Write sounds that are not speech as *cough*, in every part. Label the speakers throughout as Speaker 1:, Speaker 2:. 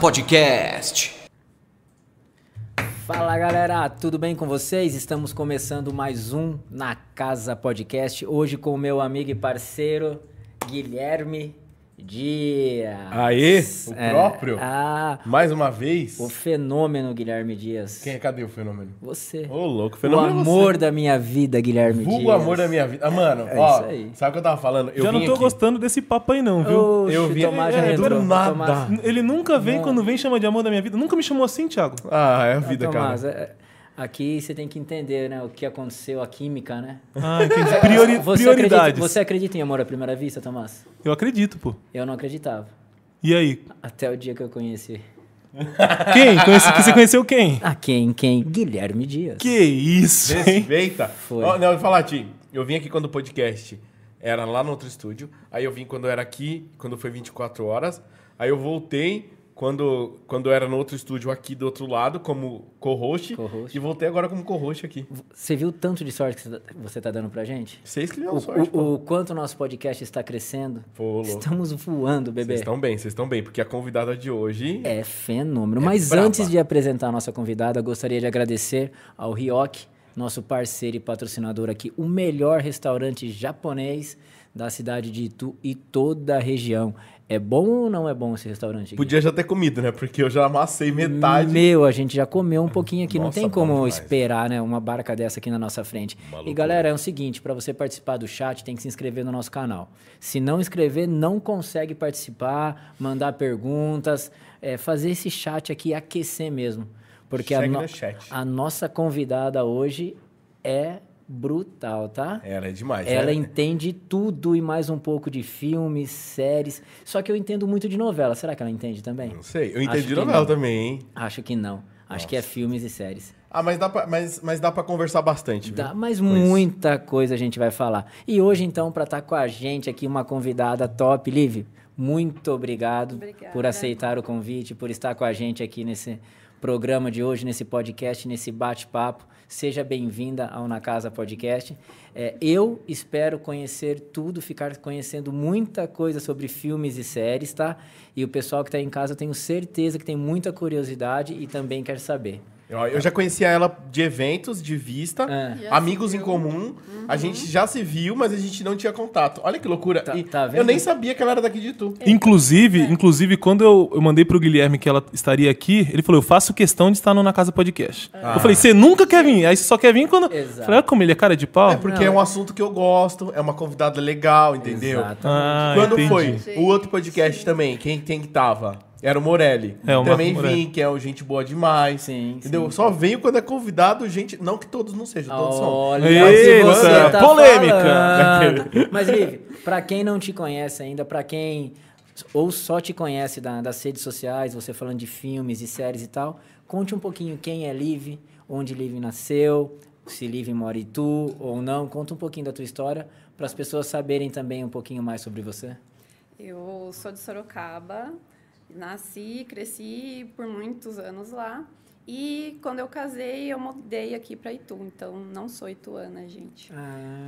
Speaker 1: Podcast.
Speaker 2: Fala galera, tudo bem com vocês? Estamos começando mais um Na Casa Podcast. Hoje com o meu amigo e parceiro Guilherme Dias. É,
Speaker 3: Aê, o próprio?
Speaker 2: Ah,
Speaker 3: Mais uma vez?
Speaker 2: o fenômeno Guilherme Dias.
Speaker 3: Quem, é? cadê o fenômeno?
Speaker 2: Você.
Speaker 3: Ô, louco, o
Speaker 2: O
Speaker 3: fenômeno.
Speaker 2: amor da minha vida, Guilherme
Speaker 3: é você. Vulgo
Speaker 2: Dias.
Speaker 3: amor da minha vida. Ah, mano,
Speaker 2: É
Speaker 3: ó,
Speaker 2: isso aí.
Speaker 3: sabe o que eu tava falando? Eu
Speaker 4: já não
Speaker 3: vim
Speaker 4: tô
Speaker 3: aqui-
Speaker 4: gostando desse papo aí, não, viu?
Speaker 2: Oxe,
Speaker 3: Eu vi-
Speaker 2: Tomás já
Speaker 3: é, do
Speaker 2: entrou.
Speaker 3: nada.
Speaker 2: Tomás,
Speaker 4: Ele nunca vem, quando vem, chama de amor da minha vida. Nunca me chamou assim, Thiago.
Speaker 3: Ah, é a vida, cara.
Speaker 2: Tomás, é- aqui você tem que entender né, o que aconteceu, a química, né?
Speaker 4: Ah, entendi. *laughs* Priori-
Speaker 2: Você acredita,
Speaker 4: prioridades.
Speaker 2: você acredita em amor à primeira vista, Tomás?
Speaker 4: Eu acredito, pô.
Speaker 2: Eu não acreditava.
Speaker 4: E aí?
Speaker 2: Até o dia que eu conheci.
Speaker 4: Quem? Conhece- você conheceu quem?
Speaker 2: Ah, quem? Quem? Guilherme Dias.
Speaker 4: Que isso, hein?
Speaker 3: Respeita.
Speaker 2: *laughs* Foi.
Speaker 3: Ó, não, eu vou falar, Tim. Eu vim aqui quando o podcast era lá no outro estúdio. Aí eu vim quando era aqui, quando foi 24 horas. Aí eu voltei quando, quando era no outro estúdio aqui do outro lado, como co-host.
Speaker 2: Co-host.
Speaker 3: E voltei agora como co-host aqui.
Speaker 2: Você viu o tanto de sorte que você- você tá dando pra gente?
Speaker 3: Vocês que
Speaker 2: O,
Speaker 3: deu sorte, pô.
Speaker 2: o- o quanto o nosso podcast está crescendo.
Speaker 3: Pô, louco.
Speaker 2: Estamos voando, bebê.
Speaker 3: Vocês estão bem, vocês estão bem, porque a convidada de hoje
Speaker 2: É fenômeno. Mas
Speaker 3: braba.
Speaker 2: antes de apresentar a nossa convidada, eu gostaria de agradecer ao Ryoki, nosso parceiro e patrocinador aqui, o melhor restaurante japonês da cidade de Itu e toda a região. É bom ou não é bom esse restaurante? Gui?
Speaker 3: Podia já ter comido, né? Porque eu já amassei metade.
Speaker 2: Meu, a gente já comeu um pouquinho aqui. não
Speaker 3: Nossa,
Speaker 2: tem
Speaker 3: bom
Speaker 2: como
Speaker 3: demais.
Speaker 2: esperar, né? Uma barca dessa aqui na nossa frente. E galera, é o seguinte: para você participar do chat, tem que se inscrever no nosso canal. Se não inscrever, não consegue participar, mandar perguntas, é, fazer esse chat aqui aquecer mesmo. Porque a,
Speaker 3: Segue
Speaker 2: no-
Speaker 3: no chat.
Speaker 2: a nossa convidada hoje é brutal, tá?
Speaker 3: Ela é demais.
Speaker 2: Ela
Speaker 3: né?
Speaker 2: entende tudo e mais um pouco de filmes, séries. Só que eu entendo muito de novela. Será que ela entende também?
Speaker 3: Não sei.
Speaker 2: Acho
Speaker 3: Eu
Speaker 2: que
Speaker 3: entendi novela
Speaker 2: não.
Speaker 3: também, hein?
Speaker 2: Acho que não. Acho que é filmes e séries.
Speaker 3: Ah, mas dá pra, mas, mas dá pra conversar bastante. viu?
Speaker 2: Dá, mas
Speaker 3: Pois.
Speaker 2: muita coisa a gente vai falar. E hoje, então, para estar com a gente aqui, uma convidada top, Liv, muito obrigado
Speaker 5: Obrigada.
Speaker 2: por aceitar o convite, por estar com a gente aqui nesse programa de hoje, nesse podcast, nesse bate-papo. Seja bem-vinda ao Na Casa Podcast. É, eu espero conhecer tudo, ficar conhecendo muita coisa sobre filmes e séries, tá? E o pessoal que está em casa, eu tenho certeza que tem muita curiosidade e também quer saber.
Speaker 3: Eu, eu já conhecia ela de eventos, de vista,
Speaker 2: É.
Speaker 5: Já
Speaker 3: amigos
Speaker 5: se
Speaker 3: em
Speaker 5: viu.
Speaker 3: comum. A gente já se viu, mas a gente não tinha contato. Olha que loucura.
Speaker 2: Tá-
Speaker 3: E
Speaker 2: tá
Speaker 3: eu
Speaker 2: vendo?
Speaker 3: nem sabia que ela era daqui de tu.
Speaker 4: Inclusive, inclusive, quando eu, eu mandei pro Guilherme que ela estaria aqui, ele falou: Eu faço questão de estar no Na Casa Podcast.
Speaker 3: Ah.
Speaker 4: Eu falei: Você nunca quer vir, aí você só quer vir quando.
Speaker 2: Exato.
Speaker 4: Falei: Olha como ele é cara de pau.
Speaker 3: É porque é um assunto que eu gosto, é uma convidada legal, entendeu?
Speaker 2: Exato.
Speaker 4: Ah,
Speaker 3: Quando
Speaker 4: entendi.
Speaker 3: foi
Speaker 5: Gente.
Speaker 3: o outro podcast também, quem, quem que tava? Era o Morelli.
Speaker 4: É, o Marco
Speaker 3: Também vim,
Speaker 4: Morelli.
Speaker 3: que é o gente boa demais.
Speaker 2: Sim,
Speaker 3: entendeu? Só venho quando é convidado, gente. Não que todos não sejam, todos são.
Speaker 2: Ah, Olha,
Speaker 4: Eita,
Speaker 2: se você tá
Speaker 4: polêmica.
Speaker 2: falando. *laughs* Mas, Liv, pra quem não te conhece ainda, pra quem ou só te conhece da- das redes sociais, você falando de filmes e séries e tal, conte um pouquinho quem é Liv, onde Liv nasceu, se Liv mora em tu ou não. Conta um pouquinho da tua história para as pessoas saberem também um pouquinho mais sobre você.
Speaker 5: Eu sou de Sorocaba, nasci, cresci por muitos anos lá. E quando eu casei, eu mudei aqui para Itu, então não sou ituana, gente.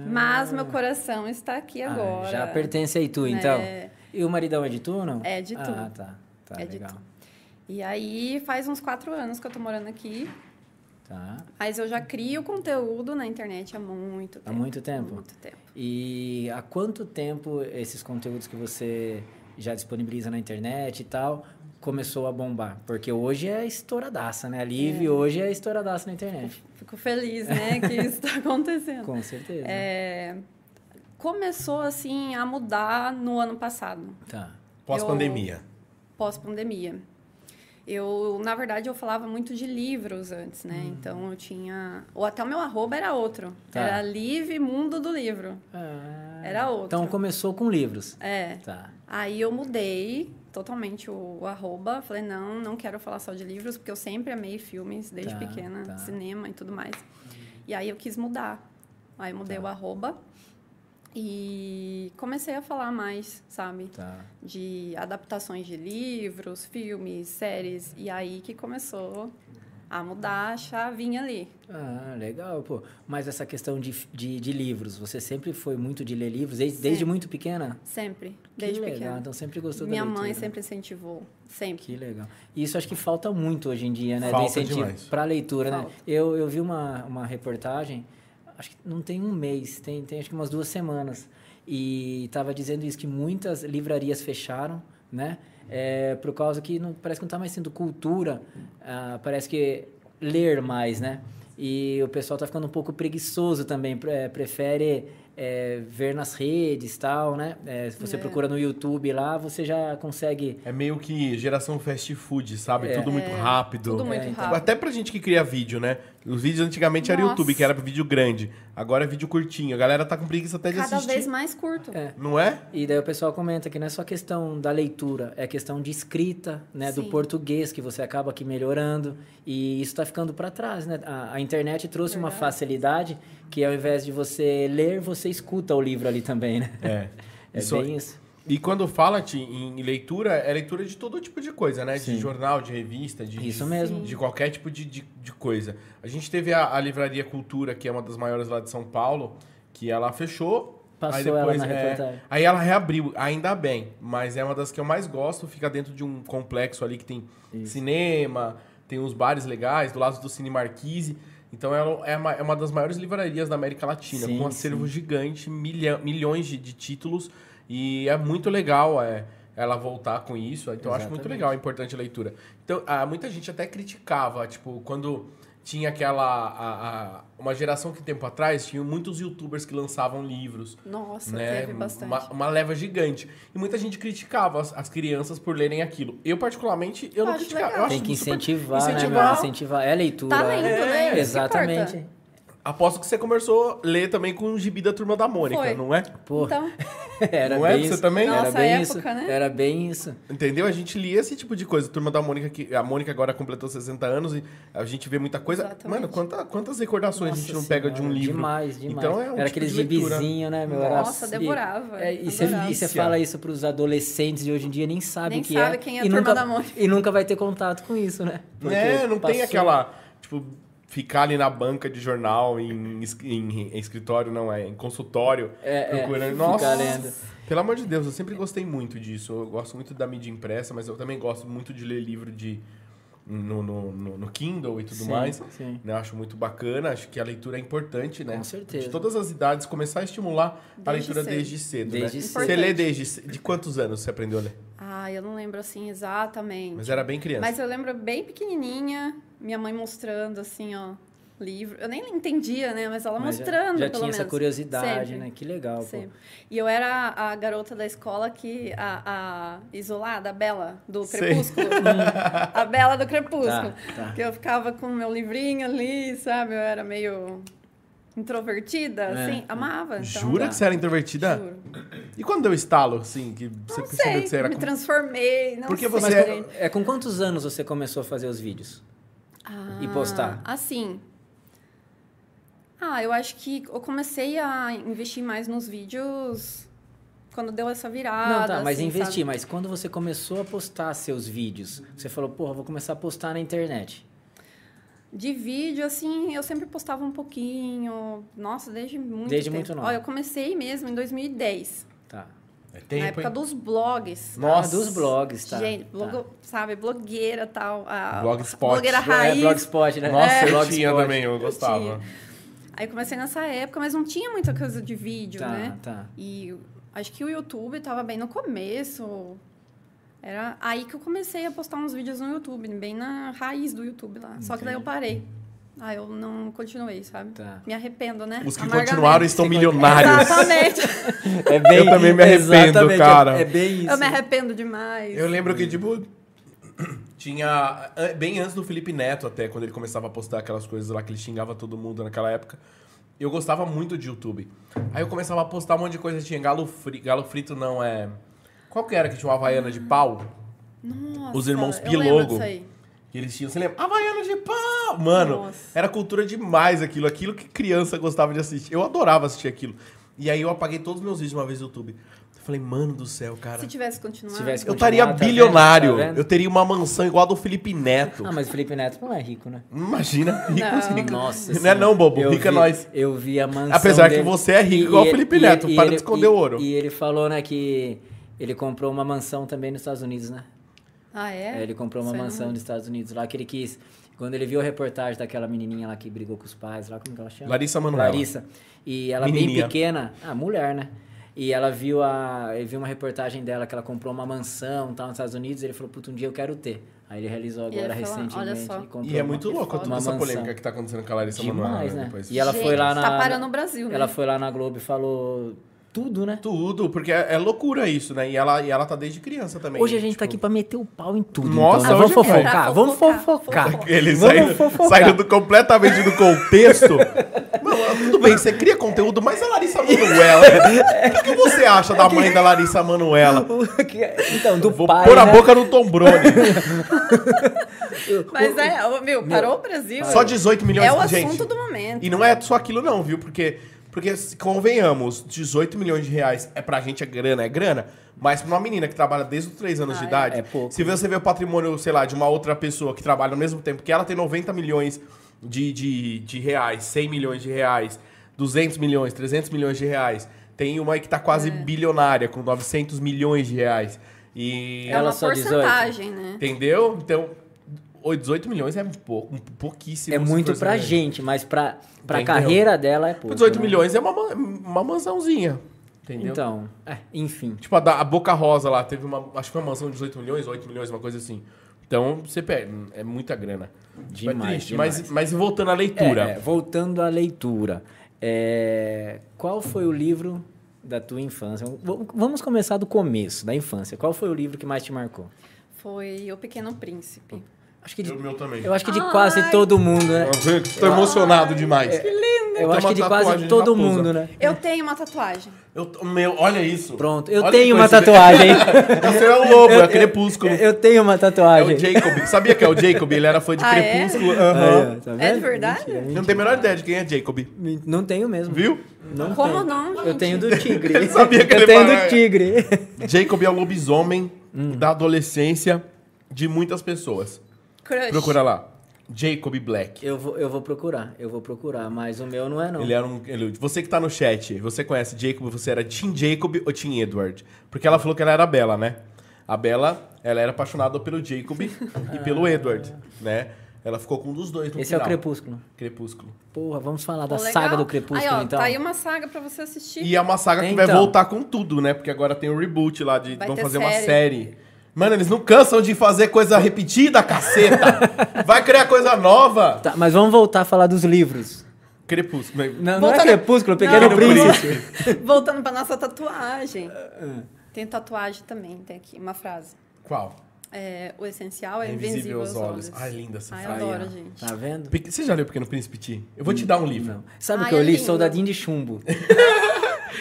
Speaker 5: Mas meu coração está aqui
Speaker 2: Ah,
Speaker 5: agora.
Speaker 2: já pertence a Itu,
Speaker 5: né?
Speaker 2: então. E o maridão é de tu ou não?
Speaker 5: É de Tu.
Speaker 2: Ah, tá. Tá,
Speaker 5: É de
Speaker 2: legal.
Speaker 5: Tu. E aí faz uns quatro anos que eu tô morando aqui,
Speaker 2: Tá.
Speaker 5: mas eu já crio conteúdo na internet há muito tempo.
Speaker 2: muito tempo?
Speaker 5: Muito tempo.
Speaker 2: E há quanto tempo esses conteúdos que você já disponibiliza na internet e tal começou a bombar? Porque hoje é estouradaça, né? A Liv hoje é estouradaça na internet.
Speaker 5: Fico feliz, né, que
Speaker 2: *laughs*
Speaker 5: isso está acontecendo.
Speaker 2: Com certeza.
Speaker 5: É, começou assim a mudar no ano passado,
Speaker 2: Tá.
Speaker 3: Pós-pandemia.
Speaker 5: pós-pandemia. Eu, na verdade, eu falava muito de livros antes, né? Então eu tinha. Ou até o meu arroba era outro.
Speaker 2: Hum. Tá.
Speaker 5: Era Live Mundo do Livro. Era outro.
Speaker 2: Então começou com livros.
Speaker 5: É.
Speaker 2: Tá.
Speaker 5: Aí eu mudei totalmente o, o arroba. Falei, não, não quero falar só de livros, porque eu sempre amei filmes desde
Speaker 2: Tá,
Speaker 5: pequena,
Speaker 2: tá.
Speaker 5: cinema e tudo mais. E aí eu quis mudar. Aí eu
Speaker 2: Tá.
Speaker 5: mudei o arroba e comecei a falar mais, sabe?
Speaker 2: Tá.
Speaker 5: De adaptações de livros, filmes, séries. E aí que começou a mudar a chavinha ali.
Speaker 2: Ah, legal, pô. Mas essa questão de, de, de livros, você sempre foi muito de ler livros, desde, desde
Speaker 5: Sempre.
Speaker 2: muito pequena?
Speaker 5: Sempre,
Speaker 2: Que
Speaker 5: desde
Speaker 2: legal,
Speaker 5: pequena.
Speaker 2: então sempre gostou da
Speaker 5: Minha mãe
Speaker 2: leitura.
Speaker 5: sempre incentivou, sempre.
Speaker 2: Que legal. E isso acho que falta muito hoje em dia, né?
Speaker 3: Falta
Speaker 2: de incentivo
Speaker 3: demais.
Speaker 2: para leitura, né?
Speaker 5: Falta.
Speaker 2: Eu, eu vi uma, uma reportagem, acho que não tem um mês, tem, tem acho que umas duas semanas. E estava dizendo isso, que muitas livrarias fecharam, né? É, por causa que não, parece que não está mais sendo cultura, ah, parece que ler mais, né? E o pessoal está ficando um pouco preguiçoso também, pre- eh, prefere eh, ver nas redes tal, né? Eh, se você
Speaker 5: É.
Speaker 2: procura no YouTube lá, você já consegue
Speaker 3: É meio que geração fast food, sabe?
Speaker 2: É.
Speaker 3: Tudo muito rápido.
Speaker 5: Tudo muito
Speaker 2: É, então.
Speaker 5: rápido.
Speaker 3: Até pra gente que cria vídeo, né? Os vídeos antigamente era
Speaker 5: Nossa.
Speaker 3: YouTube, que era vídeo grande. Agora é vídeo curtinho. A galera tá com preguiça até de
Speaker 5: Cada
Speaker 3: assistir.
Speaker 5: vez mais curto.
Speaker 2: É.
Speaker 3: Não é?
Speaker 2: E daí o pessoal comenta que não é só questão da leitura, é questão de escrita, né, do
Speaker 5: Sim.
Speaker 2: português que você acaba aqui melhorando e isso está ficando para trás, né? A, a internet trouxe uma
Speaker 5: Verdade.
Speaker 2: facilidade que ao invés de você ler, você escuta o livro ali também, né?
Speaker 3: É.
Speaker 2: É
Speaker 3: Isso-
Speaker 2: bem isso.
Speaker 3: E quando fala Ti, em leitura, é leitura de todo tipo de coisa, né? De jornal, de revista, de,
Speaker 2: Isso
Speaker 3: de-
Speaker 2: mesmo.
Speaker 3: de qualquer tipo de, de, de coisa. A gente teve a, a Livraria Cultura, que é uma das maiores lá de São Paulo, que ela fechou.
Speaker 2: Passou
Speaker 3: aí
Speaker 2: ela
Speaker 3: depois,
Speaker 2: na
Speaker 3: é,
Speaker 2: reportagem.
Speaker 3: Aí ela reabriu, ainda bem, mas é uma das que eu mais gosto, fica dentro de um complexo ali que tem cinema, tem uns bares legais, do lado do Cine Marquise. Então ela é uma, é uma das maiores livrarias da América Latina,
Speaker 2: Sim,
Speaker 3: com um acervo gigante, milha- milhões de, de títulos, e é muito legal é, ela voltar com isso. Então eu acho muito
Speaker 2: Exatamente.
Speaker 3: legal, é importante a leitura. Então, ah, muita gente até criticava, tipo, quando tinha aquela. a- a- uma geração que tempo atrás tinha muitos youtubers que lançavam livros
Speaker 5: Nossa,
Speaker 3: né?
Speaker 5: teve bastante.
Speaker 3: Uma, uma leva gigante. E muita gente criticava as, as crianças por lerem aquilo. Eu, particularmente, eu,
Speaker 5: Eu
Speaker 3: não
Speaker 5: acho
Speaker 3: criticava.
Speaker 5: legal.
Speaker 3: Eu acho
Speaker 2: Tem que
Speaker 3: super-
Speaker 2: incentivar, né?
Speaker 3: incentivar.
Speaker 2: mano? Incentivar. É a leitura.
Speaker 5: Talento,
Speaker 2: é.
Speaker 5: né? Isso que
Speaker 2: Exatamente.
Speaker 5: importa.
Speaker 3: Aposto que você começou a ler também com o gibi da Turma da Mônica,
Speaker 5: Foi.
Speaker 3: não é?
Speaker 2: Pô,
Speaker 5: Então,
Speaker 2: era
Speaker 3: Não é
Speaker 2: bem
Speaker 3: pra você
Speaker 2: isso.
Speaker 3: também?
Speaker 2: Era
Speaker 5: Nossa
Speaker 2: bem
Speaker 5: época,
Speaker 2: isso.
Speaker 5: né?
Speaker 2: Era bem isso.
Speaker 3: Entendeu? A gente lia esse tipo de coisa. Turma da Mônica, que a Mônica agora completou 60 anos e a gente vê muita coisa.
Speaker 5: Exatamente.
Speaker 3: Mano, quanta- quantas recordações a gente não
Speaker 2: Nossa
Speaker 3: pega de um
Speaker 2: Senhora,
Speaker 3: livro?
Speaker 2: Demais, demais.
Speaker 3: Então é um
Speaker 2: Era
Speaker 3: tipo
Speaker 2: aqueles
Speaker 3: de leitura.
Speaker 2: gibizinho, né, meu? Era-
Speaker 5: nossa,
Speaker 2: e-
Speaker 5: devorava.
Speaker 2: É, e
Speaker 5: adorava.
Speaker 2: você fala isso para os adolescentes de hoje em dia, nem sabe
Speaker 5: Nem
Speaker 2: o que
Speaker 5: sabe
Speaker 2: é.
Speaker 5: quem é
Speaker 2: e
Speaker 5: a turma
Speaker 2: nunca,
Speaker 5: da Mônica.
Speaker 2: E nunca vai ter contato com isso, né? Porque
Speaker 3: né? Não tem
Speaker 2: passou-
Speaker 3: aquela, tipo, ficar ali na banca de jornal, em, es- em- em escritório, não, é em consultório,
Speaker 2: É, é,
Speaker 3: procurando.
Speaker 2: ficar
Speaker 3: Nossa!
Speaker 2: lendo.
Speaker 3: Pelo amor de Deus, eu sempre gostei muito disso. Eu gosto muito da mídia impressa, mas eu também gosto muito de ler livro de... No, no, no- no Kindle e tudo
Speaker 2: Sim,
Speaker 3: mais.
Speaker 2: sim.
Speaker 3: Né? Eu Acho muito bacana, acho que a leitura é importante, né?
Speaker 2: Com certeza.
Speaker 3: De todas as idades, começar a estimular a
Speaker 5: Desde
Speaker 3: leitura
Speaker 5: cedo.
Speaker 3: desde cedo.
Speaker 2: Desde
Speaker 3: né?
Speaker 2: cedo.
Speaker 3: Você lê
Speaker 5: Importante.
Speaker 3: desde. ce- De quantos anos você aprendeu a ler?
Speaker 5: Ah, eu não lembro assim exatamente.
Speaker 3: Mas é era bem criança.
Speaker 5: Mas eu lembro bem pequenininha, minha mãe mostrando assim, ó, livro. Eu nem entendia, né? Mas ela
Speaker 2: Mas já-
Speaker 5: mostrando,
Speaker 2: Já,
Speaker 5: pelo
Speaker 2: tinha
Speaker 5: menos.
Speaker 2: essa curiosidade,
Speaker 5: Sempre,
Speaker 2: né? Que legal, pô.
Speaker 5: Sempre. E eu era a garota da escola que. A, a isolada, a Bela, do
Speaker 3: Sei. *laughs*
Speaker 5: Crepúsculo. a Bela do Crepúsculo.
Speaker 2: Tá, tá.
Speaker 5: Que eu ficava com o meu livrinho ali, sabe? Eu era meio introvertida,
Speaker 2: É.
Speaker 5: assim. Amava. então-
Speaker 3: Jura que você era introvertida?
Speaker 5: Juro.
Speaker 3: E quando deu estalo, assim, que você percebeu
Speaker 5: Não
Speaker 3: que você
Speaker 5: sei,
Speaker 3: era
Speaker 5: me
Speaker 3: com-
Speaker 5: transformei, não
Speaker 3: Porque
Speaker 5: sei.
Speaker 3: você
Speaker 2: Mas
Speaker 3: é-
Speaker 2: com, é, com quantos anos você começou a fazer os vídeos?
Speaker 5: Ah,
Speaker 2: e postar?
Speaker 5: Assim. Ah, eu acho que eu comecei a investir mais nos vídeos quando deu essa virada.
Speaker 2: Não, tá, mas
Speaker 5: assim,
Speaker 2: investi.
Speaker 5: sabe?
Speaker 2: Mas quando você começou a postar seus vídeos, você falou, porra, vou começar a postar na internet.
Speaker 5: De vídeo, assim, eu sempre postava um pouquinho. Nossa, desde muito
Speaker 2: Desde
Speaker 5: tempo.
Speaker 2: muito nova.
Speaker 5: Ó, eu comecei mesmo em 2010,
Speaker 2: Tá.
Speaker 3: É
Speaker 5: na
Speaker 3: tempo,
Speaker 5: época
Speaker 3: hein?
Speaker 5: dos blogs.
Speaker 2: Ah,
Speaker 3: Nossa.
Speaker 2: dos blogs, tá.
Speaker 5: Gente,
Speaker 2: tá.
Speaker 5: blogo- sabe, blogueira tal. A
Speaker 3: Blogspot.
Speaker 5: blogueira
Speaker 3: É,
Speaker 5: Tá raiz.
Speaker 2: É, blogspot, né?
Speaker 3: Nossa,
Speaker 2: é.
Speaker 3: eu tinha
Speaker 2: Blogspot.
Speaker 3: também, eu gostava.
Speaker 5: tinha. Aí comecei nessa época, mas não tinha muita coisa de vídeo,
Speaker 2: Tá,
Speaker 5: né?
Speaker 2: tá.
Speaker 5: E eu- acho que o YouTube tava bem no começo. Era aí que eu comecei a postar uns vídeos no YouTube, bem na raiz do YouTube lá. Só que daí eu parei. Aí eu não continuei, sabe?
Speaker 2: Tá.
Speaker 5: Me arrependo, né?
Speaker 3: Os que
Speaker 5: Amargamente.
Speaker 3: continuaram estão milionários. *laughs*
Speaker 5: Exatamente.
Speaker 2: É bem,
Speaker 3: Eu também me arrependo,
Speaker 2: exatamente,
Speaker 3: cara.
Speaker 2: É, é bem isso.
Speaker 5: eu me arrependo demais.
Speaker 3: Eu lembro que, tipo, tinha. an- Bem antes do Felipe Neto, até, quando ele começava a postar aquelas coisas lá que ele xingava todo mundo naquela época. Eu gostava muito de YouTube. Aí eu começava a postar um monte de coisa. Tinha galo frito. Galo frito não é. Qual que era que tinha uma havaiana de pau?
Speaker 5: Nossa,
Speaker 3: Os irmãos
Speaker 5: eu lembro
Speaker 3: Pilogo.
Speaker 5: disso aí.
Speaker 3: Que eles tinham, você lembra? Havaiana de pau! Mano,
Speaker 5: Nossa.
Speaker 3: era cultura demais aquilo, aquilo que criança gostava de assistir. Eu adorava assistir aquilo. E aí eu apaguei todos os meus vídeos de uma vez no YouTube. Falei, mano do céu, cara.
Speaker 5: Se tivesse continuado,
Speaker 2: Se tivesse-
Speaker 3: Eu estaria
Speaker 2: Continuar, tá
Speaker 3: bilionário.
Speaker 2: vendo? Tá vendo?
Speaker 3: Eu teria uma mansão igual a do Felipe Neto.
Speaker 2: Ah, mas o Felipe Neto não é rico, né?
Speaker 3: Imagina, ricos,
Speaker 5: Não.
Speaker 3: ricos.
Speaker 2: Nossa
Speaker 3: Não é não, bobo.
Speaker 2: Eu
Speaker 3: Rica
Speaker 2: vi-
Speaker 3: nós.
Speaker 2: Eu vi a mansão
Speaker 3: Apesar que
Speaker 2: dele.
Speaker 3: você é rico igual o
Speaker 2: ele-
Speaker 3: Felipe Neto, para de
Speaker 2: ele-
Speaker 3: esconder
Speaker 2: e-
Speaker 3: o ouro.
Speaker 2: E ele falou, né, que ele comprou uma mansão também nos Estados Unidos, né?
Speaker 5: Ah, é?
Speaker 2: É, ele comprou uma
Speaker 5: Isso aí não-
Speaker 2: mansão dos Estados Unidos lá que ele quis. Quando ele viu a reportagem daquela menininha lá que brigou com os pais, lá como que ela chama?
Speaker 3: Larissa Manoela.
Speaker 2: Larissa. E ela bem
Speaker 3: né? Menininha.
Speaker 2: pequena, ah, mulher, né? E ela viu a, ele viu uma reportagem dela que ela comprou uma mansão, tal, nos Estados Unidos. Ele falou, puta, um dia eu quero ter. Aí ele realizou
Speaker 5: E ele
Speaker 2: agora
Speaker 5: falou,
Speaker 2: recentemente.
Speaker 5: "Olha só."
Speaker 2: e comprou
Speaker 3: E é
Speaker 2: uma-
Speaker 3: muito louco toda
Speaker 2: uma
Speaker 3: essa
Speaker 2: mansão.
Speaker 3: polêmica que tá acontecendo com a Larissa Manoela.
Speaker 2: Demais, né?
Speaker 3: depois.
Speaker 2: E ela foi lá na.
Speaker 5: Gente, tá parando o Brasil, né?
Speaker 2: Ela foi lá na Globo e falou tudo, né?
Speaker 3: Tudo, porque é é loucura isso, né? E ela, e ela tá desde criança também.
Speaker 2: Hoje a gente tá
Speaker 3: tipo,
Speaker 2: aqui pra meter o pau em tudo.
Speaker 3: Nossa,
Speaker 2: então, né?
Speaker 3: hoje
Speaker 2: vamos
Speaker 3: é.
Speaker 2: fofocar, vamos fofocar.
Speaker 5: Fofoca.
Speaker 3: Eles
Speaker 2: Vamos
Speaker 3: saíram,
Speaker 2: fofocar.
Speaker 3: saíram do- completamente do contexto. Mano, tudo bem, você cria conteúdo, mas a Larissa *laughs* Manoela. O que você acha da mãe da Larissa Manoela? *laughs*
Speaker 2: então, do
Speaker 3: Vou
Speaker 2: pai,
Speaker 3: pôr a
Speaker 2: né?
Speaker 3: boca no
Speaker 2: *laughs*
Speaker 3: tombrone.
Speaker 5: Mas é, ô, meu, parou o Brasil.
Speaker 3: Só 18 milhões
Speaker 5: É o
Speaker 3: de
Speaker 5: assunto
Speaker 3: gente.
Speaker 5: do momento. né?
Speaker 3: E não é só aquilo, não, viu? Porque, porque se- convenhamos, 18 milhões de reais é pra gente é grana, é grana. Mas pra uma menina que trabalha desde os 3
Speaker 5: Ah,
Speaker 3: anos de idade,
Speaker 2: É pouco.
Speaker 3: se você vê o patrimônio, sei lá, de uma outra pessoa que trabalha ao mesmo tempo que ela tem 90 milhões de, de, de reais, 100 milhões de reais, 200 milhões, 300 milhões de reais. Tem uma aí que tá
Speaker 5: É.
Speaker 3: quase bilionária, com 900 milhões de reais. E.
Speaker 5: É uma
Speaker 2: Ela só 18.
Speaker 5: porcentagem, né?
Speaker 3: Entendeu? Então, oi, 18 milhões é pouco, pouquíssimo. né,
Speaker 2: É
Speaker 3: se
Speaker 2: muito
Speaker 3: for
Speaker 2: pra
Speaker 3: saber.
Speaker 2: gente, mas pra, pra
Speaker 3: Entendeu?
Speaker 2: carreira dela é pouco.
Speaker 3: 18
Speaker 2: né?
Speaker 3: milhões é uma, ma- uma mansãozinha. Entendeu?
Speaker 2: Então, é, enfim.
Speaker 3: Tipo, a, da- a Boca Rosa lá teve uma. Acho que foi uma mansão de 18 milhões, 8 milhões, uma coisa assim. Então, você pega. É muita grana. Tipo,
Speaker 2: Demais,
Speaker 3: é triste.
Speaker 2: demais.
Speaker 3: Mas, mas voltando à
Speaker 2: É,
Speaker 3: leitura.
Speaker 2: é, voltando à leitura. é, qual foi o livro da tua infância? V- Vamos começar do começo, da infância. Qual foi o livro que mais te marcou?
Speaker 5: Foi O Pequeno Príncipe.
Speaker 2: Acho que de,
Speaker 3: E o meu também.
Speaker 2: eu acho que de
Speaker 5: Ai.
Speaker 2: quase todo mundo, né?
Speaker 3: Tô emocionado demais.
Speaker 2: É, Eu
Speaker 3: Tem
Speaker 2: acho
Speaker 3: uma
Speaker 2: que de
Speaker 3: tatuagem
Speaker 2: quase
Speaker 3: de
Speaker 2: todo
Speaker 3: raposa.
Speaker 2: mundo, né?
Speaker 5: Eu tenho uma tatuagem.
Speaker 3: Eu tô- meu, olha isso.
Speaker 2: Pronto, eu
Speaker 3: Olha que
Speaker 2: tenho uma
Speaker 3: coisa.
Speaker 2: tatuagem.
Speaker 3: *laughs* Você é o lobo,
Speaker 2: Eu-
Speaker 3: é crepúsculo.
Speaker 2: Eu tenho uma
Speaker 3: É
Speaker 2: tatuagem.
Speaker 3: o Jacob. Sabia que é o Jacob? Ele era fã de
Speaker 5: Ah, é?
Speaker 3: crepúsculo.
Speaker 2: Aí,
Speaker 3: Aham.
Speaker 2: ó, tá
Speaker 5: É
Speaker 2: vendo?
Speaker 5: de verdade?
Speaker 2: Mentira,
Speaker 3: Eu
Speaker 2: mentira.
Speaker 3: Não tenho a menor ideia de quem é Jacob.
Speaker 2: Men- Não tenho mesmo.
Speaker 3: Viu?
Speaker 2: Não
Speaker 5: Como
Speaker 2: tenho.
Speaker 5: não,
Speaker 2: Eu
Speaker 5: gente?
Speaker 2: tenho do tigre.
Speaker 3: Eu sabia que
Speaker 2: eu
Speaker 3: ele
Speaker 2: tenho
Speaker 3: falava.
Speaker 2: do tigre.
Speaker 3: Jacob é o lobisomem
Speaker 2: Hum.
Speaker 3: da adolescência de muitas pessoas.
Speaker 5: Crush.
Speaker 3: Procura lá. Jacob
Speaker 2: *laughs*
Speaker 3: Black.
Speaker 2: Eu vou, eu vou procurar, eu vou procurar, mas o meu não é não.
Speaker 3: Ele era um. ele- você que tá no chat, você conhece Jacob, você era Tim Jacob ou Tim Edward? Porque ela falou que ela era a Bela, né? A Bela, ela era apaixonada
Speaker 2: *laughs*
Speaker 3: pelo Jacob e pelo Edward, né? Ela ficou com um dos dois no
Speaker 2: Ah. Esse é o
Speaker 3: final.
Speaker 2: Crepúsculo.
Speaker 3: Crepúsculo.
Speaker 2: Porra, vamos falar da
Speaker 5: Pô, legal.
Speaker 2: saga do Crepúsculo
Speaker 5: aí, ó,
Speaker 2: então.
Speaker 5: Tá aí uma saga pra você assistir.
Speaker 3: E é uma saga que vai
Speaker 2: Então.
Speaker 3: voltar com tudo, né? Porque agora tem o reboot lá de.
Speaker 5: Vai
Speaker 3: vão
Speaker 5: ter
Speaker 3: fazer uma
Speaker 5: série.
Speaker 3: série. Mano, eles não cansam de fazer coisa repetida, caceta!
Speaker 2: *laughs*
Speaker 3: vai criar coisa nova!
Speaker 2: Tá, mas vamos voltar a falar dos livros.
Speaker 3: Crepúsculo.
Speaker 2: Não, não é
Speaker 5: Voltando-
Speaker 2: Crepúsculo, Pequeno
Speaker 5: Não.
Speaker 2: Príncipe.
Speaker 5: *laughs* Voltando pra nossa tatuagem. Tem tatuagem também, tem aqui uma frase.
Speaker 3: Qual?
Speaker 5: É, o essencial é,
Speaker 3: É invisível
Speaker 5: invisível, aos
Speaker 3: aos
Speaker 5: olhos.
Speaker 3: olhos. Ai, linda essa
Speaker 5: Ai,
Speaker 3: frase.
Speaker 5: eu adoro,
Speaker 2: Aí, ó,
Speaker 5: gente.
Speaker 2: Tá vendo?
Speaker 3: Pequ- Você já leu Pequeno Príncipe Ti? Eu vou te dar um livro.
Speaker 2: Hum, Não. Sabe o
Speaker 5: Ai,
Speaker 2: que eu
Speaker 5: é
Speaker 2: li?
Speaker 5: lindo.
Speaker 2: Soldadinho de chumbo.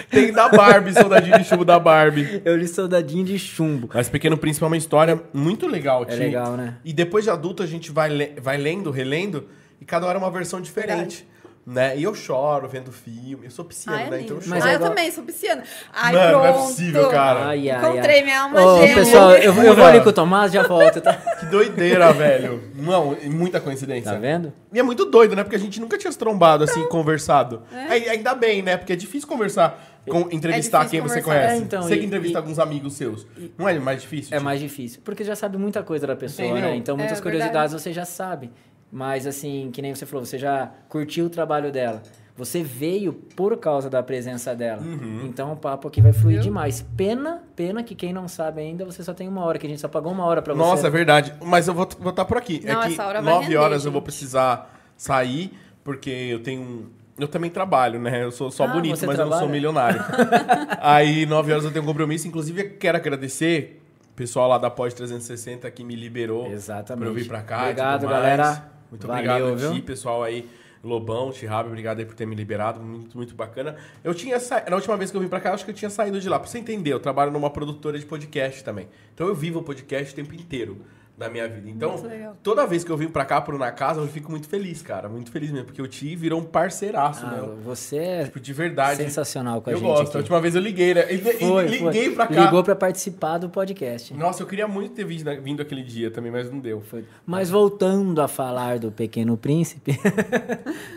Speaker 3: Tem da
Speaker 2: *laughs*
Speaker 3: Barbie, Soldadinho de Chumbo da Barbie.
Speaker 2: Eu li Soldadinho de chumbo.
Speaker 3: Mas Pequeno Príncipe é uma história muito legal,
Speaker 2: É
Speaker 3: Ti.
Speaker 2: legal, né?
Speaker 3: E depois de adulto a gente vai, le- vai lendo, relendo, e cada hora é uma versão diferente. Né? E eu choro vendo filme. Eu sou pisciano,
Speaker 5: Ai, é
Speaker 3: né? Então eu
Speaker 5: lindo.
Speaker 3: choro.
Speaker 2: Mas
Speaker 5: ah,
Speaker 2: é
Speaker 5: eu
Speaker 2: igual-
Speaker 5: também sou pisciana. Ai,
Speaker 3: Mano,
Speaker 5: pronto.
Speaker 3: não é possível, cara.
Speaker 2: Ai, ai,
Speaker 5: Encontrei
Speaker 2: ai.
Speaker 5: minha alma
Speaker 2: Ô,
Speaker 5: gêmea.
Speaker 2: pessoal, eu, eu vou
Speaker 3: Pura.
Speaker 2: ali com o Tomás já volto, tá?
Speaker 3: Que doideira, velho. Não, e muita coincidência.
Speaker 2: Tá vendo?
Speaker 3: E é muito doido, né? Porque a gente nunca tinha se trombado assim, conversado. Aí- Ainda bem, né? Porque é difícil conversar, com, entrevistar quem
Speaker 5: difícil
Speaker 3: você
Speaker 5: conversar.
Speaker 3: conhece.
Speaker 2: É, então,
Speaker 3: você que
Speaker 2: e-
Speaker 3: entrevista
Speaker 2: e-
Speaker 3: alguns amigos seus. não é mais difícil?
Speaker 2: É
Speaker 3: Tipo,
Speaker 2: mais difícil. Porque já sabe muita coisa da pessoa,
Speaker 3: Entendeu?
Speaker 2: né? Então, muitas
Speaker 5: É
Speaker 2: curiosidades você já sabe. Mas, assim, que nem você falou, você já curtiu o trabalho dela. Você veio por causa da presença dela.
Speaker 3: Uhum.
Speaker 2: Então, o papo aqui vai fluir demais. Pena, pena que quem não sabe ainda, você só tem uma hora, que a gente só pagou uma hora pra você.
Speaker 3: Nossa, é verdade. Mas eu vou vou estar por aqui.
Speaker 5: Não,
Speaker 3: é que
Speaker 5: essa hora vai
Speaker 3: nove
Speaker 5: render,
Speaker 3: horas eu vou
Speaker 5: gente.
Speaker 3: precisar sair, porque eu tenho um. Eu também trabalho, né? Eu sou só
Speaker 2: Ah,
Speaker 3: bonito,
Speaker 2: você
Speaker 3: mas eu não sou
Speaker 2: trabalha?
Speaker 3: milionário.
Speaker 2: *laughs*
Speaker 3: Aí, nove horas eu tenho um compromisso. Inclusive, eu quero agradecer o pessoal lá da Pós 360 que me liberou
Speaker 2: Exatamente.
Speaker 3: pra eu vir pra cá. e
Speaker 2: Obrigado,
Speaker 3: tudo mais.
Speaker 2: galera.
Speaker 3: Muito
Speaker 2: Valeu,
Speaker 3: obrigado,
Speaker 2: viu?
Speaker 3: Ti, pessoal aí. Lobão, Tirabe, obrigado aí por ter me liberado. Muito, muito bacana. Eu tinha sa... Na última vez que eu vim pra cá, eu acho que eu tinha saído de lá. Pra você entender, eu trabalho numa produtora de podcast também. Então eu vivo o podcast o tempo inteiro. da minha vida. Então,
Speaker 5: Muito legal.
Speaker 3: toda vez que eu vim pra cá, pro Na Casa, eu fico muito feliz, cara. Muito feliz mesmo, porque o Ti virou um parceiraço,
Speaker 2: Ah,
Speaker 3: né?
Speaker 2: você é
Speaker 3: Tipo, de verdade.
Speaker 2: sensacional com a
Speaker 3: eu
Speaker 2: gente
Speaker 3: gosto.
Speaker 2: aqui.
Speaker 3: A última vez eu liguei, né? E- e-
Speaker 2: Foi,
Speaker 3: liguei
Speaker 2: foi.
Speaker 3: pra cá.
Speaker 2: Ligou pra participar do podcast.
Speaker 3: Nossa, eu queria muito ter vindo, vindo aquele dia também, mas não deu.
Speaker 2: Foi. Mas voltando a falar do Pequeno
Speaker 5: *laughs*
Speaker 2: Príncipe.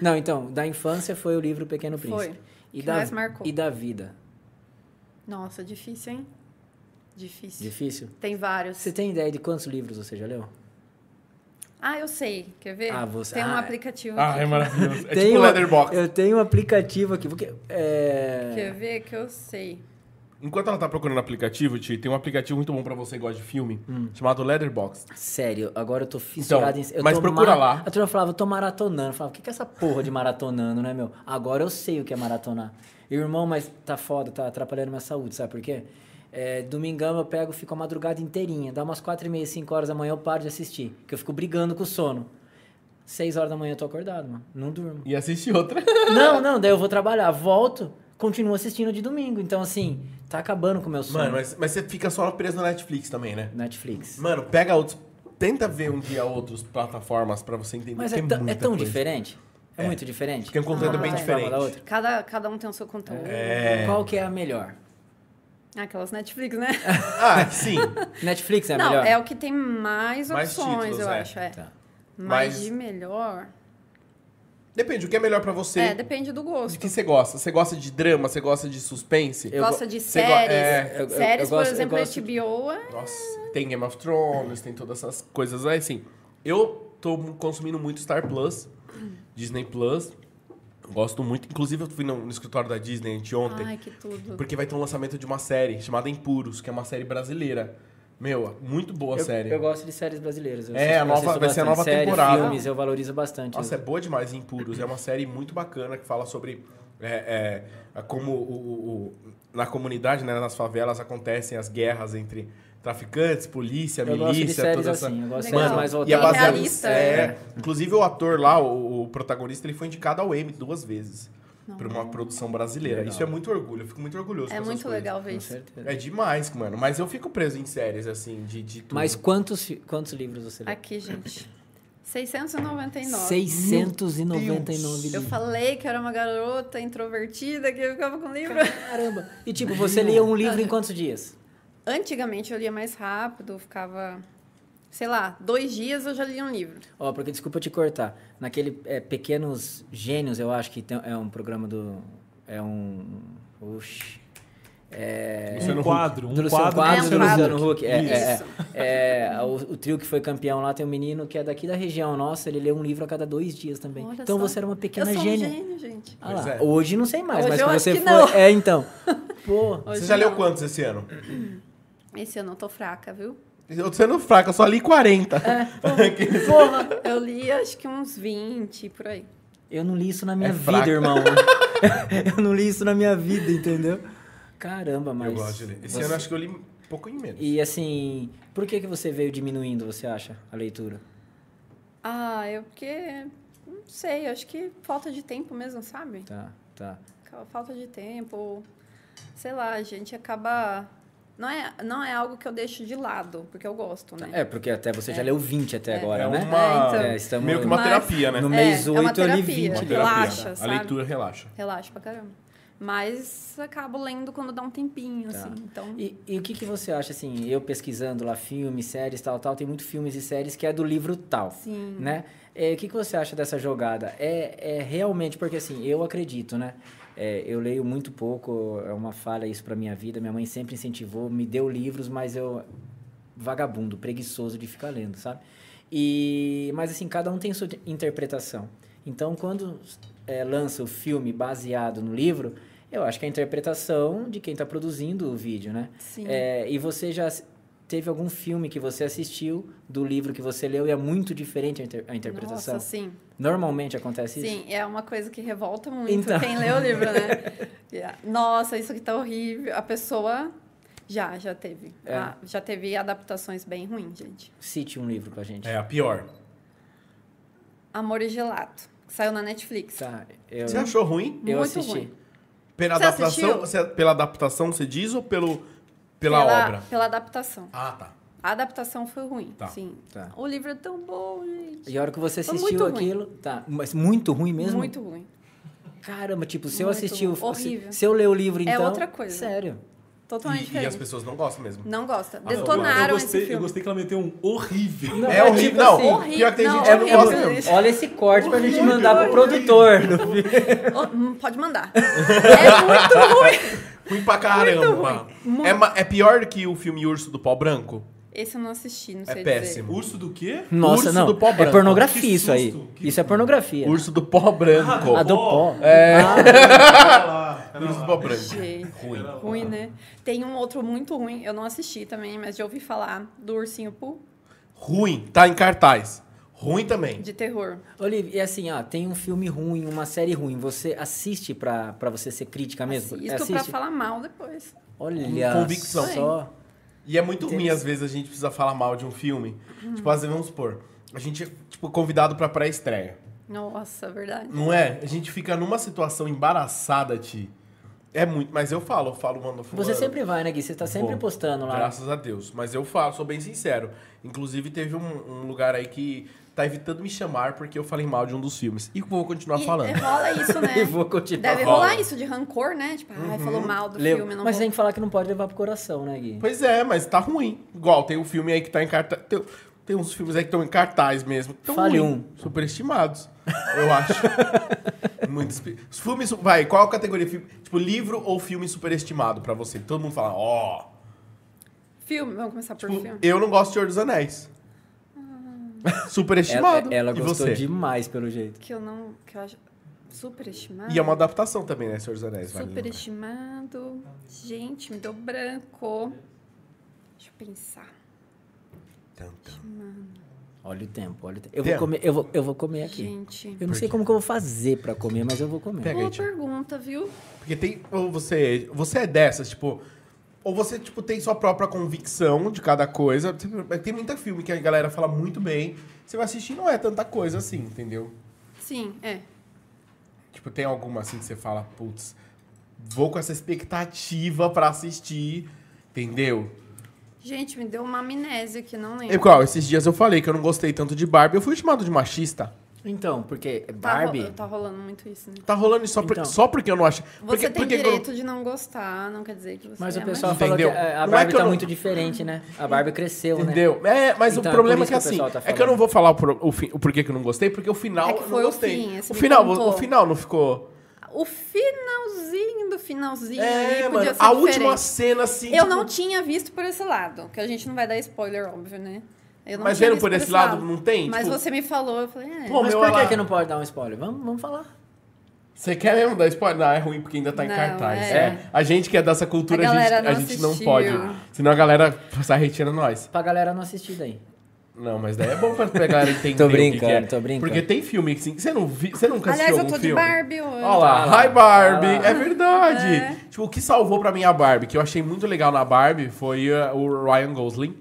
Speaker 2: Não, então, da infância foi o livro Pequeno
Speaker 5: Foi.
Speaker 2: Príncipe. E
Speaker 5: Que
Speaker 2: da,
Speaker 5: mais marcou.
Speaker 2: E da vida.
Speaker 5: Nossa, difícil, hein? Difícil.
Speaker 2: Difícil?
Speaker 5: Tem vários.
Speaker 2: Você tem ideia de quantos livros você já leu?
Speaker 5: Ah, eu sei. Quer ver?
Speaker 2: Ah, você-
Speaker 5: Tem um
Speaker 2: ah,
Speaker 5: aplicativo
Speaker 3: Ah,
Speaker 5: aqui.
Speaker 3: é maravilhoso. É
Speaker 2: Tem
Speaker 3: tipo
Speaker 2: uma-
Speaker 3: Leatherbox.
Speaker 2: Eu tenho um aplicativo aqui. Porque, é,
Speaker 5: Quer ver que eu sei.
Speaker 3: Enquanto ela tá procurando aplicativo, Ti, tem um aplicativo muito bom pra você que gosta de filme, chamado Leatherbox.
Speaker 2: Sério, agora eu tô fissurado
Speaker 3: Então,
Speaker 2: em... Eu
Speaker 3: mas
Speaker 2: tô
Speaker 3: procura lá.
Speaker 2: A turma falava, eu tô maratonando. Eu falava, o que que é essa porra de maratonando, né, meu? Agora eu sei o que é maratonar. E, Irmão, mas tá foda, tá atrapalhando minha saúde, sabe por quê? É, domingão eu pego, fico a madrugada inteirinha. Dá umas 4 e meia, 5 horas da manhã eu paro de assistir. Porque eu fico brigando com o sono. 6 horas da manhã eu tô acordado, mano. Não durmo.
Speaker 3: E assiste outra.
Speaker 2: não, não, daí eu vou trabalhar. Volto, continuo assistindo de domingo. Então, assim, tá acabando com o meu sono.
Speaker 3: Mano, *laughs* mas, mas você fica só preso na Netflix também, né?
Speaker 2: Netflix.
Speaker 3: Mano, pega outros. Tenta ver um dia outras plataformas pra você entender.
Speaker 2: Mas
Speaker 3: que
Speaker 2: é, tão- é
Speaker 3: muita
Speaker 2: tão
Speaker 3: coisa.
Speaker 2: diferente? É, muito diferente? Ah, tá.
Speaker 3: Tem um conteúdo
Speaker 2: Uma
Speaker 3: bem
Speaker 2: plataforma
Speaker 3: diferente.
Speaker 2: da outra?
Speaker 5: Cada, cada um tem o seu conteúdo.
Speaker 3: É.
Speaker 2: Qual que é a melhor?
Speaker 3: *laughs*
Speaker 5: Ah, Aquelas Netflix, né?
Speaker 3: Ah, sim.
Speaker 2: Netflix é a
Speaker 5: Não,
Speaker 2: melhor?
Speaker 5: é o que tem mais
Speaker 3: Mais
Speaker 5: opções,
Speaker 3: títulos,
Speaker 5: eu
Speaker 3: é.
Speaker 5: acho. É.
Speaker 2: Tá.
Speaker 5: Mas
Speaker 3: Mas-
Speaker 5: de melhor.
Speaker 3: Depende, o que é melhor pra você?
Speaker 5: É, depende do
Speaker 3: De
Speaker 5: gosto.
Speaker 3: que você gosta? Você gosta de drama? Você gosta de suspense?
Speaker 2: Eu
Speaker 5: gosta
Speaker 2: go-
Speaker 5: de
Speaker 3: Você go-
Speaker 5: séries.
Speaker 3: é,
Speaker 2: eu- eu-
Speaker 5: séries,
Speaker 2: eu
Speaker 5: por
Speaker 2: gosto- eu
Speaker 5: exemplo,
Speaker 2: gosto-
Speaker 5: HBO é
Speaker 3: Nossa, tem Game of Thrones, tem todas essas coisas aí, assim. Eu tô consumindo muito Star Plus, Disney Plus. Gosto muito. Inclusive, eu fui no, no escritório da Disney de ontem.
Speaker 5: Ai, que tudo.
Speaker 3: Porque vai ter um lançamento de uma série chamada Impuros, que é uma série brasileira. Meu, muito boa
Speaker 2: Eu,
Speaker 3: série.
Speaker 2: eu gosto de séries brasileiras. eu
Speaker 3: É,
Speaker 2: assisto-
Speaker 3: a
Speaker 2: eu
Speaker 3: nova-
Speaker 2: assisto
Speaker 3: vai ser
Speaker 2: bastante
Speaker 3: a nova
Speaker 2: séries,
Speaker 3: temporada.
Speaker 2: filmes, eu valorizo bastante.
Speaker 3: Nossa, é boa demais Impuros. É uma série muito bacana que fala sobre é, é, como o- o- o- na comunidade, né, nas favelas, acontecem as guerras entre traficantes, polícia,
Speaker 2: eu gosto de
Speaker 3: milícia,
Speaker 2: séries
Speaker 3: toda essa.
Speaker 2: assim. Eu gosto de
Speaker 5: Legal.
Speaker 2: séries mais
Speaker 3: e é
Speaker 5: Bem
Speaker 2: voltadas.
Speaker 3: baseado
Speaker 5: realista,
Speaker 3: é,
Speaker 5: né?
Speaker 3: Inclusive o ator lá, o, o protagonista, ele foi indicado ao Emmy duas vezes. Por uma produção brasileira.
Speaker 2: Legal.
Speaker 3: Isso é muito orgulho, eu fico muito orgulhoso. com
Speaker 5: É
Speaker 3: essas
Speaker 5: muito
Speaker 3: coisas.
Speaker 5: legal ver
Speaker 2: Com
Speaker 5: isso.
Speaker 2: certeza.
Speaker 3: É demais, mano. Mas eu fico preso em séries, assim, de, de tudo.
Speaker 2: Mas quantos, fi- quantos livros você leu?
Speaker 5: Aqui, gente. 699.
Speaker 2: 699
Speaker 5: Eu
Speaker 2: livros.
Speaker 5: falei que eu era uma garota introvertida que ficava com livro.
Speaker 2: Caramba. E tipo, você lia um livro em quantos dias?
Speaker 5: Antigamente eu lia mais rápido, ficava, sei lá, dois dias eu já lia um livro.
Speaker 2: Ó, porque desculpa te cortar. Naquele é, Pequenos Gênios, eu acho que tem- é um programa do. É um. Oxi. É.
Speaker 4: Um quadro, um
Speaker 2: Do Luciano
Speaker 4: quadro.
Speaker 2: Quadros,
Speaker 5: quadro,
Speaker 2: do
Speaker 5: Luciano
Speaker 2: Luciano Huck. É,
Speaker 5: Isso.
Speaker 2: é, é. É, o, o trio que foi campeão lá tem um menino que é daqui da região nossa, ele lê um livro a cada dois dias também.
Speaker 5: Olha
Speaker 2: então
Speaker 5: só.
Speaker 2: você era uma pequena
Speaker 5: eu sou
Speaker 2: gênia.
Speaker 5: Um gênio, gente.
Speaker 2: Ah lá,
Speaker 3: Pois é.
Speaker 2: Hoje não sei mais,
Speaker 5: Hoje
Speaker 2: mas
Speaker 5: eu
Speaker 2: quando
Speaker 5: acho
Speaker 2: você
Speaker 5: que
Speaker 2: foi.
Speaker 5: não.
Speaker 2: É, então.
Speaker 5: *laughs*
Speaker 2: Pô.
Speaker 5: Hoje
Speaker 3: Você já leu
Speaker 5: não.
Speaker 3: quantos esse ano?
Speaker 5: Esse ano eu tô fraca, viu?
Speaker 3: Eu tô sendo fraco, eu só li 40.
Speaker 5: Porra, eu li acho que uns 20 por aí.
Speaker 2: Eu não li isso
Speaker 3: É
Speaker 2: na minha vida,
Speaker 3: fraco. *laughs*
Speaker 2: irmão. eu não li isso na minha vida, entendeu? Caramba, mas.
Speaker 3: eu gosto de ler. Esse
Speaker 2: você-
Speaker 3: ano eu acho que eu li um pouquinho menos.
Speaker 2: E assim, por que, que você veio diminuindo, você acha, a leitura?
Speaker 5: Ah, eu porque, não sei, acho que falta de tempo mesmo, sabe?
Speaker 2: Tá, tá.
Speaker 5: Falta de tempo, sei lá, a gente acaba... Não é, não é algo que eu deixo de lado, porque eu gosto, né?
Speaker 2: É, porque até você já leu 20 até agora,
Speaker 3: é
Speaker 2: né?
Speaker 3: uma.
Speaker 5: É, então.
Speaker 2: É, estamos-
Speaker 3: Meio que uma
Speaker 5: Mas-
Speaker 3: terapia, né?
Speaker 2: No
Speaker 5: É,
Speaker 2: mês
Speaker 5: é
Speaker 2: 8
Speaker 5: uma
Speaker 2: eu li né?
Speaker 5: terapia.
Speaker 2: 20
Speaker 3: Uma
Speaker 2: livros.
Speaker 3: terapia.
Speaker 5: relaxa,
Speaker 3: A
Speaker 5: sabe?
Speaker 3: leitura relaxa.
Speaker 5: Relaxa pra caramba. Mas acabo lendo quando dá um tempinho,
Speaker 2: Tá.
Speaker 5: assim. Então,
Speaker 2: E, e o que, que você acha, assim, eu pesquisando lá filmes, séries, tal, tal, tem muito filmes e séries que é do livro tal,
Speaker 5: sim.
Speaker 2: né? É, o que, que você acha dessa jogada? É, é realmente, porque assim, eu acredito, né? É, eu leio muito pouco, é uma falha isso pra minha vida, minha mãe sempre incentivou, me deu livros, mas eu... vagabundo, preguiçoso de ficar lendo, sabe? E, mas assim, cada um tem sua interpretação. Então, quando é, lança o filme baseado no livro, eu acho que é a interpretação de quem está produzindo o vídeo, né?
Speaker 5: Sim.
Speaker 2: É, e você já s- teve algum filme que você assistiu do livro que você leu e é muito diferente a, inter- a interpretação?
Speaker 5: Nossa, sim.
Speaker 2: Normalmente acontece isso?
Speaker 5: Sim, é uma coisa que revolta muito
Speaker 2: Então.
Speaker 5: quem lê o livro,
Speaker 2: *laughs*
Speaker 5: né? Yeah. Nossa, isso aqui tá horrível. A pessoa já, já teve.
Speaker 2: É.
Speaker 5: Ah, já teve adaptações bem ruins, gente.
Speaker 2: Cite um livro pra gente.
Speaker 3: É a pior.
Speaker 5: Amor e Gelato, que saiu na Netflix.
Speaker 2: Tá, eu,
Speaker 3: Você achou ruim?
Speaker 2: eu
Speaker 5: Muito
Speaker 2: assisti.
Speaker 5: ruim.
Speaker 3: Pela
Speaker 5: Você
Speaker 3: adaptação,
Speaker 5: assistiu?
Speaker 3: você- pela adaptação você diz ou pelo, pela, obra?
Speaker 5: Pela adaptação.
Speaker 3: Ah, tá.
Speaker 5: A adaptação foi ruim,
Speaker 3: Tá.
Speaker 5: sim.
Speaker 2: Tá.
Speaker 5: O livro é tão bom, gente.
Speaker 2: E a hora que você
Speaker 5: Foi
Speaker 2: assistiu
Speaker 5: muito ruim.
Speaker 2: aquilo. Tá, mas muito ruim mesmo?
Speaker 5: Muito ruim.
Speaker 2: Caramba, tipo, se eu
Speaker 5: Muito
Speaker 2: assistir o. Se,
Speaker 5: horrível.
Speaker 2: se eu ler o livro,
Speaker 5: É
Speaker 2: então.
Speaker 5: outra coisa.
Speaker 2: Sério.
Speaker 5: Totalmente
Speaker 3: E, e
Speaker 5: diferente.
Speaker 3: as pessoas não gostam mesmo.
Speaker 5: Não gosta.
Speaker 3: eu
Speaker 5: Detonaram
Speaker 4: eu gostei,
Speaker 5: esse
Speaker 4: Eu
Speaker 5: filme.
Speaker 4: gostei que ela meteu um horrível.
Speaker 2: Não,
Speaker 3: é,
Speaker 2: é
Speaker 3: horrível.
Speaker 2: tipo
Speaker 3: não,
Speaker 5: assim, horrível.
Speaker 3: pior que tem
Speaker 5: Não,
Speaker 3: gente que não
Speaker 5: horrível.
Speaker 3: gosta mesmo.
Speaker 2: Olha esse corte pra gente
Speaker 3: Horrível,
Speaker 2: mandar pro produtor.
Speaker 5: Oh, hum, pode mandar. *laughs* é muito ruim.
Speaker 3: Ruim pra caramba.
Speaker 5: Muito.
Speaker 3: É, ma- é pior do que o filme Urso do Pó Branco?
Speaker 5: Esse eu não assisti, não
Speaker 3: É
Speaker 5: sei
Speaker 3: péssimo.
Speaker 4: Urso do quê?
Speaker 3: *laughs*
Speaker 2: Nossa,
Speaker 3: Urso
Speaker 2: não.
Speaker 3: do pó
Speaker 2: é
Speaker 3: branco.
Speaker 2: pornografia
Speaker 4: Que
Speaker 2: isso aí.
Speaker 4: susto, que
Speaker 2: Isso é pornografia.
Speaker 3: Urso do Pó Branco.
Speaker 2: A do pó. Ah,
Speaker 3: Urso do Pó Branco.
Speaker 5: dizer. Gente.
Speaker 3: Ruim.
Speaker 5: Ruim, né? Tem um outro muito ruim, eu não assisti também, mas já ouvi falar do Ursinho Pooh
Speaker 3: Ruim. Tá em cartaz. Ruim também.
Speaker 5: de terror.
Speaker 2: Olivia, e assim, ó, tem um filme ruim, uma série ruim. Você assiste pra, pra você ser crítica mesmo? É,
Speaker 5: Isso pra
Speaker 2: assiste?
Speaker 5: falar mal depois.
Speaker 2: Olha
Speaker 3: Com convicção.
Speaker 2: só.
Speaker 3: E é muito ruim, às vezes, a gente precisa falar mal de um filme. Tipo, às vezes, vamos supor, a gente é, tipo, convidado pra pré-estreia.
Speaker 5: Nossa, verdade.
Speaker 3: Não é? A gente fica numa situação embaraçada, Ti. É muito, mas eu falo, eu falo, mano,
Speaker 2: Você
Speaker 3: fulano,
Speaker 2: sempre vai, né, Gui? Você tá sempre
Speaker 3: Bom,
Speaker 2: postando lá.
Speaker 3: Graças a Deus. Mas eu falo, sou bem sincero. Inclusive, teve um, um lugar aí que tá evitando me chamar porque eu falei mal de um dos filmes. E vou continuar
Speaker 5: E
Speaker 2: é
Speaker 3: falando.
Speaker 5: rola isso, né?
Speaker 2: *laughs* E vou continuar
Speaker 5: Deve
Speaker 3: falando.
Speaker 5: rolar isso de rancor, né? Tipo,
Speaker 3: Uhum.
Speaker 5: ai, falou mal do
Speaker 2: Leu.
Speaker 5: filme, não
Speaker 2: Mas é
Speaker 5: vou...
Speaker 2: tem que falar que não pode levar pro coração, né, Gui?
Speaker 3: Pois é, mas tá ruim. Igual, tem um filme aí que tá em cartaz. Tem, tem uns filmes aí que estão em cartaz mesmo. que Tão
Speaker 2: Fale
Speaker 3: ruim,
Speaker 2: um.
Speaker 3: Superestimados, eu acho. *laughs* Muito espi- Os filmes. su- Vai, qual a categoria? Filme- Tipo, livro ou filme superestimado pra você? Todo mundo fala, ó.
Speaker 5: Filme, vamos começar por
Speaker 3: Tipo,
Speaker 5: filme. Ah.
Speaker 3: eu não gosto de Senhor dos Anéis.
Speaker 2: Ela,
Speaker 3: Superestimado.
Speaker 2: ela
Speaker 3: e
Speaker 2: gostou
Speaker 3: você?
Speaker 2: demais, pelo jeito.
Speaker 5: Que eu não... Que eu acho superestimado.
Speaker 3: E é uma adaptação também, né, Senhor dos Anéis? vale lembrar.
Speaker 5: Superestimado. Gente, me deu branco. Deixa eu pensar.
Speaker 3: Tum, tum.
Speaker 2: Olha o tempo, olha o tempo. Eu vou
Speaker 3: Tempo.
Speaker 2: comer, eu vou, eu vou comer aqui.
Speaker 5: Gente...
Speaker 2: Eu não sei como que eu vou fazer pra comer, mas eu vou comer.
Speaker 3: Pega aí,
Speaker 5: Boa
Speaker 3: tia.
Speaker 5: pergunta, viu?
Speaker 3: Porque tem. Ou você, você é dessas, tipo. Ou você, tipo, tem sua própria convicção de cada coisa. Tem- Tem muita filme que a galera fala muito bem. Você vai assistir e não é tanta coisa assim, entendeu?
Speaker 5: Sim, é.
Speaker 3: Tipo, tem alguma assim que você fala, putz, vou com essa expectativa pra assistir, entendeu?
Speaker 5: Gente, me deu uma amnésia que não
Speaker 3: É
Speaker 5: lembro.
Speaker 3: porque, ó, esses dias eu falei que eu não gostei tanto de Barbie. Eu fui chamado de machista.
Speaker 2: Então, porque
Speaker 5: Tá ro-
Speaker 2: Barbie.
Speaker 5: Tá rolando muito isso, né?
Speaker 3: Tá rolando isso só, por-
Speaker 2: Então.
Speaker 3: só porque eu não acho.
Speaker 5: Você
Speaker 3: porque,
Speaker 5: tem
Speaker 3: porque quando-
Speaker 5: direito de não gostar, não quer dizer que você
Speaker 2: Mas
Speaker 5: é
Speaker 2: o pessoal
Speaker 5: machista.
Speaker 3: mais-
Speaker 2: falou que
Speaker 3: Entendeu?
Speaker 2: a a
Speaker 3: Não é
Speaker 2: Barbie
Speaker 3: que eu
Speaker 2: tá
Speaker 3: não-
Speaker 2: muito diferente, né? A Barbie cresceu, né?
Speaker 3: Entendeu? É, mas
Speaker 2: Então,
Speaker 3: o problema
Speaker 2: por isso
Speaker 3: é que,
Speaker 2: que o
Speaker 3: assim,
Speaker 2: pessoal tá
Speaker 3: é que eu não
Speaker 2: falando.
Speaker 3: vou falar o, pro- o, fim- o porquê que eu não gostei, porque o final
Speaker 5: É que
Speaker 3: eu
Speaker 5: foi
Speaker 3: não
Speaker 5: o
Speaker 3: gostei.
Speaker 5: fim, esse
Speaker 3: o
Speaker 5: me
Speaker 3: final, o,
Speaker 5: contou.
Speaker 3: final não ficou.
Speaker 5: O finalzinho do finalzinho ali
Speaker 3: É,
Speaker 5: podia
Speaker 3: mano,
Speaker 5: ser
Speaker 3: a
Speaker 5: diferente.
Speaker 3: última cena assim.
Speaker 5: Eu
Speaker 3: tipo,
Speaker 5: não tinha visto por esse lado, que a gente não vai dar spoiler, óbvio, né? Eu não
Speaker 3: Mas
Speaker 5: tinha
Speaker 3: vendo
Speaker 5: visto
Speaker 3: por esse lado, não tem?
Speaker 5: Mas
Speaker 3: Tipo-
Speaker 5: você me falou, eu falei, é.
Speaker 3: Pô,
Speaker 2: Mas
Speaker 3: meu,
Speaker 2: por
Speaker 3: olha
Speaker 2: que,
Speaker 3: lá.
Speaker 2: que não pode dar um spoiler? Vamos, vamos falar.
Speaker 3: Você quer mesmo dar spoiler? Não, é ruim porque ainda tá em
Speaker 5: Não,
Speaker 3: cartaz.
Speaker 5: é.
Speaker 3: É. A gente que é dessa cultura,
Speaker 5: A
Speaker 3: a, gente,
Speaker 5: galera
Speaker 3: a
Speaker 5: não
Speaker 3: gente não
Speaker 5: assistiu.
Speaker 3: pode. Senão a galera sai retirando nós.
Speaker 2: Pra galera não assistir daí.
Speaker 3: Não, mas daí é bom pra, pra galera entender.
Speaker 2: *laughs* Tô
Speaker 3: o que que
Speaker 2: brincando,
Speaker 3: é.
Speaker 2: tô brincando.
Speaker 3: Porque tem filme que assim, que você, não vi, você nunca assistiu
Speaker 5: Aliás, eu
Speaker 3: algum
Speaker 5: tô de
Speaker 3: filme.
Speaker 5: Barbie hoje.
Speaker 3: Olha lá,
Speaker 2: Olha lá.
Speaker 3: hi Barbie,
Speaker 2: Olha lá.
Speaker 3: é verdade.
Speaker 5: É.
Speaker 3: Tipo, o que salvou pra mim a Barbie, que eu achei muito legal na Barbie, foi uh, o Ryan Gosling.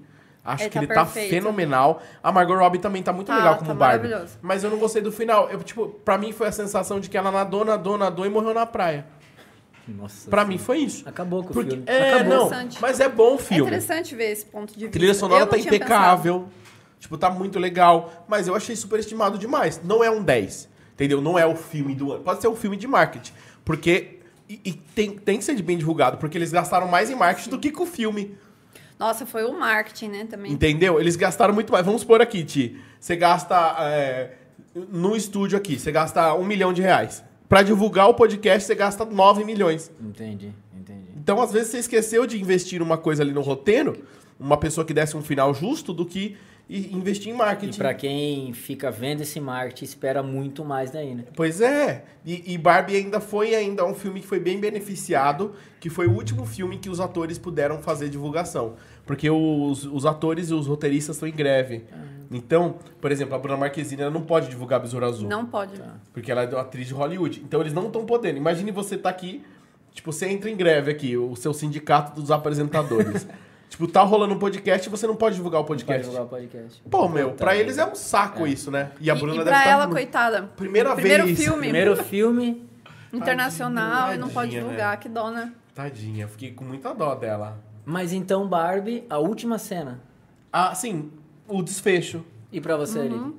Speaker 3: Acho
Speaker 5: Ele
Speaker 3: que
Speaker 5: tá
Speaker 3: ele tá
Speaker 5: perfeito.
Speaker 3: fenomenal. A Margot Robbie também tá muito
Speaker 5: Tá,
Speaker 3: legal como
Speaker 5: tá
Speaker 3: Barbie.
Speaker 5: maravilhoso.
Speaker 3: Mas eu não gostei do final. Eu, tipo, pra mim foi a sensação de que ela nadou, nadou, nadou e morreu na praia.
Speaker 2: Nossa.
Speaker 3: Pra
Speaker 2: senhora.
Speaker 3: mim foi isso.
Speaker 2: Acabou com o
Speaker 3: Porque,
Speaker 2: filme.
Speaker 3: é,
Speaker 5: Acabou.
Speaker 3: não,
Speaker 5: Interessante.
Speaker 3: mas é bom o
Speaker 5: É
Speaker 3: filme.
Speaker 5: interessante ver esse ponto de vista.
Speaker 3: A trilha sonora
Speaker 5: Eu não
Speaker 3: tá
Speaker 5: tinha
Speaker 3: impecável. Tipo, tá muito legal. Mas eu achei superestimado demais. Não é um 10. Entendeu? Não é o filme do ano. Pode ser um filme de marketing. Porque. E, e tem, tem que ser bem divulgado, porque eles gastaram mais em marketing do que com o filme.
Speaker 5: pensado. Nossa, foi o marketing, né, também.
Speaker 3: Entendeu? Eles gastaram muito mais. Vamos supor aqui, Ti. Você gasta. é, no estúdio aqui, você gasta um milhão de reais. Pra divulgar o podcast, você gasta 9 milhões.
Speaker 2: Entendi, entendi.
Speaker 3: Então, às vezes, você esqueceu de investir uma coisa ali no roteiro, uma pessoa que desse um final justo, do que i- investir em
Speaker 2: E
Speaker 3: marketing.
Speaker 2: pra quem fica vendo esse marketing, espera muito mais daí, né?
Speaker 3: Pois é. E, e Barbie ainda foi ainda um filme que foi bem beneficiado, que foi o último filme que os atores puderam fazer divulgação. Porque os, os atores e os roteiristas estão em greve.
Speaker 2: Ah.
Speaker 3: Então, por exemplo, a Bruna Marquezine ela não pode divulgar Besouro Azul.
Speaker 5: Não pode.
Speaker 3: Porque ela é uma atriz de Hollywood. Então eles não estão podendo. Imagine você tá aqui, tipo, você entra em greve aqui, o seu sindicato dos apresentadores. tipo, tá rolando um podcast e você não pode divulgar o
Speaker 2: Pode
Speaker 3: podcast.
Speaker 2: divulgar o podcast.
Speaker 3: Pô, meu,
Speaker 2: Puta
Speaker 3: pra
Speaker 2: merda.
Speaker 3: eles é um saco isso, né? E a
Speaker 5: E-
Speaker 3: Bruna
Speaker 5: e,
Speaker 3: deve
Speaker 5: pra
Speaker 3: estar.
Speaker 5: ela, coitada.
Speaker 3: Primeira
Speaker 5: primeiro
Speaker 3: vez.
Speaker 5: Filme
Speaker 2: Primeiro filme.
Speaker 5: internacional e não pode
Speaker 3: Tadinha, né?
Speaker 5: divulgar, que dó, né?
Speaker 3: Tadinha, fiquei com muita dó dela.
Speaker 2: Mas então, Barbie, a última cena.
Speaker 3: assim, o desfecho.
Speaker 2: E pra você, uhum.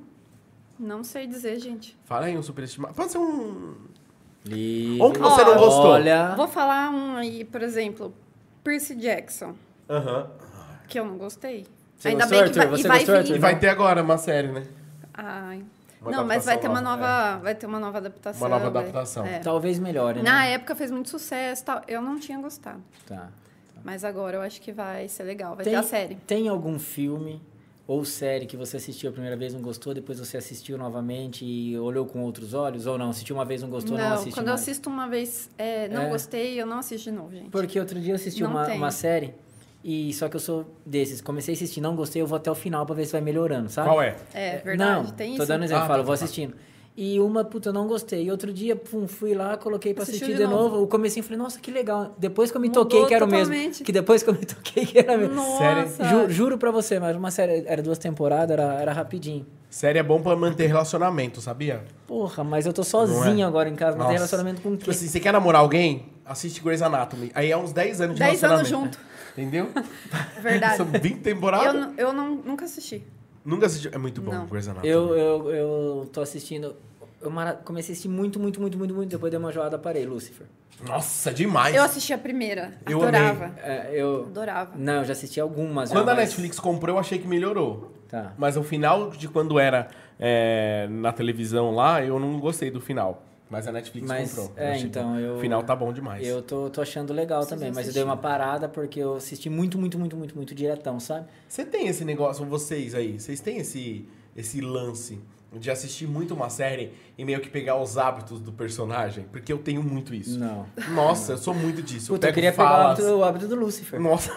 Speaker 5: Não sei dizer, gente.
Speaker 3: Fala aí um superestimado. Pode ser um.
Speaker 2: Lili?
Speaker 3: Ou que você não gostou.
Speaker 2: Olha,
Speaker 5: Vou falar um aí, por exemplo, Percy Jackson,
Speaker 3: Aham.
Speaker 5: que eu não gostei.
Speaker 2: Você gostou,
Speaker 5: que vai,
Speaker 2: Arthur? Você
Speaker 5: e vai
Speaker 2: gostou,
Speaker 5: vir.
Speaker 2: Arthur?
Speaker 3: E vai ter agora uma série, né?
Speaker 5: Ai.
Speaker 3: Uma
Speaker 5: não, mas vai ter uma
Speaker 3: adaptação
Speaker 2: é.
Speaker 5: nova, vai ter uma nova adaptação.
Speaker 3: Uma nova
Speaker 5: vai-
Speaker 3: adaptação.
Speaker 5: é.
Speaker 2: talvez melhore,
Speaker 5: Na
Speaker 2: né?
Speaker 5: época fez muito sucesso, e tal. Eu não tinha gostado,
Speaker 2: Tá.
Speaker 5: mas agora eu acho que vai ser legal, vai ter a série.
Speaker 2: tem algum filme ou série que você assistiu a primeira vez, não gostou, depois você assistiu novamente e olhou com outros olhos? Ou não? Assistiu uma vez, não gostou, não,
Speaker 5: não,
Speaker 2: assiste
Speaker 5: quando eu
Speaker 2: mais?
Speaker 5: assisto uma vez, é, não
Speaker 2: É.
Speaker 5: gostei, eu não assisto de novo, gente.
Speaker 2: Porque outro dia eu assisti
Speaker 5: Não
Speaker 2: uma,
Speaker 5: tem.
Speaker 2: uma série e só que eu sou desses. Comecei a assistir, não gostei, eu vou até o final pra ver se vai melhorando, sabe?
Speaker 3: Qual é?
Speaker 5: É verdade,
Speaker 2: não,
Speaker 5: tem
Speaker 2: tô
Speaker 5: isso.
Speaker 2: dando exemplo,
Speaker 3: Ah,
Speaker 2: falo,
Speaker 3: tá,
Speaker 2: vou
Speaker 3: tá.
Speaker 2: assistindo. E uma, puta, eu não gostei. E outro dia, pum, fui lá, coloquei pra
Speaker 5: Assistiu
Speaker 2: assistir
Speaker 5: de
Speaker 2: de novo. O comecinho, falei, nossa, que legal. Depois que eu me
Speaker 5: Mudou
Speaker 2: toquei, que era o mesmo.
Speaker 5: totalmente.
Speaker 2: Que depois que eu me toquei, que era o mesmo.
Speaker 5: Nossa.
Speaker 2: Ju- juro pra você, mas uma série, era duas temporadas, era, era rapidinho.
Speaker 3: Série é bom pra manter relacionamento, sabia?
Speaker 2: Porra, mas eu tô sozinho agora em casa, não
Speaker 3: é? Nossa.
Speaker 2: tem relacionamento com
Speaker 3: Tipo
Speaker 2: quem?
Speaker 3: assim, você quer namorar alguém? Assiste Grey's Anatomy. Aí é uns 10 anos de
Speaker 5: 10 anos
Speaker 3: relacionamento.
Speaker 5: junto.
Speaker 3: Entendeu?
Speaker 5: Verdade.
Speaker 2: *laughs*
Speaker 3: São 20 temporadas.
Speaker 5: Eu, nu- eu não, nunca assisti.
Speaker 3: Nunca assistiu. É muito bom,
Speaker 5: Não.
Speaker 3: Grey's Anatomy.
Speaker 2: Eu, eu, eu tô assistindo. Eu mara- comecei a assistir muito, muito, muito, muito, muito. Depois dei uma joada, parei, Lucifer.
Speaker 3: Nossa, demais.
Speaker 5: Eu assisti a primeira,
Speaker 3: Eu
Speaker 5: adorava.
Speaker 2: É, eu.
Speaker 5: Adorava.
Speaker 2: Não, eu já assisti algumas. já,
Speaker 3: Quando a
Speaker 2: mas-
Speaker 3: Netflix comprou, eu achei que melhorou.
Speaker 2: Tá.
Speaker 3: Mas o final de quando era é, na televisão lá, eu não gostei do final. Mas a Netflix
Speaker 2: Mas,
Speaker 3: comprou.
Speaker 2: é,
Speaker 3: achei
Speaker 2: então,
Speaker 3: bom.
Speaker 2: eu-
Speaker 3: O final tá bom demais.
Speaker 2: Eu tô, tô achando legal também, mas eu dei uma parada porque eu assisti muito, muito, muito, muito, muito diretão, sabe?
Speaker 3: Você tem esse negócio, vocês aí, vocês têm esse, esse lance de assistir muito uma série e meio que pegar os hábitos do personagem? Porque eu tenho muito isso.
Speaker 2: Não.
Speaker 3: Nossa, eu sou muito disso.
Speaker 2: Puta, eu
Speaker 3: pego
Speaker 2: queria
Speaker 3: falas.
Speaker 2: pegar o hábito, o hábito do
Speaker 3: *laughs*
Speaker 2: Lucifer.
Speaker 3: Nossa,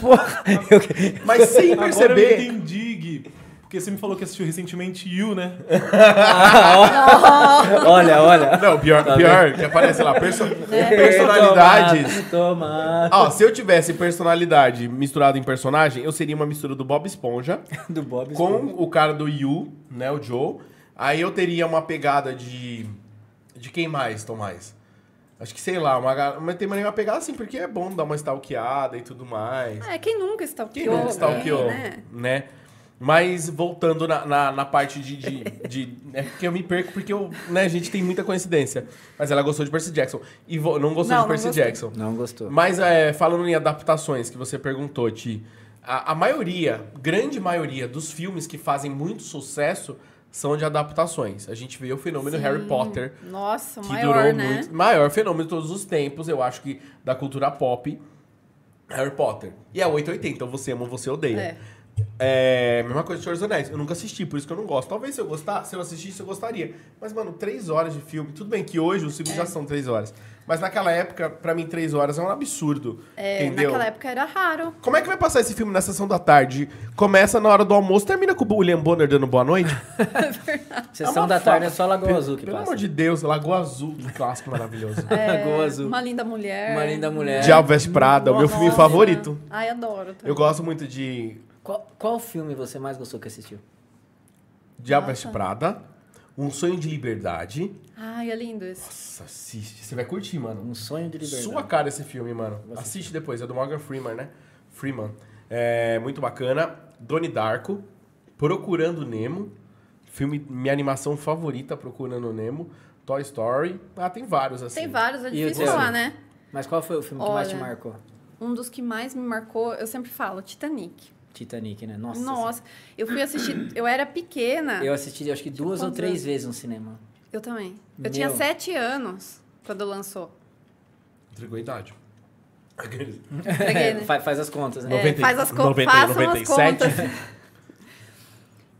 Speaker 2: Porra, eu *laughs* que-
Speaker 3: mas sem
Speaker 4: Agora
Speaker 3: perceber.
Speaker 4: eu entendi, Gui. Porque você me falou que assistiu recentemente You, né?
Speaker 2: Ah, olha, *laughs* olha.
Speaker 3: Não, pior,
Speaker 2: Tá É.
Speaker 3: pior que aparece lá.
Speaker 2: *laughs*
Speaker 3: perso- Personalidades.
Speaker 2: Toma.
Speaker 3: Ó, se eu tivesse personalidade misturada em personagem, eu seria uma mistura do Bob Esponja
Speaker 2: Do Bob
Speaker 3: com o cara do Yu, né, o Joe. Aí eu teria uma pegada de. De quem mais, Tomás? Acho que sei lá, uma, ga- mas tem maneira uma pegada assim, porque é bom dar uma stalkeada e tudo mais.
Speaker 5: Ah, É, quem nunca stalkeou?
Speaker 3: Quem não stalkeou,
Speaker 5: alguém, né?
Speaker 3: né? Mas voltando na, na, na parte de. de, de- é porque eu me perco, porque eu, né, a gente tem muita coincidência. Mas ela gostou de Percy Jackson. E vo- não gostou de
Speaker 5: Não, não
Speaker 3: Percy
Speaker 5: gostei.
Speaker 3: Jackson.
Speaker 2: Não gostou.
Speaker 3: Mas é, falando em adaptações que você perguntou, Ti, a, a maioria, grande maioria dos filmes que fazem muito sucesso são de adaptações. A gente vê o fenômeno Harry Potter,
Speaker 5: Nossa, o
Speaker 3: que
Speaker 5: maior,
Speaker 3: durou
Speaker 5: né?
Speaker 3: muito. Maior fenômeno de todos os tempos, eu acho que da cultura pop. Harry Potter. E é 880, ou você ama ou você odeia.
Speaker 5: É.
Speaker 3: É, mesma coisa de Senhor dos Anéis. Eu nunca assisti, por isso que eu não gosto. Talvez se eu gostasse, se eu assistisse, eu gostaria. Mas, mano, três horas de filme. Tudo bem que hoje os
Speaker 5: É.
Speaker 3: filmes já são três horas. Mas naquela época, pra mim, três horas é um absurdo.
Speaker 5: É,
Speaker 3: entendeu?
Speaker 5: naquela época
Speaker 3: *laughs*
Speaker 5: era raro.
Speaker 3: Como é que vai passar esse filme na sessão da tarde? Começa na hora do almoço, termina com o William Bonner dando boa
Speaker 5: *laughs*
Speaker 3: noite?
Speaker 2: Sessão
Speaker 3: uma
Speaker 2: da
Speaker 3: fa-
Speaker 2: tarde é só Lagoa Azul que
Speaker 3: Pelo
Speaker 2: passa.
Speaker 3: amor de Deus, Lagoa Azul, que clássico maravilhoso.
Speaker 5: É,
Speaker 2: Lagoa Azul.
Speaker 5: Uma linda mulher.
Speaker 2: Uma linda mulher.
Speaker 3: Diabo Veste Prada, É o meu filme
Speaker 5: Nossa.
Speaker 3: favorito.
Speaker 5: Ai, adoro. também.
Speaker 3: Eu gosto muito de
Speaker 2: Qual, qual filme você mais gostou que assistiu?
Speaker 3: Diabo Veste Prada, Um Sonho de Liberdade.
Speaker 5: Ai, é lindo esse.
Speaker 3: Nossa, assiste. Você vai curtir, mano.
Speaker 2: Um sonho de liberdade.
Speaker 3: Sua cara esse filme, mano. Assiste depois. É do Morgan Freeman, né? Freeman. É muito bacana. Donnie Darko. Procurando Nemo. Filme, minha animação favorita, Procurando Nemo. Toy Story. Ah, tem vários, assim.
Speaker 5: Tem vários, é
Speaker 2: E o
Speaker 5: difícil
Speaker 2: teu?
Speaker 5: falar, né?
Speaker 2: Mas qual foi o filme que mais te
Speaker 5: Olha.
Speaker 2: marcou?
Speaker 5: Um dos que mais me marcou, eu sempre falo, Titanic.
Speaker 2: Titanic, né? Nossa.
Speaker 5: Nossa,
Speaker 3: *clears throat*
Speaker 5: eu fui assistir, eu era pequena.
Speaker 2: Eu assisti acho que duas ou
Speaker 5: quantos
Speaker 2: três
Speaker 5: anos?
Speaker 2: vezes no cinema.
Speaker 5: Eu também. Eu
Speaker 2: Meu.
Speaker 5: tinha sete anos quando
Speaker 3: *laughs*
Speaker 5: lançou.
Speaker 3: Entregou a idade. Aqueles-
Speaker 5: Peguei, né?
Speaker 2: É, Fa- faz as contas, né?
Speaker 5: É,
Speaker 3: 90
Speaker 5: faz as co-
Speaker 3: 90
Speaker 5: façam as
Speaker 3: 97.
Speaker 5: contas. *laughs*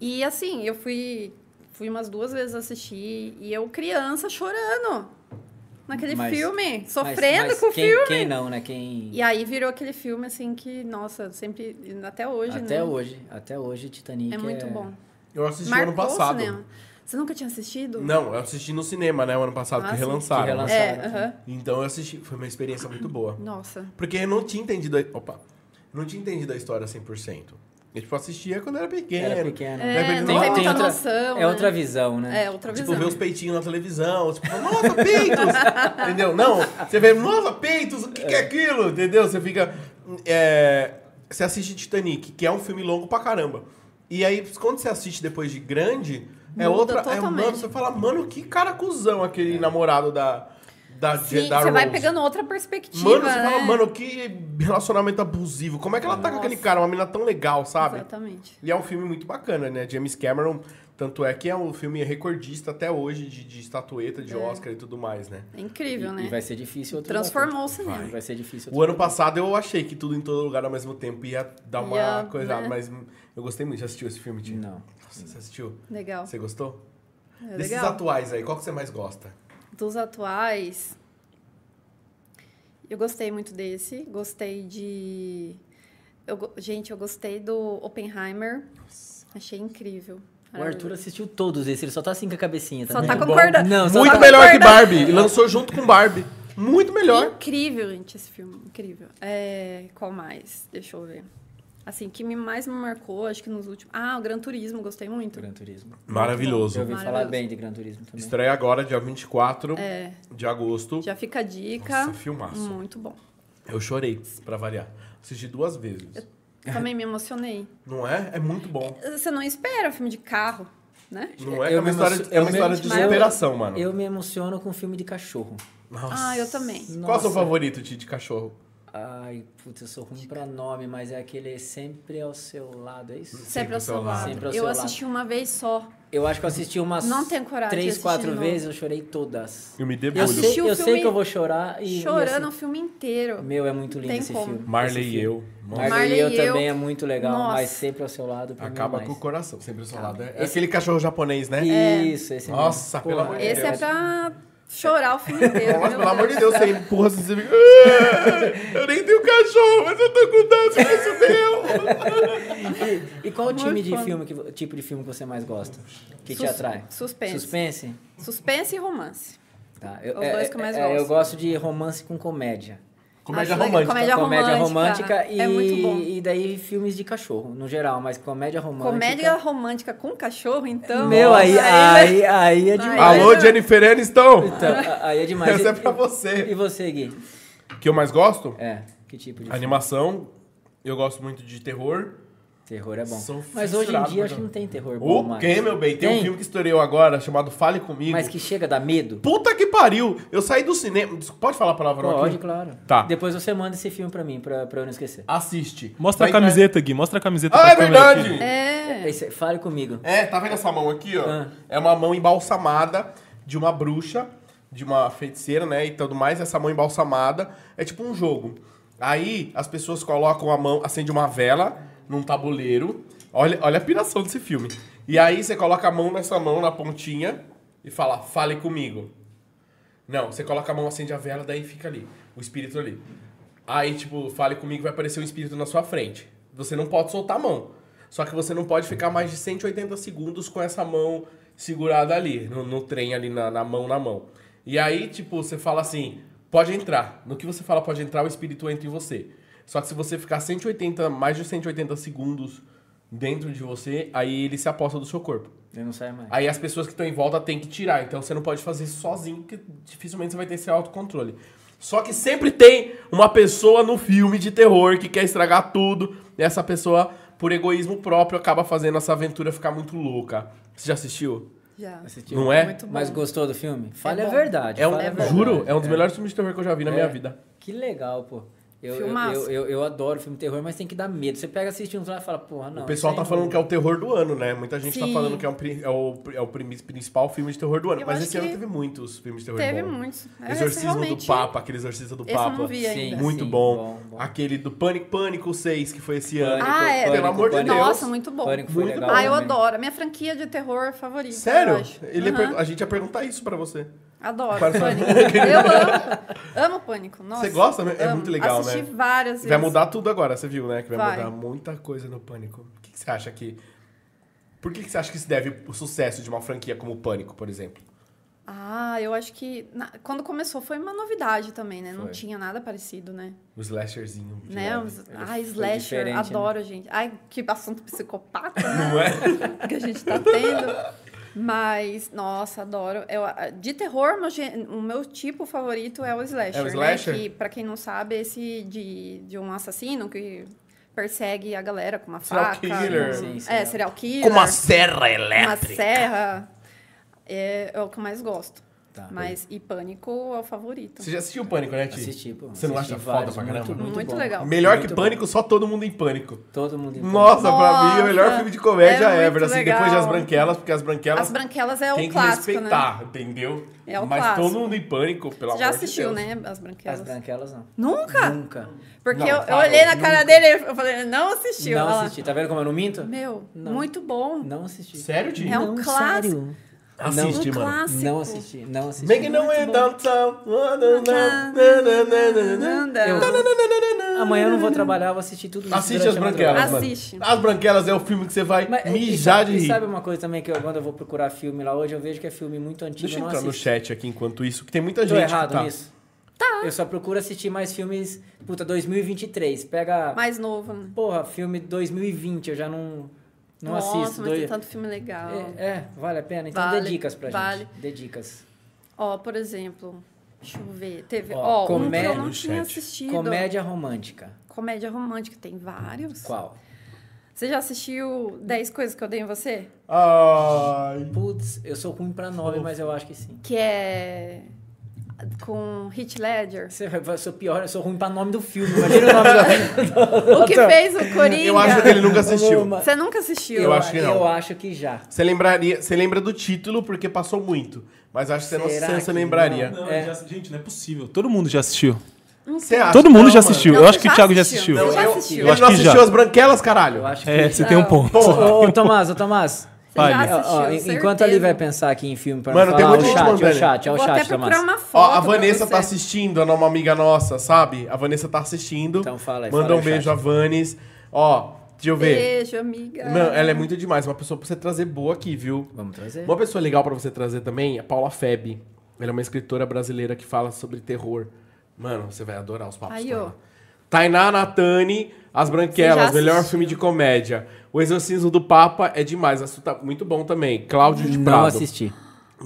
Speaker 5: e assim, eu fui, fui umas duas vezes assistir e eu criança chorando naquele
Speaker 2: Mas-
Speaker 5: filme,
Speaker 2: Mas-
Speaker 5: sofrendo
Speaker 2: mas
Speaker 5: com o
Speaker 2: quem,
Speaker 5: filme.
Speaker 2: Quem não, né? Quem...
Speaker 5: E aí virou aquele filme assim que, nossa, sempre até hoje,
Speaker 2: até
Speaker 5: né?
Speaker 2: hoje. Até hoje, Titanic
Speaker 5: É muito bom.
Speaker 3: Eu assisti ano
Speaker 5: o
Speaker 3: passado.
Speaker 5: cinema. Você nunca tinha assistido?
Speaker 3: Não, eu assisti no cinema, né? O ano passado,
Speaker 5: Ah,
Speaker 3: que
Speaker 5: sim.
Speaker 3: relançaram.
Speaker 2: Que relançaram.
Speaker 5: É,
Speaker 2: Passado,
Speaker 5: aham.
Speaker 3: Então eu assisti. Foi uma experiência muito boa.
Speaker 5: Nossa.
Speaker 3: Porque eu não tinha entendido. a- Opa! Eu não tinha entendido a história 100%. Eu, tipo, assistia quando era pequeno.
Speaker 2: Era pequeno. né?
Speaker 3: Daí pra
Speaker 5: É,
Speaker 3: ele,
Speaker 5: não
Speaker 3: "Nossa,
Speaker 5: tem muita
Speaker 2: outra,
Speaker 5: noção,
Speaker 2: É
Speaker 5: né?
Speaker 2: outra visão, né?
Speaker 5: É, outra
Speaker 3: Tipo,
Speaker 5: visão.
Speaker 3: ver os peitinhos na televisão. Tipo, nossa, peitos! *laughs* entendeu? Não, você vê, nossa, peitos, o que, que é aquilo? Entendeu? Você fica. é, você assiste Titanic, que é um filme longo pra caramba. E aí, quando você assiste depois de grande, é
Speaker 5: Muda
Speaker 3: outra. É,
Speaker 5: totalmente. É.
Speaker 3: mano, você fala, mano, que cara cuzão aquele namorado da. Da,
Speaker 5: Sim,
Speaker 3: da
Speaker 5: você vai
Speaker 3: Rose."
Speaker 5: pegando outra perspectiva,
Speaker 3: Mano, você
Speaker 5: né?
Speaker 3: fala, mano, que relacionamento abusivo. Como é que ela tá com aquele cara? Uma mina tão legal, sabe?
Speaker 5: Exatamente.
Speaker 3: E é um filme muito bacana, né? James Cameron, tanto é que é um filme recordista até hoje de, de estatueta, de Oscar e tudo mais, né?
Speaker 5: É incrível,
Speaker 2: E,
Speaker 5: né?
Speaker 2: e vai ser difícil outro
Speaker 5: Transformou o cinema.
Speaker 2: Vai. vai ser difícil
Speaker 3: O ano passado eu achei que tudo em todo lugar ao mesmo tempo ia dar uma
Speaker 5: Ia,
Speaker 3: coisa,
Speaker 5: né?
Speaker 3: mas eu gostei muito. Já assistiu esse filme, Tia?
Speaker 2: Não.
Speaker 3: Nossa, você assistiu?
Speaker 5: Legal.
Speaker 3: Você gostou?
Speaker 5: É
Speaker 3: Desses
Speaker 5: legal.
Speaker 3: atuais aí, qual que você mais gosta?
Speaker 5: Dos atuais, eu gostei muito desse. Gostei de... eu go- gente, eu gostei do Oppenheimer. Achei incrível.
Speaker 2: O Arthur assistiu todos esses, ele só tá assim com a cabecinha.
Speaker 5: É. Só
Speaker 2: vendo?
Speaker 5: tá concordando.
Speaker 2: Não, só
Speaker 3: muito
Speaker 2: tá-
Speaker 3: melhor que
Speaker 5: concordando.
Speaker 3: Barbie. E Lançou junto com Barbie. Muito melhor.
Speaker 5: Incrível, gente, esse filme. Incrível. É, qual mais? Deixa eu ver. Assim, que me mais me marcou, acho que nos últimos... Ah, o Gran Turismo, gostei muito.
Speaker 2: Gran Turismo.
Speaker 3: Maravilhoso.
Speaker 2: Eu ouvi falar
Speaker 5: Maravilhoso.
Speaker 2: bem de Gran Turismo também.
Speaker 3: Estreia agora, dia 24
Speaker 5: É.
Speaker 3: de agosto.
Speaker 5: Já fica a dica.
Speaker 3: Nossa, filmaço.
Speaker 2: *laughs*
Speaker 5: Muito bom.
Speaker 3: Eu chorei, pra variar. Assisti duas vezes.
Speaker 5: Também me emocionei.
Speaker 3: Não é? É muito bom.
Speaker 5: Você não espera filme de carro, né?
Speaker 3: Não é?
Speaker 2: Eu
Speaker 3: É uma
Speaker 2: me
Speaker 3: história,
Speaker 2: emocio-
Speaker 3: é uma
Speaker 2: eu me-
Speaker 3: história de
Speaker 5: mas eu-
Speaker 3: superação, mano.
Speaker 2: Eu me emociono com filme de cachorro.
Speaker 3: Nossa.
Speaker 5: Ah, eu também.
Speaker 3: Qual é o seu
Speaker 2: Nossa.
Speaker 3: favorito, Ti, de cachorro?
Speaker 2: Ai, putz, eu sou ruim pra nome, mas é aquele sempre ao seu lado, é isso?
Speaker 5: Sempre ao seu
Speaker 3: ao
Speaker 5: lado.
Speaker 2: Sempre ao seu
Speaker 5: Eu
Speaker 2: lado.
Speaker 5: assisti uma vez só.
Speaker 2: Eu acho que eu assisti umas
Speaker 5: Não tenho coragem de
Speaker 2: três,
Speaker 5: assistir
Speaker 2: quatro
Speaker 5: de novo.
Speaker 2: vezes, eu chorei todas.
Speaker 3: Eu me
Speaker 2: Eu,
Speaker 3: debulho.
Speaker 5: assisti
Speaker 2: sei,
Speaker 5: o
Speaker 2: eu sei
Speaker 5: filme
Speaker 2: que eu vou chorar e. e
Speaker 5: Chorando o
Speaker 2: assim,
Speaker 5: filme inteiro.
Speaker 2: meu, é muito lindo
Speaker 5: Tem
Speaker 2: esse
Speaker 5: como.
Speaker 2: filme.
Speaker 3: Marley
Speaker 2: esse
Speaker 3: e
Speaker 2: filme.
Speaker 3: eu. Nossa.
Speaker 2: Marley,
Speaker 5: Marley
Speaker 2: e eu
Speaker 5: e
Speaker 2: também
Speaker 5: Eu.
Speaker 2: é muito legal,
Speaker 5: Nossa.
Speaker 2: mas sempre ao seu lado. pra mim, é
Speaker 3: Acaba
Speaker 2: mais.
Speaker 3: com o coração. Sempre ao seu lado. É aquele cachorro japonês, né?
Speaker 2: Isso, esse é
Speaker 3: Nossa,
Speaker 2: mesmo.
Speaker 3: pelo
Speaker 2: Porra,
Speaker 3: amor de
Speaker 5: Esse é
Speaker 3: Deus.
Speaker 5: pra chorar o filme inteiro.
Speaker 3: Nossa,
Speaker 5: meu
Speaker 3: pelo amor de
Speaker 5: do
Speaker 3: Deus,
Speaker 5: céu.
Speaker 3: você empurra assim, você fica. "Ah, *laughs* Eu nem tenho cachorro, mas eu tô com dança, isso é meu.
Speaker 2: E qual
Speaker 5: Muito
Speaker 2: time de
Speaker 5: foda.
Speaker 2: filme que, vo- tipo de filme que você mais gosta? Que te
Speaker 5: Sus-
Speaker 2: atrai?
Speaker 5: suspense.
Speaker 2: Suspense?
Speaker 5: Suspense e romance.
Speaker 2: Tá. Eu,
Speaker 5: Os dois que eu mais
Speaker 2: Eu
Speaker 5: gosto.
Speaker 2: gosto de romance com comédia.
Speaker 3: Comédia
Speaker 5: Acho
Speaker 3: é
Speaker 5: legal.
Speaker 3: romântica.
Speaker 2: é
Speaker 5: Comédia
Speaker 2: comédia
Speaker 5: romântica,
Speaker 2: romântica, e,
Speaker 5: é muito bom.
Speaker 2: e daí filmes de cachorro, no geral, mas comédia romântica.
Speaker 5: Comédia romântica com cachorro, então.
Speaker 2: Meu, aí, aí, aí é demais.
Speaker 3: Alô, Jennifer Aniston!
Speaker 2: Então, a- aí é demais. E-
Speaker 3: Essa é pra você.
Speaker 2: E você, Gui?
Speaker 3: que eu mais gosto?
Speaker 2: É, que tipo de filme?
Speaker 3: Animação. Eu gosto muito de terror.
Speaker 2: Terror é bom.
Speaker 3: Sou
Speaker 2: Mas hoje em
Speaker 3: fissurado
Speaker 2: dia
Speaker 3: por
Speaker 2: acho que não tem terror bom
Speaker 3: O
Speaker 2: mais.
Speaker 3: que, meu bem? Tem, um
Speaker 2: Tem?
Speaker 3: filme que estreou agora chamado Fale Comigo.
Speaker 2: Mas que chega dá medo?
Speaker 3: Puta que pariu! Eu saí do cinema. Des- Pode falar a palavra
Speaker 2: Pode,
Speaker 3: aqui?
Speaker 2: claro.
Speaker 3: Tá.
Speaker 2: Depois você manda esse filme pra mim, pra, pra eu não esquecer.
Speaker 3: Assiste.
Speaker 4: Mostra a
Speaker 3: Vai entrar-
Speaker 4: camiseta, Gui. Mostra a camiseta.
Speaker 3: Ah,
Speaker 4: pra
Speaker 3: é
Speaker 4: câmera aqui.
Speaker 3: verdade!
Speaker 5: É.
Speaker 2: Esse- fale comigo.
Speaker 3: É, tá vendo essa mão aqui, ó?
Speaker 2: Ah.
Speaker 3: É uma mão embalsamada de uma bruxa, de uma feiticeira, né? E tudo mais. Essa mão embalsamada é tipo um jogo. Aí as pessoas colocam a mão, acende uma vela num tabuleiro. Olha, olha a piração desse filme. E aí você coloca a mão nessa mão, na pontinha, e fala, fale comigo. Não, você coloca a mão, acende a vela, daí fica ali, o espírito ali. Aí, tipo, fale comigo, vai aparecer um espírito na sua frente. Você não pode soltar a mão. Só que você não pode ficar mais de 180 segundos com essa mão segurada ali, no, no trem ali, na, na mão, na mão. E aí, tipo, você fala assim, pode entrar. No que você fala pode entrar, o espírito entra em você. Só que se você ficar 180, mais de 180 segundos dentro de você, aí ele se aposta do seu corpo.
Speaker 2: Eu não saio mais.
Speaker 3: Aí as pessoas que estão em volta têm que tirar. Então você não pode fazer isso sozinho, porque dificilmente você vai ter esse autocontrole. Só que sempre tem uma pessoa no filme de terror que quer estragar tudo. E essa pessoa, por egoísmo próprio, acaba fazendo essa aventura ficar muito louca. Você já assistiu?
Speaker 5: Já.
Speaker 2: Assistiu?
Speaker 3: Não é?
Speaker 5: Muito bom.
Speaker 2: Mas gostou do filme? Fale a
Speaker 5: bom.
Speaker 2: verdade.
Speaker 3: É um,
Speaker 2: fale a verdade.
Speaker 3: juro, é um dos melhores filmes de terror que eu já vi na
Speaker 2: É.
Speaker 3: minha vida.
Speaker 2: Que legal, pô. Eu, eu,
Speaker 5: Filmaço.
Speaker 2: eu, eu, eu adoro filme de terror, mas tem que dar medo. Você pega assistir uns lá e fala, porra, não.
Speaker 3: O pessoal tá falando que é o terror do ano, né? Muita gente tá
Speaker 5: Sim.
Speaker 3: falando que é, um pri- é o, é o primi- principal filme de terror do ano.
Speaker 5: Eu
Speaker 3: Mas
Speaker 5: acho
Speaker 3: esse ano
Speaker 5: que
Speaker 3: teve muitos filmes de terror
Speaker 5: Teve
Speaker 3: bons.
Speaker 5: muitos. É, esse
Speaker 3: Exorcismo do
Speaker 5: realmente-
Speaker 3: Papa, aquele Exorcista do
Speaker 5: Esse eu
Speaker 3: Papa.
Speaker 5: não vi ainda.
Speaker 3: Muito
Speaker 2: Sim,
Speaker 3: bom.
Speaker 2: bom, bom.
Speaker 3: Aquele do Pânico, Pânico 6, que foi esse ano.
Speaker 5: Ah, é.
Speaker 3: Pelo amor de Deus.
Speaker 5: Nossa, muito bom.
Speaker 2: Pânico foi
Speaker 3: Muito
Speaker 2: legal.
Speaker 3: bom.
Speaker 5: Ah, eu
Speaker 2: também.
Speaker 5: adoro. A minha franquia de terror favorita.
Speaker 3: Sério?
Speaker 5: Ah, eu acho.
Speaker 3: Ele ia
Speaker 5: Aham.
Speaker 3: per- A gente ia perguntar isso pra você.
Speaker 5: Adoro
Speaker 3: Para-
Speaker 5: Pânico. Eu amo. Amo Pânico. Nossa.
Speaker 3: Você gosta mesmo? É
Speaker 5: amo.
Speaker 3: muito legal,
Speaker 5: Assisti
Speaker 3: né?
Speaker 5: várias vezes.
Speaker 3: Vai mudar tudo agora, você viu, né? Que vai,
Speaker 5: Vai.
Speaker 3: mudar muita coisa no Pânico. O que, que você acha que... Por que, que você acha que se deve o sucesso de uma franquia como o Pânico, por exemplo?
Speaker 5: Ah, eu acho que na- quando começou foi uma novidade também, né? Não
Speaker 3: Foi.
Speaker 5: tinha nada parecido, né?
Speaker 3: O slasherzinho. de
Speaker 5: né?
Speaker 3: leve.
Speaker 5: Os-
Speaker 2: Ele
Speaker 5: Ah,
Speaker 2: foi
Speaker 5: slasher,
Speaker 2: diferente,
Speaker 5: adoro, gente. Ai, que assunto psicopata, né?
Speaker 3: Não é?
Speaker 5: que a gente tá tendo. Mas, nossa, adoro. Eu, ah, de terror, meu gê- o meu tipo favorito é o slasher.
Speaker 3: É o slasher?
Speaker 5: Né? Que, pra quem não sabe, é esse de, de um assassino que persegue a galera com uma
Speaker 3: Serial
Speaker 5: faca.
Speaker 3: killer.
Speaker 5: com-
Speaker 2: Sim, sim,
Speaker 5: é,
Speaker 2: é.
Speaker 5: serial killer.
Speaker 1: Com uma serra
Speaker 5: uma
Speaker 1: elétrica.
Speaker 5: serra. É, é o que eu mais gosto.
Speaker 2: Tá.
Speaker 5: Mas, e Pânico é o
Speaker 3: *laughs*
Speaker 5: favorito.
Speaker 3: Você já assistiu Pânico, né, Ti?
Speaker 2: Assisti, pô.
Speaker 3: Você não
Speaker 2: Assisti
Speaker 3: acha
Speaker 2: vários,
Speaker 3: foda pra caramba?
Speaker 2: Muito, muito,
Speaker 5: Muito
Speaker 2: bom.
Speaker 5: legal.
Speaker 3: Melhor
Speaker 2: Muito
Speaker 3: que
Speaker 2: bom.
Speaker 3: Pânico, só todo mundo em Pânico.
Speaker 2: Todo mundo em
Speaker 3: Nossa, pra mim,
Speaker 5: Nossa,
Speaker 3: o melhor filme de comédia
Speaker 5: é
Speaker 3: ever.
Speaker 5: muito
Speaker 3: Assim,
Speaker 5: legal.
Speaker 3: depois de As Branquelas, porque As Branquelas
Speaker 5: As Branquelas é o
Speaker 3: tem que
Speaker 5: clássico, né?
Speaker 3: respeitar, entendeu?
Speaker 5: É o
Speaker 3: Mas
Speaker 5: clássico.
Speaker 3: todo mundo em Pânico, pelo
Speaker 5: Você
Speaker 3: amor
Speaker 5: já
Speaker 3: de
Speaker 5: assistiu,
Speaker 3: Deus.
Speaker 5: né? As
Speaker 2: As
Speaker 5: Branquelas.
Speaker 2: branquelas não.
Speaker 5: Nunca?
Speaker 2: Nunca.
Speaker 5: Porque
Speaker 3: Não,
Speaker 5: eu, eu
Speaker 3: fala,
Speaker 5: olhei na
Speaker 3: nunca.
Speaker 5: cara dele e eu falei, não assistiu.
Speaker 2: não
Speaker 5: Olha lá.
Speaker 2: assisti. Tá vendo como eu não minto?
Speaker 5: Meu,
Speaker 2: Não.
Speaker 5: muito bom.
Speaker 2: Não assisti.
Speaker 3: Sério, Ti?
Speaker 5: É um
Speaker 2: Não,
Speaker 5: clássico.
Speaker 2: sério.
Speaker 3: Assiste,
Speaker 5: Um
Speaker 3: mano.
Speaker 5: clássico.
Speaker 2: Não assisti, não assisti.
Speaker 3: Making our way
Speaker 2: Muito bom.
Speaker 3: downtown. Na, na, na, na, na, na, na, na.
Speaker 2: Amanhã eu não vou trabalhar, vou assistir tudo isso
Speaker 3: Assiste As
Speaker 2: durante a
Speaker 3: Branquelas,
Speaker 2: madrugada.
Speaker 3: mano.
Speaker 5: Assiste.
Speaker 3: As Branquelas é o filme que você vai
Speaker 2: Mas, e
Speaker 3: mijar
Speaker 2: sabe,
Speaker 3: de
Speaker 2: e sabe
Speaker 3: rir.
Speaker 2: uma coisa também que eu, quando eu vou procurar filme lá hoje, eu vejo que é filme muito antigo.
Speaker 3: Deixa eu
Speaker 2: eu não
Speaker 3: entrar no
Speaker 2: assisto.
Speaker 3: chat aqui enquanto isso, que tem muita
Speaker 2: Tô
Speaker 3: gente
Speaker 2: errado
Speaker 3: que tá...
Speaker 2: nisso? Tá. Eu só procuro assistir mais filmes, puta, 2023. Pega,
Speaker 5: Mais novo, né?
Speaker 2: porra, filme 2020, eu já não, não
Speaker 5: Nossa,
Speaker 2: assisto.
Speaker 5: mas
Speaker 2: Dois-
Speaker 5: tem tanto filme legal.
Speaker 2: é, é, vale a pena? Então
Speaker 5: Vale,
Speaker 2: dê dicas pra
Speaker 5: vale.
Speaker 2: gente. Dê dicas.
Speaker 5: Ó, por exemplo, deixa eu ver. Teve,
Speaker 2: Ó,
Speaker 5: ó,
Speaker 2: comédia-
Speaker 5: um que eu não tinha
Speaker 3: Chat.
Speaker 5: assistido.
Speaker 2: Comédia romântica.
Speaker 5: Comédia romântica, tem vários.
Speaker 2: Qual?
Speaker 5: Você já assistiu 10 Coisas que Eu Odeio em Você?
Speaker 3: Ai...
Speaker 2: Putz, eu sou ruim pra nome, mas eu acho que sim.
Speaker 5: Que é com Heath
Speaker 3: *laughs*
Speaker 5: Ledger.
Speaker 2: Você vai- vai- eu sou pior, eu sou ruim pra nome do filme. Imagina o nome do filme.
Speaker 5: O que fez o Coringa?
Speaker 3: Então, Eu acho que ele nunca assistiu.
Speaker 2: Uma-
Speaker 5: Você nunca assistiu?
Speaker 3: Eu acho que não.
Speaker 2: Eu acho que já.
Speaker 3: Você lembraria, você lembra do título porque passou muito, mas acho que você não,
Speaker 2: Será
Speaker 3: você
Speaker 2: que
Speaker 3: lembraria.
Speaker 2: não?
Speaker 4: Não,
Speaker 2: É.
Speaker 4: já- gente, não é possível. Todo mundo já assistiu.
Speaker 3: Você acha?
Speaker 4: Todo mundo
Speaker 3: Não,
Speaker 4: já
Speaker 3: mano.
Speaker 4: assistiu.
Speaker 5: Não,
Speaker 4: eu acho
Speaker 5: você
Speaker 4: que o
Speaker 5: já
Speaker 4: Thiago já
Speaker 5: assistiu.
Speaker 4: assistiu.
Speaker 5: Você
Speaker 3: Não,
Speaker 5: já
Speaker 3: eu,
Speaker 5: assistiu.
Speaker 3: ele
Speaker 4: Eu acho
Speaker 3: não
Speaker 4: que
Speaker 3: assistiu
Speaker 4: já.
Speaker 3: as branquelas, caralho.
Speaker 2: Eu acho que
Speaker 4: É,
Speaker 2: já.
Speaker 4: você tem um ponto.
Speaker 2: Ô, ô, Tomás, ô, Tomás.
Speaker 5: Você já
Speaker 4: Fale.
Speaker 2: Ó,
Speaker 5: assistiu,
Speaker 2: ó, en-
Speaker 5: certeza.
Speaker 2: enquanto é ali vai pensar aqui em filme pra
Speaker 3: Mano,
Speaker 2: não
Speaker 3: tem
Speaker 2: falar,
Speaker 3: muita gente
Speaker 2: ó, o chat, ó, o
Speaker 3: mandando.
Speaker 2: chat, ó, o
Speaker 5: Vou até
Speaker 2: chat,
Speaker 5: procurar
Speaker 2: Tomás.
Speaker 5: uma
Speaker 3: Ó,
Speaker 5: foto.
Speaker 3: a
Speaker 5: pra
Speaker 3: Vanessa
Speaker 5: você.
Speaker 3: tá assistindo, ela é uma amiga nossa, sabe? A Vanessa tá assistindo.
Speaker 2: Então fala aí,
Speaker 3: Manda
Speaker 2: fala
Speaker 3: um
Speaker 2: aí,
Speaker 3: beijo
Speaker 2: chat.
Speaker 3: a Vanes. Ó, deixa eu ver.
Speaker 5: Beijo, amiga.
Speaker 3: Não, ela é muito demais, uma pessoa pra você trazer boa aqui, viu?
Speaker 2: Vamos trazer.
Speaker 3: Uma pessoa legal pra você trazer também é a Paula Feb. Ela é uma escritora brasileira que fala sobre terror. Mano, você vai adorar os papos
Speaker 5: Aí,
Speaker 3: com
Speaker 5: ó.
Speaker 3: ela. Tainá Natani, As
Speaker 5: Você
Speaker 3: Branquelas,
Speaker 5: já
Speaker 3: melhor
Speaker 5: assistiu.
Speaker 3: filme de comédia. O Exorcismo do Papa é demais, assunto tá muito bom também. Cláudio de
Speaker 2: Não
Speaker 3: Prado.
Speaker 2: assisti.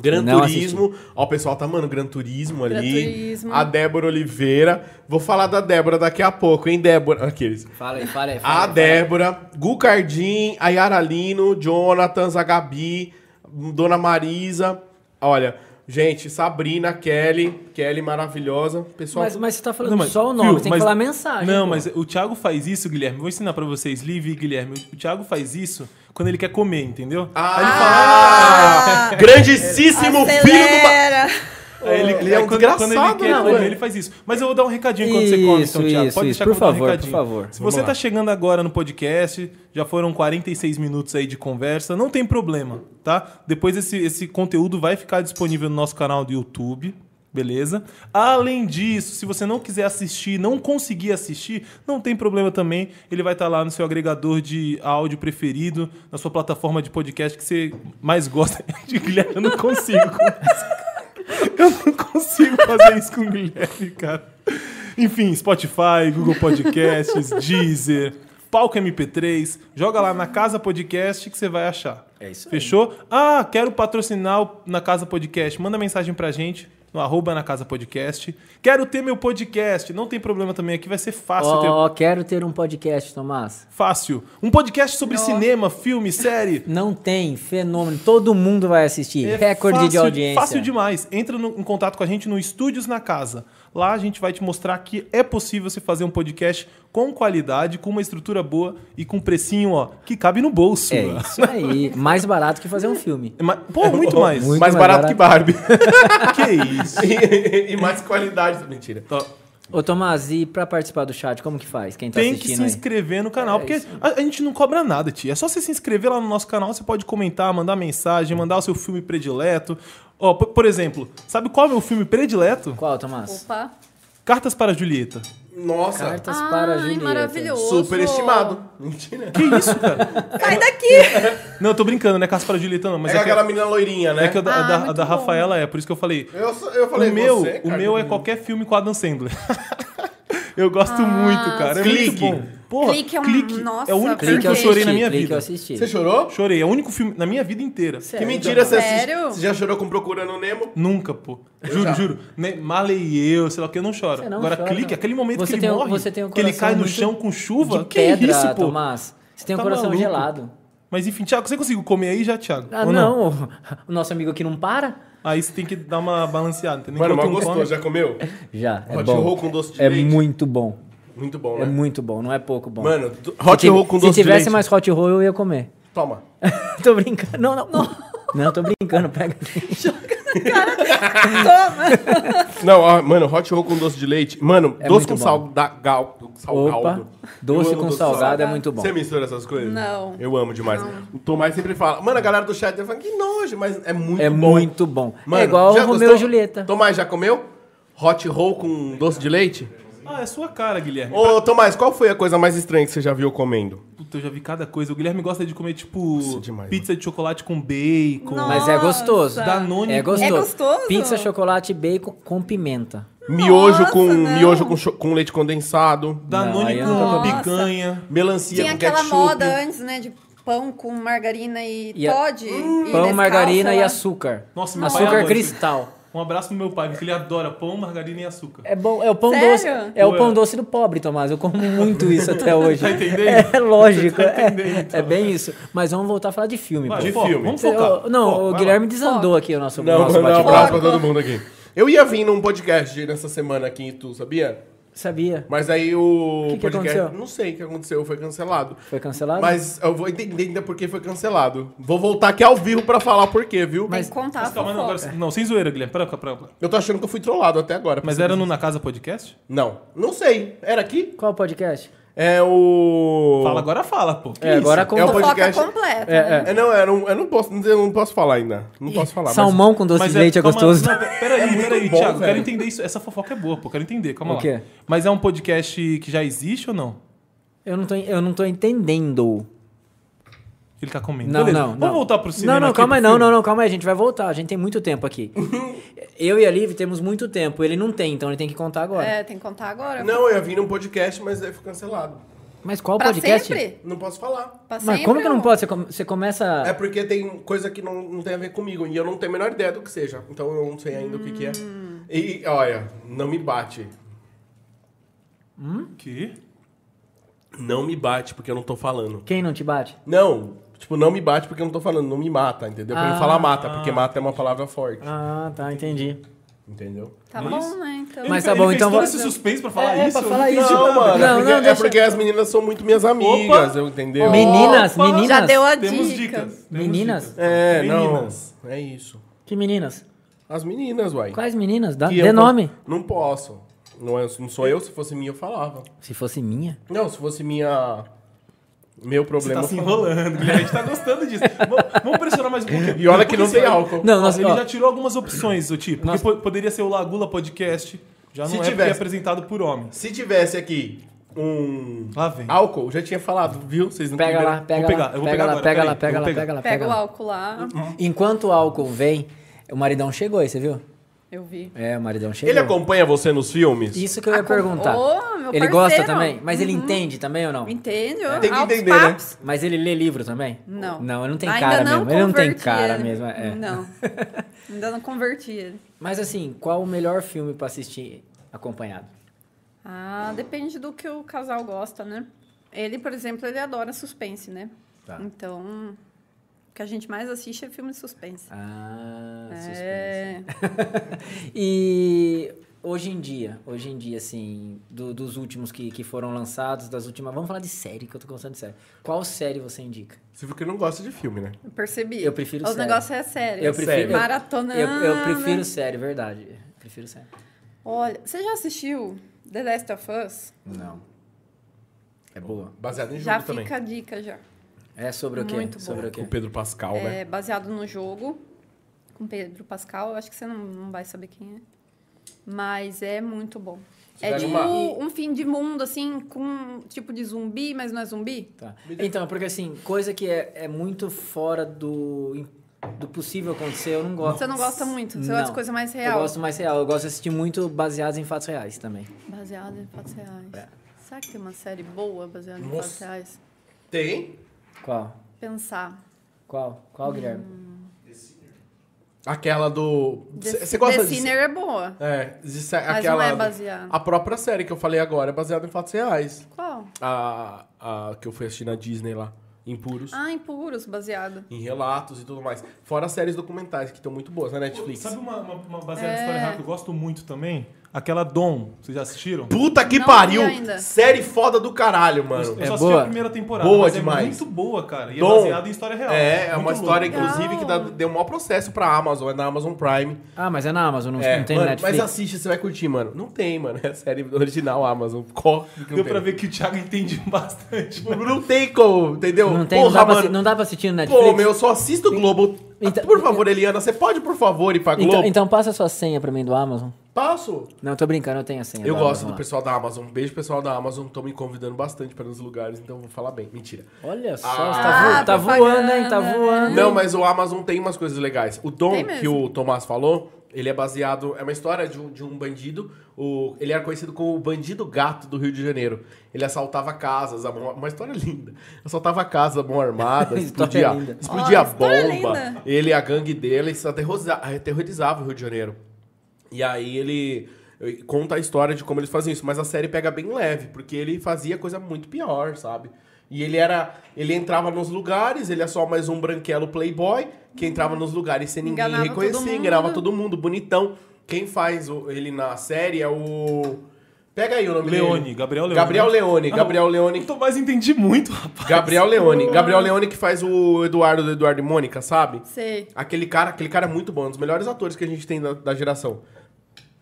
Speaker 3: Gran
Speaker 2: Não
Speaker 3: Turismo. Ó, o pessoal tá, mano, Gran Turismo
Speaker 5: Gran
Speaker 3: ali.
Speaker 5: Turismo.
Speaker 3: A Débora Oliveira. Vou falar da Débora daqui a pouco, hein, Débora? Aqueles.
Speaker 2: Fala aí, fala aí.
Speaker 4: Ah,
Speaker 2: fala
Speaker 3: A
Speaker 2: aí.
Speaker 3: Débora, Gu Cardim, a Yara Lino, Jonathan, a Gabi, Dona Marisa. Olha, gente, Sabrina, Kelly, Kelly maravilhosa. Pessoal,
Speaker 2: Mas, mas você tá falando
Speaker 4: Não, mas-
Speaker 2: só o nome,
Speaker 4: Viu,
Speaker 2: você tem
Speaker 4: mas-
Speaker 2: que falar a mensagem.
Speaker 4: Não,
Speaker 2: pô.
Speaker 4: mas o Thiago faz isso, Guilherme. Vou ensinar pra vocês, Liv e Guilherme. O Thiago faz isso quando ele quer comer, entendeu?
Speaker 3: Ah, ele fala, "Ah, grandíssimo filho do... ma-"
Speaker 5: Acelera.
Speaker 4: Aí ele,
Speaker 3: Ele é
Speaker 4: aí
Speaker 3: um
Speaker 4: quando,
Speaker 3: desgraçado,
Speaker 4: quando ele quer
Speaker 3: não,
Speaker 4: comer,
Speaker 3: é.
Speaker 4: ele faz isso. Mas eu vou dar um recadinho enquanto você come, então,
Speaker 2: né, Isso,
Speaker 4: Thiago.
Speaker 2: isso,
Speaker 4: Pode
Speaker 2: isso.
Speaker 4: deixar
Speaker 2: Por
Speaker 4: que eu vou dar um
Speaker 2: favor, por
Speaker 4: recadinho.
Speaker 2: favor.
Speaker 4: Se
Speaker 3: Vamos
Speaker 4: você
Speaker 3: lá.
Speaker 4: tá chegando agora no podcast, já foram 46 minutos aí de conversa, não tem problema, tá? Depois esse, esse conteúdo vai ficar disponível no nosso canal do YouTube. Beleza? Além disso, se você não quiser assistir, não conseguir assistir, não tem problema também. Ele vai estar lá no seu agregador de áudio preferido, na sua plataforma de podcast que você mais gosta. *laughs* De Guilherme, eu não consigo com eu não consigo fazer isso com o Guilherme, cara. Enfim, Spotify,
Speaker 2: *laughs*
Speaker 4: Google Podcasts, Deezer, Palco MP3. Joga lá na Casa Podcast que você vai achar.
Speaker 2: É isso aí.
Speaker 4: Fechou? Ah, quero patrocinar o na Casa Podcast. Manda mensagem pra gente no arroba na Casa Podcast. Quero ter meu podcast. Não tem problema também aqui, vai ser fácil ter.
Speaker 2: Ó, quero ter um podcast, Tomás.
Speaker 4: Fácil. Um podcast sobre cinema, filme, série.
Speaker 2: Não tem, fenômeno. Todo mundo vai assistir.
Speaker 4: É
Speaker 2: Recorde de
Speaker 4: fácil-
Speaker 2: audiência.
Speaker 4: Fácil demais. Entra no- em contato com a gente no Estúdios na Casa. Lá a gente vai te mostrar que é possível você fazer um podcast com qualidade, com uma estrutura boa e com um precinho, ó, que cabe no bolso.
Speaker 2: É isso aí. Mais barato que fazer um filme.
Speaker 4: É ma-
Speaker 2: *laughs*
Speaker 4: Pô, muito mais.
Speaker 2: Muito mais
Speaker 3: mais barato que Barbie.
Speaker 4: Que isso.
Speaker 3: *laughs* e, e mais qualidade. Mentira.
Speaker 4: Tá,
Speaker 2: Tá Ô, Tomás, e pra participar do chat, como que faz? Quem tá
Speaker 4: Tem que
Speaker 2: assistindo
Speaker 4: se
Speaker 2: aí? É
Speaker 4: inscrever no canal, porque a, a gente não cobra nada, tia. É só você se inscrever lá no nosso canal, você pode comentar, mandar mensagem, mandar o seu filme predileto. Ó, por, por exemplo, sabe qual é o meu filme predileto?
Speaker 2: Qual, Tomás?
Speaker 5: Opa.
Speaker 4: Cartas para Julieta.
Speaker 3: Nossa,
Speaker 2: Cartas para a
Speaker 5: Ai,
Speaker 2: Julieta.
Speaker 5: maravilhoso.
Speaker 3: super estimado. *laughs* Mentira.
Speaker 4: Que isso, cara?
Speaker 5: Sai
Speaker 3: um
Speaker 5: daqui.
Speaker 4: Não, eu tô brincando, não é Caso para Julieta, não. Mas
Speaker 3: É
Speaker 4: é, que,
Speaker 3: aquela menina loirinha, né?
Speaker 4: é que a, da-
Speaker 5: Ah,
Speaker 4: a da, a
Speaker 5: muito
Speaker 4: da
Speaker 5: bom.
Speaker 4: Rafaela é, por isso que eu falei.
Speaker 3: Eu, só- eu falei,
Speaker 4: o meu,
Speaker 3: você,
Speaker 4: o
Speaker 3: cara,
Speaker 4: meu é
Speaker 3: que-
Speaker 4: qualquer filme com Adam Sandler. *laughs* eu gosto muito, cara. É
Speaker 3: Clique.
Speaker 4: muito bom. Porra,
Speaker 5: Ah, Clique é um- nossa,
Speaker 4: é o único filme
Speaker 5: Clique
Speaker 4: que eu
Speaker 5: eu
Speaker 4: chorei na
Speaker 2: assisti,
Speaker 4: minha
Speaker 2: Clique assim. eu
Speaker 4: vida.
Speaker 2: assisti.
Speaker 3: Você chorou? Então
Speaker 4: Chorei, é o único filme na minha vida inteira.
Speaker 2: Sério?
Speaker 3: que mentira você assiste.
Speaker 5: Sério?
Speaker 3: Você já chorou com Procurando o Nemo?
Speaker 4: Nunca, pô. Juro,
Speaker 3: já.
Speaker 4: juro. Ne Marley e eu, sei lá o que, eu não choro.
Speaker 2: Você não
Speaker 4: Agora,
Speaker 2: chora.
Speaker 4: clique, aquele momento
Speaker 2: Você
Speaker 4: que ele
Speaker 2: tem um-
Speaker 4: morre,
Speaker 2: você tem um
Speaker 4: que ele
Speaker 2: coração
Speaker 4: cai no
Speaker 2: muito
Speaker 4: chão com chuva.
Speaker 2: de
Speaker 4: que é
Speaker 2: pedra,
Speaker 4: isso, pô?
Speaker 2: Tomás. Você tem um
Speaker 4: Tá
Speaker 2: coração
Speaker 4: maluco.
Speaker 2: gelado.
Speaker 4: Mas enfim, Thiago, você conseguiu comer aí já, Thiago?
Speaker 2: Ah,
Speaker 4: Ou
Speaker 2: não. *laughs* O nosso amigo aqui não para?
Speaker 4: Aí você tem que dar uma balanceada, entendeu?
Speaker 3: Mano, mas
Speaker 4: Enquanto um
Speaker 3: gostou,
Speaker 4: come-
Speaker 3: já comeu?
Speaker 2: Já. É
Speaker 3: Hot
Speaker 2: bom.
Speaker 3: roll com doce de
Speaker 2: é
Speaker 3: leite.
Speaker 2: muito bom.
Speaker 3: Muito bom,
Speaker 2: É
Speaker 3: né?
Speaker 2: muito bom, não é pouco bom.
Speaker 3: Mano, do-
Speaker 2: Se
Speaker 3: hot
Speaker 2: tive-
Speaker 3: roll com
Speaker 2: Se
Speaker 3: doce de
Speaker 2: tivesse
Speaker 3: leite.
Speaker 2: mais hot roll, eu ia comer. *laughs*
Speaker 3: Toma.
Speaker 2: tô brincando. Não,
Speaker 3: *laughs*
Speaker 2: não. Não, tô brincando. Pega.
Speaker 3: Não, ó, mano, hot roll com doce de leite. Mano,
Speaker 2: É
Speaker 3: doce
Speaker 2: muito
Speaker 3: com
Speaker 2: bom.
Speaker 3: sal, da, gal, salgado.
Speaker 2: Opa, doce
Speaker 3: Eu amo
Speaker 2: com salgado é muito bom.
Speaker 3: Você mistura essas coisas?
Speaker 5: Não.
Speaker 3: Eu amo demais. O Tomás sempre fala, mano, a galera do chat fala, que nojo, mas é muito
Speaker 2: É
Speaker 3: bom.
Speaker 2: muito bom.
Speaker 3: Mano,
Speaker 2: é igual
Speaker 3: já
Speaker 2: o Romeu
Speaker 3: gostou?
Speaker 2: e Julieta.
Speaker 3: Tomás, já comeu? Hot roll com doce de leite?
Speaker 4: Ah, é sua cara, Guilherme.
Speaker 3: Ô, Tomás, qual foi a coisa mais estranha que você já viu comendo?
Speaker 4: Puta, eu já vi cada coisa. O Guilherme gosta de comer, tipo,
Speaker 3: demais,
Speaker 4: pizza de chocolate com bacon.
Speaker 5: Nossa.
Speaker 2: Mas é gostoso.
Speaker 4: Danone
Speaker 2: É
Speaker 4: com-
Speaker 2: gostoso.
Speaker 5: É gostoso?
Speaker 2: Pizza, chocolate e bacon com pimenta.
Speaker 3: Miojo com
Speaker 5: não.
Speaker 3: miojo com, cho- com leite condensado,
Speaker 2: Não, aí
Speaker 4: Danone
Speaker 2: eu
Speaker 4: com
Speaker 5: nunca comi.
Speaker 4: picanha.
Speaker 3: melancia
Speaker 5: Tinha
Speaker 3: com
Speaker 5: aquela
Speaker 3: ketchup.
Speaker 5: moda antes, né? De pão com margarina e,
Speaker 2: E a-
Speaker 5: Todd. e
Speaker 2: Pão,
Speaker 5: Nescau,
Speaker 2: margarina
Speaker 5: sei
Speaker 2: e
Speaker 5: lá.
Speaker 2: açúcar.
Speaker 4: Nossa, meu pai
Speaker 2: açúcar
Speaker 4: amou isso.
Speaker 2: cristal.
Speaker 4: Um abraço pro meu pai, porque ele adora pão, margarina e açúcar.
Speaker 2: É bom, é o pão
Speaker 5: Sério?
Speaker 2: doce. É o
Speaker 4: Ué.
Speaker 2: pão doce do pobre, Tomás. Eu como muito isso até hoje.
Speaker 4: Tá entendendo?
Speaker 2: É lógico.
Speaker 4: Você tá
Speaker 2: é-
Speaker 4: entendendo,
Speaker 2: é, bem isso. mas vamos voltar a falar de filme.
Speaker 4: Vai,
Speaker 2: pô.
Speaker 3: de
Speaker 4: foca,
Speaker 3: filme.
Speaker 4: Vamos
Speaker 2: Cê-
Speaker 4: focar.
Speaker 2: o- não,
Speaker 4: Foca,
Speaker 2: o
Speaker 4: vai
Speaker 2: Guilherme desandou aqui o nosso,
Speaker 3: Não,
Speaker 2: nosso
Speaker 3: manda um abraço
Speaker 2: bate-papo.
Speaker 3: pra todo mundo aqui. Eu ia vir num podcast nessa semana aqui em Itu, sabia?
Speaker 2: Sabia?
Speaker 3: Mas aí o
Speaker 2: Que que
Speaker 3: podcast.
Speaker 2: aconteceu?
Speaker 3: Não sei o que aconteceu, foi cancelado.
Speaker 2: Foi cancelado?
Speaker 3: Mas eu vou entender ainda por que foi cancelado. Vou voltar aqui ao vivo pra falar por quê, viu?
Speaker 5: Tem que contar
Speaker 2: tá,
Speaker 4: Mas
Speaker 5: a
Speaker 4: calma, não, agora-
Speaker 5: fofoca.
Speaker 4: não, sem zoeira, Guilherme. Pera, pera, pera.
Speaker 3: Eu tô achando que eu fui trollado até agora.
Speaker 4: Mas
Speaker 5: é
Speaker 4: era no Na Casa Podcast?
Speaker 3: Não, não sei. Era aqui?
Speaker 2: Qual podcast?
Speaker 3: É o.
Speaker 4: Fala agora, fala, pô.
Speaker 2: É, agora
Speaker 3: isso?
Speaker 2: com
Speaker 3: É o
Speaker 5: Fofoca
Speaker 3: podcast-
Speaker 5: completa.
Speaker 2: É,
Speaker 5: né?
Speaker 2: é.
Speaker 3: É, não, era um, eu não posso, eu não posso falar ainda. Não posso falar. mas-
Speaker 2: Salmão com doce
Speaker 4: Mas
Speaker 2: de leite é
Speaker 4: calma,
Speaker 2: gostoso.
Speaker 4: Não, peraí,
Speaker 3: *laughs*
Speaker 4: peraí,
Speaker 3: É bom,
Speaker 4: Thiago.
Speaker 3: velho.
Speaker 4: Quero entender isso. Essa fofoca é boa, pô. Quero entender, calma
Speaker 2: O
Speaker 4: lá.
Speaker 2: quê?
Speaker 4: Mas é um podcast que já existe ou não?
Speaker 2: Eu não tô, eu não tô entendendo.
Speaker 4: Ele tá comendo.
Speaker 2: Não,
Speaker 4: Beleza.
Speaker 2: não,
Speaker 4: Vamos
Speaker 2: não.
Speaker 4: voltar pro cinema
Speaker 2: Não, não,
Speaker 4: aqui,
Speaker 2: calma aí,
Speaker 4: pro
Speaker 2: não,
Speaker 4: filme?
Speaker 2: não, não, calma aí, a gente vai voltar, a gente tem muito tempo
Speaker 4: *laughs*
Speaker 2: aqui. eu e a Liv temos muito tempo, ele não tem, então ele tem que contar agora.
Speaker 5: É, tem que contar agora.
Speaker 3: Não, eu ia vir num podcast, mas aí foi cancelado.
Speaker 2: Mas qual
Speaker 5: pra
Speaker 2: podcast?
Speaker 5: sempre?
Speaker 3: Não posso falar.
Speaker 5: Pra
Speaker 2: Mas
Speaker 5: sempre,
Speaker 2: como que não
Speaker 5: ou-
Speaker 2: pode? Você, come- você começa...
Speaker 3: É porque tem coisa que não, não tem a ver comigo e eu não tenho a menor ideia do que seja. Então eu não sei ainda o que, que é. E olha, não me bate.
Speaker 4: Que?
Speaker 3: Não me bate porque eu não tô falando.
Speaker 2: Quem não te bate?
Speaker 3: Não, tipo, não me bate porque eu não tô falando, não me mata, entendeu? Pra não
Speaker 2: Ah.
Speaker 3: falar mata, porque mata é uma palavra forte,
Speaker 2: Ah, tá, entendi.
Speaker 3: entendeu?
Speaker 5: Tá
Speaker 4: Não é isso?
Speaker 5: bom, né? Então.
Speaker 4: Ele
Speaker 2: Mas
Speaker 4: fe-
Speaker 2: tá bom,
Speaker 4: ele fez
Speaker 2: então
Speaker 4: todo
Speaker 2: vamos-
Speaker 4: esse suspense pra falar
Speaker 2: É, é,
Speaker 4: isso?
Speaker 2: pra falar
Speaker 4: Eu não
Speaker 2: isso,
Speaker 4: entendi
Speaker 3: Não,
Speaker 2: Não,
Speaker 4: nada.
Speaker 3: mano,
Speaker 2: não,
Speaker 3: é, porque,
Speaker 2: não,
Speaker 3: é
Speaker 2: deixa-
Speaker 3: porque as meninas são muito minhas amigas, eu entendeu?
Speaker 2: Meninas,
Speaker 4: Opa!
Speaker 2: meninas.
Speaker 5: Já deu a
Speaker 4: Temos
Speaker 5: dica.
Speaker 4: dicas. temos
Speaker 2: Meninas?
Speaker 4: dicas.
Speaker 3: É,
Speaker 4: Meninas.
Speaker 3: não, é isso.
Speaker 2: Que meninas?
Speaker 3: As meninas, uai.
Speaker 2: Quais meninas? Dá,
Speaker 3: Que
Speaker 2: é? dê
Speaker 3: eu não-
Speaker 2: nome.
Speaker 3: Não posso. Não, é- não sou eu, se fosse minha eu falava.
Speaker 2: Se fosse minha.
Speaker 3: Não, se fosse minha... Meu
Speaker 4: Você
Speaker 3: problema...
Speaker 4: tá se
Speaker 3: eu falava.
Speaker 4: enrolando, Guilherme. A gente tá gostando disso. Vamos, vamos pressionar mais um pouquinho.
Speaker 3: E olha que não
Speaker 4: Porque
Speaker 3: tem
Speaker 4: assim,
Speaker 3: álcool.
Speaker 2: Não, nós-
Speaker 4: ele
Speaker 2: ó.
Speaker 4: já tirou algumas opções, o tipo. Porque po- poderia ser o Lagula Podcast. Já não
Speaker 3: Se
Speaker 4: é porque
Speaker 3: tivesse.
Speaker 4: é apresentado por homens.
Speaker 3: Se tivesse aqui um
Speaker 4: Lá vem.
Speaker 3: álcool, já tinha falado, viu? Vocês não
Speaker 2: Pega lá,
Speaker 3: entenderam.
Speaker 2: pega
Speaker 4: pegar,
Speaker 2: lá,
Speaker 4: eu vou
Speaker 2: pega
Speaker 4: pegar
Speaker 2: lá,
Speaker 4: agora,
Speaker 2: pega
Speaker 4: peraí,
Speaker 2: lá,
Speaker 4: eu
Speaker 2: pega
Speaker 4: vou
Speaker 2: lá,
Speaker 4: pegar.
Speaker 2: pega lá,
Speaker 5: Pega
Speaker 2: pega
Speaker 5: o
Speaker 2: lá.
Speaker 5: álcool lá.
Speaker 3: Uhum.
Speaker 2: Enquanto o álcool vem, o maridão chegou aí, você viu?
Speaker 5: Eu vi.
Speaker 2: É, o maridão chegou.
Speaker 3: Ele acompanha você nos filmes?
Speaker 2: Isso que eu ia
Speaker 5: Acom-
Speaker 2: perguntar.
Speaker 5: Ah, Ô, meu
Speaker 2: ele
Speaker 5: parceiro. Uhum.
Speaker 2: gosta também? Mas ele entende também ou não?
Speaker 5: Entende?
Speaker 3: Tem que
Speaker 5: Altos
Speaker 3: entender, né?
Speaker 5: papos.
Speaker 2: Mas ele lê livro também?
Speaker 5: Não.
Speaker 2: Não, ele não tem
Speaker 5: Ainda
Speaker 2: cara
Speaker 5: não
Speaker 2: mesmo. Ele não tem
Speaker 5: converti
Speaker 2: cara
Speaker 5: ele.
Speaker 2: mesmo. é. *laughs*
Speaker 5: Não. Ainda não converti ele.
Speaker 2: Mas assim, qual o melhor filme pra assistir acompanhado?
Speaker 5: Ah, depende do que o casal gosta, né? Ele, por exemplo, ele adora suspense, né?
Speaker 2: Tá.
Speaker 5: Então, o que a gente mais assiste é filme de suspense.
Speaker 2: Ah, suspense.
Speaker 5: É,
Speaker 2: *laughs* E hoje em dia, hoje em dia, assim, do- dos últimos que, que foram lançados, das últimas. Vamos falar de série, que eu tô gostando de série. Qual série você indica?
Speaker 3: Você viu que não gosta de filme, né?
Speaker 5: eu percebi.
Speaker 2: Eu prefiro
Speaker 5: O
Speaker 2: série.
Speaker 5: negócio é sério.
Speaker 2: Eu prefiro-
Speaker 5: Maratona.
Speaker 2: Eu, eu prefiro série, verdade. Eu prefiro série.
Speaker 5: Olha, você já assistiu The Last of Us?
Speaker 2: Não. É boa.
Speaker 3: Baseado em jogo
Speaker 5: já
Speaker 3: também.
Speaker 5: fica a dica já.
Speaker 2: É sobre o quê?
Speaker 5: Muito boa.
Speaker 2: sobre o
Speaker 3: Com
Speaker 2: quê?
Speaker 3: o Pedro Pascal, né?
Speaker 5: É baseado no jogo com Pedro Pascal. Eu acho que você não, não vai saber quem é. Mas é muito bom.
Speaker 3: Você
Speaker 5: é
Speaker 3: vai
Speaker 5: tipo
Speaker 3: numa-
Speaker 5: um fim de mundo, assim, com um tipo de zumbi, mas não é zumbi.
Speaker 2: Tá. Então, porque assim, coisa que é, é muito fora do, do possível acontecer, eu não gosto.
Speaker 5: Você não gosta muito?
Speaker 2: Não.
Speaker 5: Você gosta de coisa mais
Speaker 2: Eu
Speaker 5: real?
Speaker 2: gosto mais real. Eu gosto de assistir muito baseados em fatos reais também.
Speaker 5: Baseado em fatos reais.
Speaker 2: É.
Speaker 5: Será que tem uma série boa baseada em
Speaker 3: Nossa.
Speaker 5: fatos reais?
Speaker 3: Tem?
Speaker 2: Qual?
Speaker 5: Pensar.
Speaker 2: Qual?
Speaker 5: Hum.
Speaker 2: Qual, Guilherme?
Speaker 3: Aquela do.
Speaker 5: The,
Speaker 3: Você gosta
Speaker 5: The
Speaker 3: de.
Speaker 5: Sinner é boa.
Speaker 3: É, de sé-
Speaker 5: Mas
Speaker 3: aquela.
Speaker 5: não é baseado.
Speaker 3: A própria série que eu falei agora é baseada em fatos reais.
Speaker 5: Qual?
Speaker 3: A, a que eu fui assistir na Disney lá. Impuros.
Speaker 5: Ah, Impuros, baseado.
Speaker 3: Em relatos e tudo mais. Fora as séries documentais que estão muito boas na Netflix.
Speaker 4: Sabe uma, uma, uma baseada em história real que eu gosto muito também? Aquela Dom. Vocês já assistiram?
Speaker 3: Puta que
Speaker 5: Não vi
Speaker 3: pariu!
Speaker 5: ainda.
Speaker 3: Série foda do caralho, mano.
Speaker 4: Eu
Speaker 2: É
Speaker 4: só assisti
Speaker 2: boa?
Speaker 4: a primeira temporada.
Speaker 3: Boa
Speaker 4: mas
Speaker 3: demais.
Speaker 4: É muito boa, cara. E
Speaker 3: Dom.
Speaker 4: é baseada em história real.
Speaker 3: É, é
Speaker 4: Muito
Speaker 3: uma história,
Speaker 4: louco.
Speaker 3: inclusive, que dá-
Speaker 5: Legal.
Speaker 3: deu um maior processo pra Amazon. É na Amazon Prime.
Speaker 2: Ah, mas é na Amazon, não,
Speaker 3: É,
Speaker 2: não tem
Speaker 3: mano,
Speaker 2: Netflix.
Speaker 3: Mas assiste, você vai curtir, mano. Não tem, mano. *laughs* É a série original Amazon. Corre. que não
Speaker 4: Deu
Speaker 3: tem.
Speaker 4: pra ver que o Thiago entende *laughs* bastante.
Speaker 3: Tipo, Não tem como, entendeu?
Speaker 2: Não, tem, não,
Speaker 3: Porra,
Speaker 2: dá pra, assi-
Speaker 3: mano.
Speaker 2: não dá pra assistir no Netflix?
Speaker 3: Pô, meu, eu só assisto Globo.
Speaker 2: Então-
Speaker 3: por favor, Eliana, você pode, por favor, ir pra Globo?
Speaker 2: então, então passa sua senha pra mim do Amazon.
Speaker 3: Passo.
Speaker 2: Não, tô brincando, eu tenho a senha.
Speaker 3: Eu
Speaker 2: da
Speaker 3: gosto
Speaker 2: Amazon
Speaker 3: do
Speaker 2: lá.
Speaker 3: pessoal da Amazon. Beijo, pessoal da Amazon. Estão me convidando bastante para nos lugares, então eu vou falar bem. Mentira.
Speaker 2: Olha só,
Speaker 3: Ah.
Speaker 2: você tá, vo-
Speaker 5: Ah,
Speaker 2: tá voando, hein? Tá
Speaker 5: propaganda, né?
Speaker 2: voando.
Speaker 3: Não, mas o Amazon tem umas coisas legais. O Dom,
Speaker 5: Tem mesmo.
Speaker 3: que o Tomás falou, ele é baseado. É uma história de um, de um bandido. O, ele era conhecido como o bandido gato do Rio de Janeiro. Ele assaltava casas, a mão- uma história *laughs* linda. Assaltava casas,
Speaker 2: *laughs*
Speaker 3: mão armada,
Speaker 2: História
Speaker 3: explodia,
Speaker 2: linda.
Speaker 3: explodia
Speaker 5: Ó, história
Speaker 3: bomba.
Speaker 5: linda.
Speaker 3: Ele e a gangue dele se aterroriza- aterrorizava o Rio de Janeiro. E aí ele eh, conta a história de como eles faziam isso, mas a série pega bem leve, porque ele fazia coisa muito pior, sabe? E ele era. Ele entrava nos lugares, ele é só mais um branquelo playboy que entrava nos lugares sem ninguém
Speaker 5: Enganava todo
Speaker 3: reconhecer,
Speaker 5: mundo.
Speaker 3: enganava todo mundo, bonitão. Quem faz o- ele na série é o. Pega aí o nome
Speaker 4: Leone,
Speaker 3: dele.
Speaker 4: Gabriel Leone.
Speaker 3: Gabriel Leone.
Speaker 4: Ah,
Speaker 3: Gabriel Leone.
Speaker 4: Então, mas entendi muito, rapaz.
Speaker 3: Gabriel Leone. Gabriel Leone que faz o Eduardo do Eduardo e Mônica, sabe?
Speaker 5: Sei.
Speaker 3: Aquele cara, aquele cara é muito bom, um dos melhores atores que a gente tem da, da geração.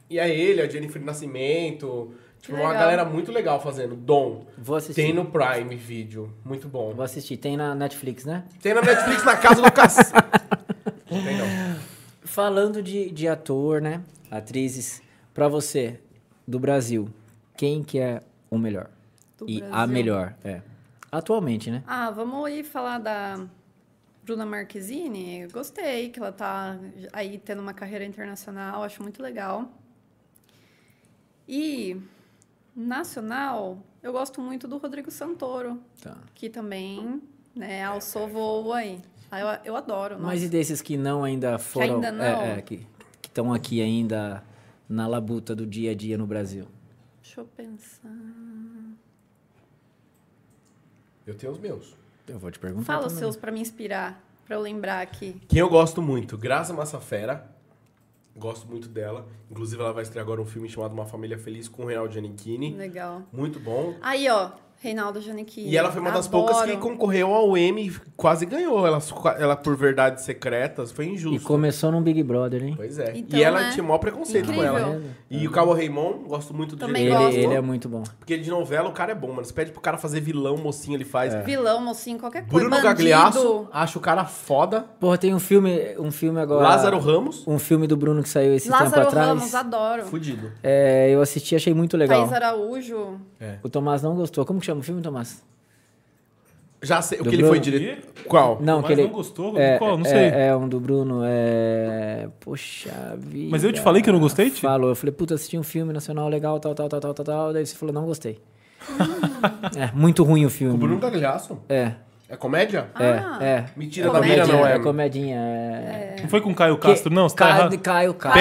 Speaker 3: E é ele, a Jennifer Nascimento, tipo,
Speaker 5: Que
Speaker 3: uma
Speaker 5: legal.
Speaker 3: galera muito legal fazendo. Dom.
Speaker 2: Vou assistir.
Speaker 3: Tem no Prime Video, muito bom.
Speaker 2: Vou assistir, tem na Netflix, né?
Speaker 3: Tem na Netflix na casa
Speaker 2: *laughs*
Speaker 3: do cacete. Não tem não.
Speaker 2: Falando de, de ator, né? Atrizes, pra você, do Brasil, quem que é o melhor?
Speaker 5: Do
Speaker 2: e a
Speaker 5: Brasil.
Speaker 2: melhor, é. Atualmente, né?
Speaker 5: Ah, vamos aí falar da Bruna Marquezine. Eu Gostei que ela tá aí tendo uma carreira internacional, acho muito legal. E nacional, eu gosto muito do Rodrigo Santoro,
Speaker 2: Tá. É,
Speaker 5: que também, né, alçou voo aí. Ah, eu, eu adoro,
Speaker 2: Mas
Speaker 5: nossa.
Speaker 2: e desses que não ainda foram.
Speaker 5: ainda não?
Speaker 2: É, é, que estão aqui ainda na labuta do dia a dia no Brasil.
Speaker 5: Deixa eu pensar.
Speaker 3: Eu tenho os meus.
Speaker 2: Eu vou te perguntar.
Speaker 5: Fala os
Speaker 2: também.
Speaker 5: seus pra me inspirar, pra eu lembrar aqui.
Speaker 3: Quem eu gosto muito, Graça Massafera. Gosto muito dela. Inclusive, ela vai estrear agora um filme chamado Uma Família Feliz com o Reinaldo Giannichini.
Speaker 5: Legal.
Speaker 3: Muito bom.
Speaker 5: Aí, ó, Reinaldo Janequini.
Speaker 3: E ela foi uma das poucas que concorreu ao Emmy e quase ganhou. Ela, ela por verdades secretas, foi
Speaker 2: E
Speaker 3: injusto.
Speaker 2: começou num Big Brother, hein?
Speaker 3: Pois é.
Speaker 5: Então,
Speaker 3: e ela
Speaker 5: né?
Speaker 3: tinha o maior preconceito com ela.
Speaker 5: Incrível.
Speaker 3: E o Cauã Raymond, gosto muito do
Speaker 5: Também
Speaker 3: direito.
Speaker 5: gosto.
Speaker 2: Ele, ele é muito bom.
Speaker 3: Porque de novela o cara é bom, mano. Você pede pro cara fazer vilão, mocinho, ele
Speaker 2: É.
Speaker 3: faz.
Speaker 5: Vilão, mocinho, qualquer coisa.
Speaker 3: Bruno
Speaker 5: bandido.
Speaker 3: Gagliasso, acho o cara foda.
Speaker 2: Porra, tem um filme, um filme agora.
Speaker 3: Lázaro Ramos,
Speaker 2: Um filme do Bruno que saiu esse tempo
Speaker 5: Lázaro
Speaker 2: atrás.
Speaker 5: Ramos, adoro.
Speaker 3: fudido.
Speaker 2: É, eu assisti, achei muito legal.
Speaker 5: Thaís Araújo.
Speaker 2: O Tomás não gostou. Como que chama o filme, Tomás?
Speaker 3: Já sei, o
Speaker 2: Do
Speaker 3: que ele
Speaker 2: Bruno?
Speaker 3: foi direito. Qual?
Speaker 2: Não,
Speaker 4: Mas
Speaker 2: que ele...
Speaker 4: não gostou?
Speaker 2: É,
Speaker 4: de qual? Não
Speaker 2: é-
Speaker 4: sei.
Speaker 2: É, um do Bruno, é... Poxa vida.
Speaker 4: Mas eu te falei que eu não gostei, Ti?
Speaker 2: Falou, eu falei, puta, assisti um filme nacional legal, tal, tal, tal, tal, tal, tal. Daí você falou, não
Speaker 5: *laughs*
Speaker 2: gostei. é, muito ruim o filme.
Speaker 3: O Bruno Gagliasso.
Speaker 2: É,
Speaker 3: É comédia?
Speaker 5: Ah.
Speaker 2: é, é.
Speaker 3: Mentira da
Speaker 5: Comédia,
Speaker 3: mira, não é.
Speaker 2: comedinha, é...
Speaker 4: Não foi com o Caio Castro, não? Você tá
Speaker 2: Caio,
Speaker 4: errado.
Speaker 2: Caio Castro.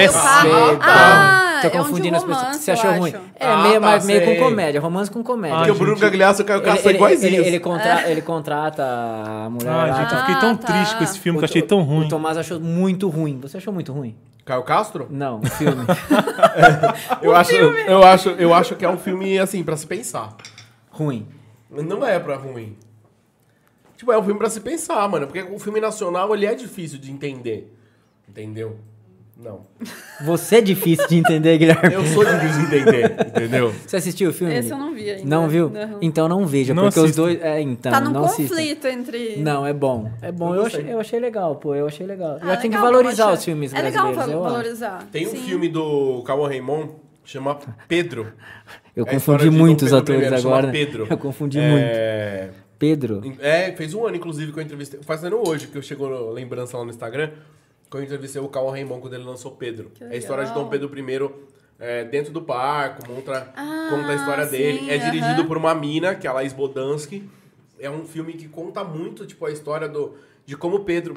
Speaker 3: Castro.
Speaker 5: Caio Ah,
Speaker 2: Tô
Speaker 5: é um de
Speaker 2: confundindo as pessoas.
Speaker 5: romance,
Speaker 2: Você achou
Speaker 5: eu
Speaker 2: ruim?
Speaker 5: acho.
Speaker 2: É,
Speaker 3: Ah,
Speaker 2: meio,
Speaker 3: tá,
Speaker 2: mas meio
Speaker 3: sei.
Speaker 2: com comédia, romance com comédia.
Speaker 3: Porque o Bruno Gagliasso e o Caio Castro é são iguaizinhos.
Speaker 2: ele- ele contra-
Speaker 5: É.
Speaker 2: ele contrata a mulher
Speaker 4: Ai,
Speaker 2: lá.
Speaker 4: gente, eu fiquei tão
Speaker 5: Ah, tá.
Speaker 4: triste com esse filme que eu achei tão ruim.
Speaker 2: O Tomás achou muito ruim. Você achou muito ruim?
Speaker 3: Caio
Speaker 2: *laughs*
Speaker 3: Castro?
Speaker 2: Não, o filme.
Speaker 3: *laughs* Eu acho, eu, acho, eu acho que é um filme, assim, pra se pensar.
Speaker 2: ruim.
Speaker 3: Não é pra ruim. Tipo, é um filme pra se pensar, mano. Porque o filme nacional, ele é difícil de entender. Entendeu? Não.
Speaker 2: Você é difícil de entender, *laughs* Guilherme.
Speaker 3: Eu sou difícil de
Speaker 2: *laughs*
Speaker 3: entender, entendeu?
Speaker 2: Você assistiu o filme?
Speaker 5: Esse eu não vi ainda.
Speaker 2: Não viu?
Speaker 5: Não.
Speaker 2: Então não veja,
Speaker 4: Não
Speaker 2: porque os
Speaker 4: assista.
Speaker 2: dois. É, então.
Speaker 5: Tá num
Speaker 2: não assista.
Speaker 5: conflito entre...
Speaker 2: Não, é bom. É bom.
Speaker 3: Eu
Speaker 2: Eu,
Speaker 3: gostei.
Speaker 2: achei, eu achei legal, pô. Eu achei legal.
Speaker 5: Ah,
Speaker 2: Já tem que
Speaker 5: legal,
Speaker 2: valorizar
Speaker 5: poxa.
Speaker 2: os filmes
Speaker 5: É legal
Speaker 2: brasileiros. eu, acho.
Speaker 5: valorizar.
Speaker 3: Tem um
Speaker 5: Sim.
Speaker 3: filme do Cauã Raymond, chama Pedro.
Speaker 2: eu
Speaker 3: É a
Speaker 2: confundi
Speaker 3: história de Dom
Speaker 2: muitos
Speaker 3: Pedro
Speaker 2: atores
Speaker 3: I, chama
Speaker 2: agora. né?
Speaker 3: Pedro.
Speaker 2: *laughs* Eu confundi muito.
Speaker 3: É...
Speaker 2: Pedro.
Speaker 3: É, fez um ano, inclusive, que eu entrevistei. Fazendo hoje, que eu chegou no- lembrança lá no Instagram, que eu entrevistei o Cauã Raymond quando ele lançou Pedro.
Speaker 5: Que
Speaker 3: É a história de Dom
Speaker 5: legal.
Speaker 3: Pedro I é, dentro do barco, monta,
Speaker 5: Ah,
Speaker 3: conta a história
Speaker 5: sim,
Speaker 3: dele. É dirigido
Speaker 5: aham.
Speaker 3: por uma mina, que é a Laís Bodansky. É um filme que conta muito, tipo, a história do, de como Pedro,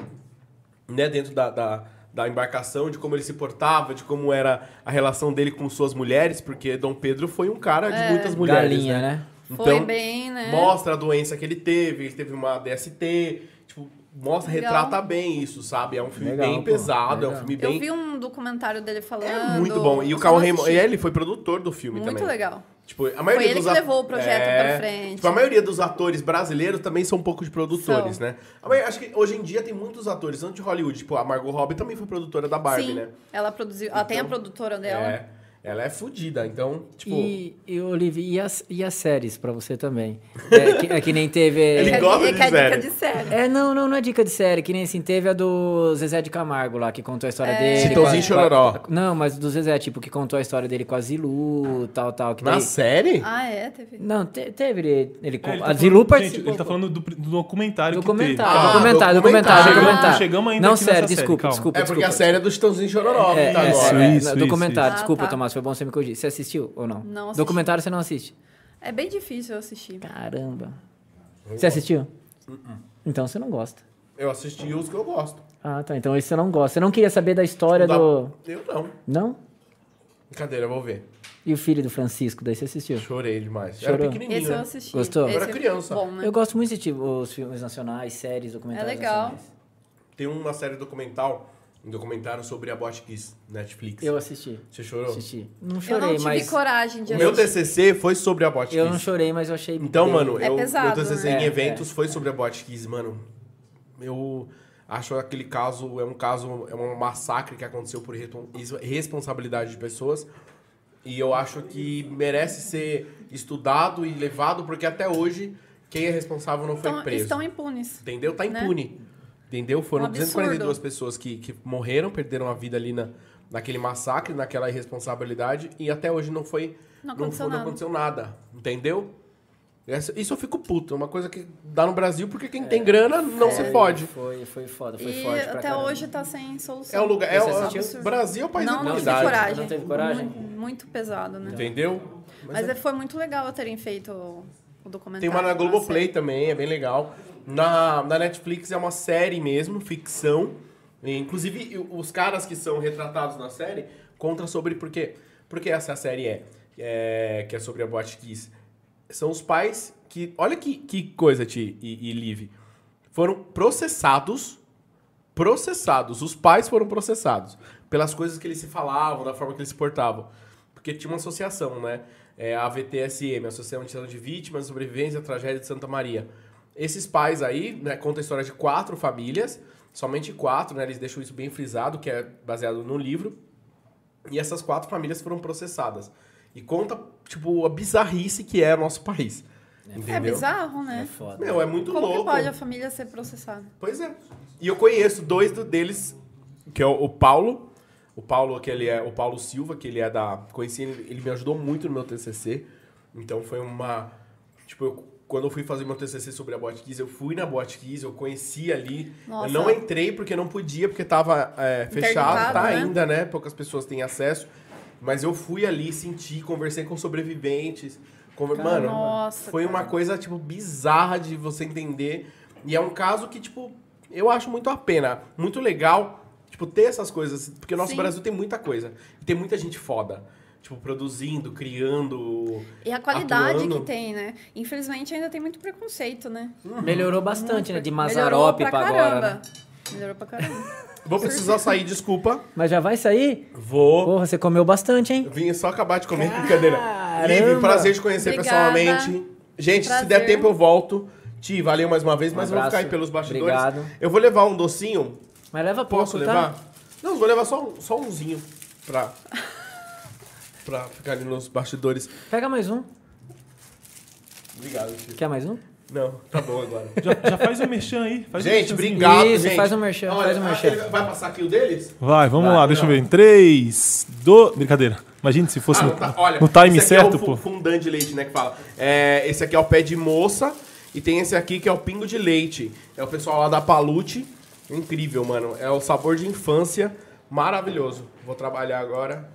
Speaker 3: né, dentro da, da, da embarcação, de como ele se portava, de como era a relação dele com suas mulheres, porque Dom Pedro foi um cara de muitas mulheres.
Speaker 2: Galinha, né?
Speaker 5: É.
Speaker 3: então,
Speaker 5: Foi bem, né?
Speaker 3: Mostra a doença que ele teve, ele teve uma DST, tipo, mostra,
Speaker 5: Legal.
Speaker 3: retrata bem isso, sabe? É um filme
Speaker 2: Legal,
Speaker 3: bem
Speaker 2: pô,
Speaker 3: pesado, é um
Speaker 2: legal.
Speaker 3: filme
Speaker 5: Eu
Speaker 3: bem...
Speaker 5: vi um documentário dele falando.
Speaker 3: É muito bom. E o Carl Raymond, ele foi produtor do filme
Speaker 5: Muito
Speaker 3: também.
Speaker 5: legal.
Speaker 3: Tipo, a maioria
Speaker 5: ele
Speaker 3: dos
Speaker 5: que
Speaker 3: at-
Speaker 5: levou o projeto pra frente.
Speaker 3: Tipo, a maioria dos atores brasileiros também são um pouco de produtores,
Speaker 5: São.
Speaker 3: né? A maioria- acho que hoje em dia tem muitos atores, tanto de Hollywood, tipo, a Margot Robbie também foi produtora da Barbie,
Speaker 5: Sim,
Speaker 3: né?
Speaker 5: ela produziu. Ela tem a
Speaker 3: Então,
Speaker 5: produtora dela.
Speaker 3: É. Ela é fodida, então, tipo...
Speaker 2: E, e Olivia, e as, e as séries pra você
Speaker 3: *laughs*
Speaker 2: também? É que, é que nem teve.
Speaker 3: Ele
Speaker 5: É,
Speaker 3: gosta
Speaker 5: é
Speaker 3: de
Speaker 5: que é dica
Speaker 3: série.
Speaker 5: de série.
Speaker 2: É, não, não, não é dica de série, que nem assim, teve a do Zezé de Camargo lá, que contou a história
Speaker 5: É.
Speaker 2: dele.
Speaker 3: Chitãozinho
Speaker 2: com a-
Speaker 3: Chororó.
Speaker 2: Não, mas do Zezé, tipo, que contou a história dele com a Zilu, tal, tal. Que
Speaker 3: Na
Speaker 2: daí-
Speaker 3: série?
Speaker 5: Ah, é? Teve.
Speaker 2: Não, te- teve ele. ele com-
Speaker 4: É, ele tá
Speaker 2: a
Speaker 4: falando-
Speaker 2: Zilu
Speaker 4: Gente,
Speaker 2: participou.
Speaker 4: ele tá falando do, pri- do documentário que
Speaker 2: Documentário,
Speaker 4: teve.
Speaker 3: Ah,
Speaker 2: documentário, documentário,
Speaker 3: documentário.
Speaker 2: documentário.
Speaker 4: Chegamos- chegamos ainda
Speaker 2: Não,
Speaker 4: aqui
Speaker 2: sério,
Speaker 4: nessa série,
Speaker 2: desculpa,
Speaker 4: calma.
Speaker 2: desculpa,
Speaker 3: É porque
Speaker 2: desculpa.
Speaker 3: a série é do Chitãozinho Chororó, que tá
Speaker 2: É,
Speaker 3: agora.
Speaker 2: é,
Speaker 4: Isso, isso,
Speaker 2: documentário,
Speaker 5: isso.
Speaker 2: desculpa,
Speaker 5: Ah, tá.
Speaker 2: Tomás, foi bom você me corrigir. Você assistiu ou não?
Speaker 5: Não assisti.
Speaker 2: Documentário você não assiste?
Speaker 5: É bem difícil eu assistir.
Speaker 2: Caramba. Você assistiu?
Speaker 3: Uh-uh.
Speaker 2: Então você não gosta.
Speaker 3: Eu assisti os que eu gosto.
Speaker 2: Ah, tá. Então esse você não gosta. Você não queria saber da história
Speaker 3: Da-
Speaker 2: do.
Speaker 3: Eu não.
Speaker 2: Não?
Speaker 3: Brincadeira, eu vou ver.
Speaker 2: E o filho do Francisco, daí você assistiu?
Speaker 3: Chorei demais. Era
Speaker 2: Chorou?
Speaker 3: pequenininho.
Speaker 5: Esse eu
Speaker 3: né?
Speaker 5: assisti.
Speaker 2: Gostou?
Speaker 5: Esse
Speaker 3: Eu era criança.
Speaker 5: Bom, né?
Speaker 2: Eu gosto muito de tipo, os filmes nacionais, séries, documentários.
Speaker 5: É legal.
Speaker 2: nacionais.
Speaker 3: Tem uma série documental, um documentário sobre a Bot Kiss, Netflix.
Speaker 2: Eu assisti.
Speaker 3: Você chorou?
Speaker 2: Assisti. Não
Speaker 5: Eu não
Speaker 2: chorei,
Speaker 5: tive
Speaker 2: mas.
Speaker 5: coragem de
Speaker 3: O meu
Speaker 5: assistir.
Speaker 3: TCC foi sobre a Bot Kiss.
Speaker 2: Eu não chorei, mas eu achei.
Speaker 3: Então,
Speaker 2: bem-
Speaker 3: mano,
Speaker 5: É
Speaker 3: eu,
Speaker 5: pesado,
Speaker 3: meu TCC em
Speaker 2: né?
Speaker 3: eventos foi sobre a Bot Kiss, mano. Eu acho aquele caso, é um caso, é um massacre que aconteceu por irreton- is- responsabilidade de pessoas. E eu acho que merece ser estudado e levado, porque até hoje quem é responsável não foi
Speaker 5: Então,
Speaker 3: preso.
Speaker 5: estão impunes.
Speaker 3: Entendeu? Tá
Speaker 5: Né?
Speaker 3: impune. Entendeu? Foram
Speaker 5: Um absurdo.
Speaker 3: 242 pessoas que, que morreram, perderam a vida ali na, naquele massacre, naquela irresponsabilidade, e até hoje não foi.
Speaker 5: Não aconteceu
Speaker 3: foi-
Speaker 5: nada.
Speaker 3: aconteceu nada. Entendeu? Essa- isso eu fico puto. É uma coisa que dá no Brasil, porque quem tem grana não se
Speaker 2: Foi-
Speaker 3: pode.
Speaker 2: Foi, foi foda, foi
Speaker 5: E
Speaker 2: forte. pra
Speaker 5: até
Speaker 2: caramba.
Speaker 5: hoje tá sem solução.
Speaker 3: É o lugar. É
Speaker 2: Você
Speaker 3: o,
Speaker 2: assistiu?
Speaker 3: o Brasil é o país da
Speaker 5: não, não tive
Speaker 3: humanidade.
Speaker 5: coragem.
Speaker 2: Não teve coragem?
Speaker 5: Mu- Muito, pesado, né?
Speaker 3: Entendeu?
Speaker 5: Mas, é- foi muito legal eu terem feito o
Speaker 3: Tem
Speaker 5: o documentário.
Speaker 3: uma na
Speaker 5: nossa.
Speaker 3: Globoplay também, é bem legal. Na, na Netflix é uma série mesmo, ficção. E, inclusive, e- os caras que são retratados na série contam sobre por quê. Porque essa série é, é, que é sobre a Botkiss. São os pais que. Olha que, que coisa, Ti e, e Liv. Foram processados. Processados. Os pais foram processados. Pelas coisas que eles se falavam, da forma que eles se portavam. Porque tinha uma associação, né? É a VTSM, Associação de Vítimas, Sobrevivência à Tragédia de Santa Maria. Esses pais aí, né, conta a história de quatro famílias, somente quatro, né? Eles deixam isso bem frisado, que é baseado no livro. E essas quatro famílias foram processadas. E conta, tipo, a bizarrice que é o nosso país. Entendeu?
Speaker 5: É bizarro, né?
Speaker 2: É foda.
Speaker 3: Meu, é muito
Speaker 5: Como
Speaker 3: louco.
Speaker 5: que pode a família ser processada?
Speaker 3: Pois é. E eu conheço dois do- deles, que é o, o Paulo. O Paulo, que ele é o Paulo Silva, que ele é da. Conheci ele, ele me ajudou muito no meu TCC. Então foi uma. Tipo, eu- quando eu fui fazer meu TCC sobre a Botkiss, eu fui na Botkiss, eu conheci ali.
Speaker 5: Nossa.
Speaker 3: Eu não entrei porque não podia, porque tava é, fechado.
Speaker 5: Interditado,
Speaker 3: Tá
Speaker 5: né?
Speaker 3: ainda, né? Poucas pessoas têm acesso. Mas eu fui ali, senti, conversei com sobreviventes. Conver... Mano,
Speaker 5: Nossa,
Speaker 3: foi
Speaker 5: cara.
Speaker 3: uma coisa, tipo, bizarra de você entender. E é um caso que, tipo, eu acho muito a pena. Muito legal, tipo, ter essas coisas. Porque o nosso
Speaker 5: Sim.
Speaker 3: Brasil tem muita coisa. E tem muita gente foda. Tipo, produzindo, criando.
Speaker 5: E a qualidade
Speaker 3: atuando.
Speaker 5: que tem, né? Infelizmente ainda tem muito preconceito, né?
Speaker 2: Melhorou bastante, né? De
Speaker 5: Melhorou
Speaker 2: Mazarope pra,
Speaker 5: caramba.
Speaker 2: agora. né?
Speaker 5: Melhorou pra caramba.
Speaker 3: Vou precisar sair, desculpa.
Speaker 2: Mas já vai sair?
Speaker 3: Vou.
Speaker 2: Porra, você comeu bastante, hein?
Speaker 3: Vim só acabar de comer, brincadeira.
Speaker 2: Caramba.
Speaker 3: Liv, prazer te conhecer
Speaker 5: Obrigada.
Speaker 3: pessoalmente. Gente, se
Speaker 5: Prazer.
Speaker 3: der tempo eu volto. Ti, valeu mais uma vez,
Speaker 2: Um
Speaker 3: mas eu vou ficar aí
Speaker 2: abraço.
Speaker 3: pelos bastidores.
Speaker 2: Obrigado.
Speaker 3: Eu vou levar um docinho
Speaker 2: Mas leva pouco,
Speaker 3: Posso
Speaker 2: tá?
Speaker 3: levar? Não, vou levar só, um- só umzinho pra. pra ficar ali nos bastidores.
Speaker 2: Pega mais um.
Speaker 3: Obrigado, tio.
Speaker 2: Quer mais um?
Speaker 3: Não, tá bom agora.
Speaker 4: Ah, Já, já faz o merchan aí. Faz o
Speaker 3: gente,
Speaker 4: merchanzinho.
Speaker 3: obrigado,
Speaker 2: Isso,
Speaker 3: gente.
Speaker 2: faz um merchan, faz um
Speaker 3: ah,
Speaker 2: merchan.
Speaker 3: ele Vai passar aqui o deles?
Speaker 4: Vai, vamos
Speaker 2: Vai,
Speaker 4: lá, deixa eu ver. Em 3, 2. Brincadeira. Imagina se fosse
Speaker 3: Ah,
Speaker 4: no,
Speaker 3: não tá. Olha,
Speaker 4: no time
Speaker 3: esse aqui
Speaker 4: certo,
Speaker 3: é o
Speaker 4: pô.
Speaker 3: fu- fundã de leite, né, que fala. É, esse aqui é o pé de moça e tem esse aqui que é o pingo de leite. É o pessoal lá da Palute. Incrível, mano. É o sabor de infância maravilhoso. Vou trabalhar agora.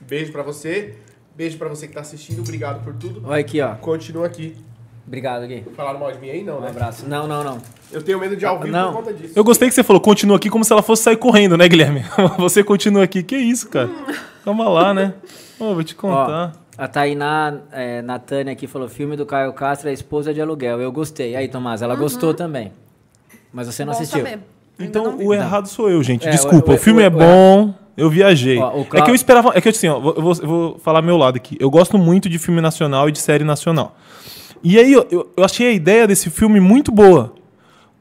Speaker 3: Beijo pra você. Beijo pra você que tá assistindo. Obrigado por tudo.
Speaker 2: Olha aqui, ó.
Speaker 3: Continua aqui.
Speaker 2: Obrigado, Gui.
Speaker 3: Falaram mal de mim aí? Não,
Speaker 2: Um
Speaker 3: né?
Speaker 2: abraço. Não, não, não.
Speaker 3: Eu tenho medo de ao vivo
Speaker 2: Não.
Speaker 3: por conta disso.
Speaker 4: Eu gostei que você falou, continua aqui como se ela fosse sair correndo, né, Guilherme? *laughs* Você continua aqui. Que isso, cara?
Speaker 3: Hum.
Speaker 4: Calma lá, né? Ô, vou te contar.
Speaker 3: tá.
Speaker 2: Ó, a Tainá é, Natânia aqui falou: filme do Caio Castro é esposa de aluguel. Eu gostei. Aí, Tomás, ela gostou também. Mas você não
Speaker 5: Uhum. Bom
Speaker 2: assistiu.
Speaker 5: saber. Ainda
Speaker 4: Então
Speaker 5: não vi.
Speaker 4: o errado sou eu, gente.
Speaker 2: É,
Speaker 4: Desculpa,
Speaker 2: o-
Speaker 4: o,
Speaker 2: o-
Speaker 4: filme
Speaker 2: o-
Speaker 4: é
Speaker 2: o-
Speaker 4: bom, eu viajei.
Speaker 2: Ó, o
Speaker 4: É
Speaker 2: Clau-
Speaker 4: que eu esperava. É que assim, ó, eu vou, eu vou falar meu lado aqui. Eu gosto muito de filme nacional e de série nacional. E aí eu, eu- eu achei a ideia desse filme muito boa.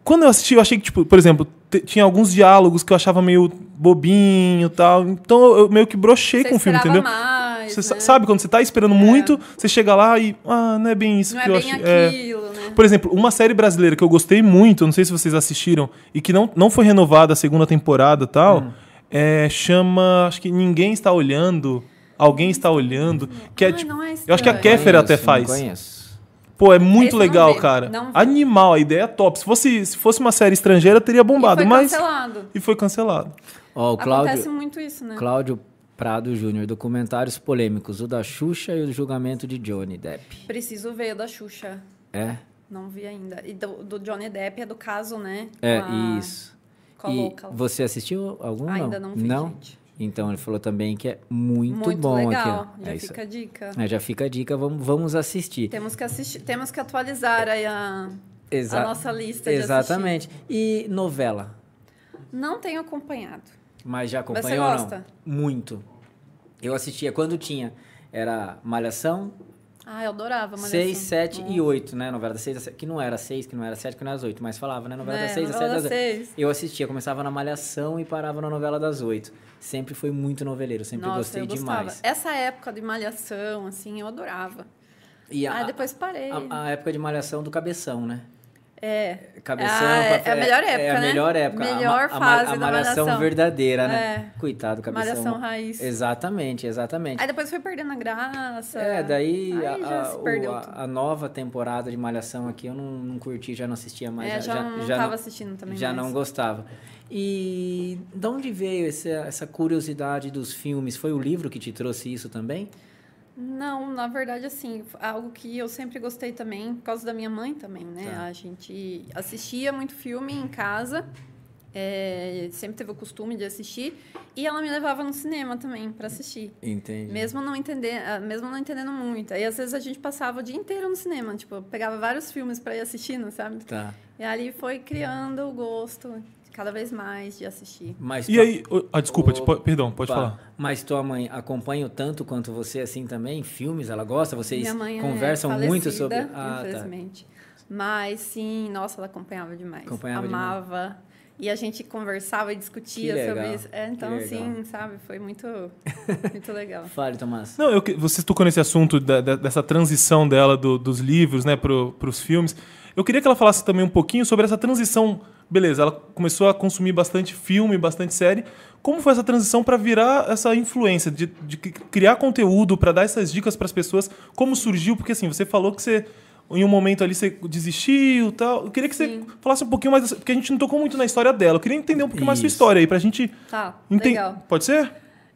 Speaker 4: Quando eu assisti, eu achei que, tipo, por exemplo, te- tinha alguns diálogos que eu achava meio bobinho e tal. Então eu, eu meio que brochei
Speaker 5: Você
Speaker 4: com o filme,
Speaker 5: esperava
Speaker 4: entendeu?
Speaker 5: mais,
Speaker 4: Você sa-
Speaker 5: né?
Speaker 4: sabe quando você tá esperando muito, você chega lá e. Ah, não é bem isso
Speaker 5: Não é
Speaker 4: que eu
Speaker 5: bem
Speaker 4: achei. É.
Speaker 5: aquilo, né?
Speaker 4: Por exemplo, uma série brasileira que eu gostei muito, não sei se vocês assistiram, e que não, não foi renovada a segunda temporada e tal,
Speaker 2: Hum.
Speaker 4: é, chama. Acho que Ninguém Está Olhando, Alguém Está Olhando. Que é,
Speaker 5: Ai,
Speaker 4: tipo,
Speaker 5: não é
Speaker 4: eu acho que a
Speaker 5: estranho.
Speaker 4: Kéfera até
Speaker 2: Conheço, não
Speaker 4: faz.
Speaker 2: Conheço.
Speaker 4: Pô, é muito
Speaker 5: Esse eu não
Speaker 4: legal,
Speaker 5: vi,
Speaker 4: cara.
Speaker 5: não vi.
Speaker 4: Animal, a ideia é top. Se fosse, se fosse uma série estrangeira, teria bombado,
Speaker 5: e foi
Speaker 4: um mas.
Speaker 5: cancelado.
Speaker 4: E foi cancelado.
Speaker 2: Ó, o
Speaker 5: Acontece
Speaker 2: Cláudio,
Speaker 5: muito isso, né?
Speaker 2: Cláudio Prado Júnior, documentários polêmicos, o da Xuxa e o julgamento de Johnny Depp.
Speaker 5: Preciso ver o da Xuxa.
Speaker 2: É?
Speaker 5: Não vi ainda. E do, do Johnny Depp é do caso, né?
Speaker 2: É,
Speaker 5: Com a-
Speaker 2: isso.
Speaker 5: com a
Speaker 2: E
Speaker 5: louca lá.
Speaker 2: você assistiu algum?
Speaker 5: Ainda não vi,
Speaker 2: Não?
Speaker 5: gente.
Speaker 2: Então ele falou também que é muito,
Speaker 5: Muito
Speaker 2: bom
Speaker 5: legal.
Speaker 2: aqui. ó.
Speaker 5: Já
Speaker 2: é isso.
Speaker 5: fica a dica.
Speaker 2: É, já fica a dica, vamos, vamos assistir.
Speaker 5: Temos que assistir, temos que atualizar aí a,
Speaker 2: Exa-
Speaker 5: a nossa lista de
Speaker 2: Exatamente. E novela?
Speaker 5: assistir. Não tenho acompanhado.
Speaker 2: Mas já acompanhou
Speaker 5: Você
Speaker 2: ou
Speaker 5: gosta?
Speaker 2: não? Muito. Eu assistia quando tinha. Era Malhação,
Speaker 5: Ah, eu adorava, mas
Speaker 2: 6,
Speaker 5: assim,
Speaker 2: 7
Speaker 5: não-
Speaker 2: e 8, né? Novela da 6 a 7. Que não era 6, que não era 7, que não era 8, mas falava, né? Novela
Speaker 5: É,
Speaker 2: da 6 a
Speaker 5: novela
Speaker 2: 7 das
Speaker 5: das
Speaker 2: 8.
Speaker 5: seis.
Speaker 2: Eu assistia, começava na Malhação e parava na novela das 8. Sempre fui muito noveleiro, sempre
Speaker 5: Nossa,
Speaker 2: gostei
Speaker 5: eu gostava.
Speaker 2: demais.
Speaker 5: Essa época de malhação, assim, eu adorava.
Speaker 2: E
Speaker 5: Ah,
Speaker 2: a,
Speaker 5: depois parei.
Speaker 2: a, a época de Malhação do Cabeção, né?
Speaker 5: é.
Speaker 2: Cabeção,
Speaker 5: Ah, é-
Speaker 2: pafe-
Speaker 5: é a melhor
Speaker 2: É
Speaker 5: época,
Speaker 2: a
Speaker 5: né?
Speaker 2: melhor época. a ma-
Speaker 5: Melhor
Speaker 2: a, ma-
Speaker 5: fase
Speaker 2: a
Speaker 5: da
Speaker 2: malhação
Speaker 5: Malhação. É.
Speaker 2: verdadeira, né? Coitado, cabeção.
Speaker 5: Malhação raiz.
Speaker 2: Exatamente, exatamente.
Speaker 5: É. Aí depois foi perdendo a graça.
Speaker 2: É, daí
Speaker 5: Aí
Speaker 2: a,
Speaker 5: já
Speaker 2: a-
Speaker 5: se
Speaker 2: o-
Speaker 5: perdeu
Speaker 2: a-
Speaker 5: tudo.
Speaker 2: a nova temporada de Malhação aqui eu não, não curti, já não assistia mais.
Speaker 5: É, já, não
Speaker 2: já
Speaker 5: estava assistindo também.
Speaker 2: já
Speaker 5: mais.
Speaker 2: não gostava. E de onde veio esse- essa curiosidade dos filmes? Foi o livro que te trouxe isso também?
Speaker 5: Não, na verdade, assim, algo que eu sempre gostei também, por causa da minha mãe também, né?
Speaker 2: Tá.
Speaker 5: A gente assistia muito filme em casa, é, sempre teve o costume de assistir, e ela me levava no cinema também para assistir.
Speaker 2: Entendi.
Speaker 5: Mesmo não, entender, ah, mesmo não entendendo muito. E às vezes a gente passava o dia inteiro no cinema, tipo, eu pegava vários filmes para ir assistindo, sabe?
Speaker 2: Tá.
Speaker 5: E ali foi criando o gosto cada vez mais de assistir.
Speaker 2: Mas
Speaker 4: E
Speaker 2: tua-
Speaker 4: aí. ô, ah, desculpa,
Speaker 2: Ô,
Speaker 4: te po- perdão, pode
Speaker 2: pá,
Speaker 4: falar.
Speaker 2: Mas tua mãe acompanha o tanto quanto você assim também? Filmes, ela gosta? Vocês
Speaker 5: Minha mãe é
Speaker 2: conversam muito sobre. Ah, tá.
Speaker 5: falecida, Infelizmente. Mas sim, nossa, ela acompanhava demais.
Speaker 2: Acompanhava
Speaker 5: Amava. E a gente conversava e discutia
Speaker 2: Que legal,
Speaker 5: sobre isso. É,
Speaker 2: que
Speaker 5: então,
Speaker 2: legal.
Speaker 5: sim, sabe?
Speaker 2: *laughs*
Speaker 5: Foi muito, muito legal.
Speaker 2: Fale, Tomás.
Speaker 4: Não, eu, que- você tocou nesse assunto da- da- dessa transição dela do- dos livros né, para os filmes. Eu queria que ela falasse também um pouquinho sobre essa transição. Beleza, ela começou a consumir bastante filme, bastante série. Como foi essa transição para virar essa influência, de, de cri- criar conteúdo, para dar essas dicas para as pessoas? Como surgiu? Porque assim, você falou que você, em um momento ali, você desistiu e tal. Eu queria que
Speaker 5: Sim.
Speaker 4: você falasse um pouquinho mais, dessa- porque a gente não tocou muito na história dela. Eu queria entender um pouquinho mais sua
Speaker 2: Isso.
Speaker 4: história aí, para a gente
Speaker 5: Tá,
Speaker 4: entender.
Speaker 5: legal.
Speaker 4: Pode ser?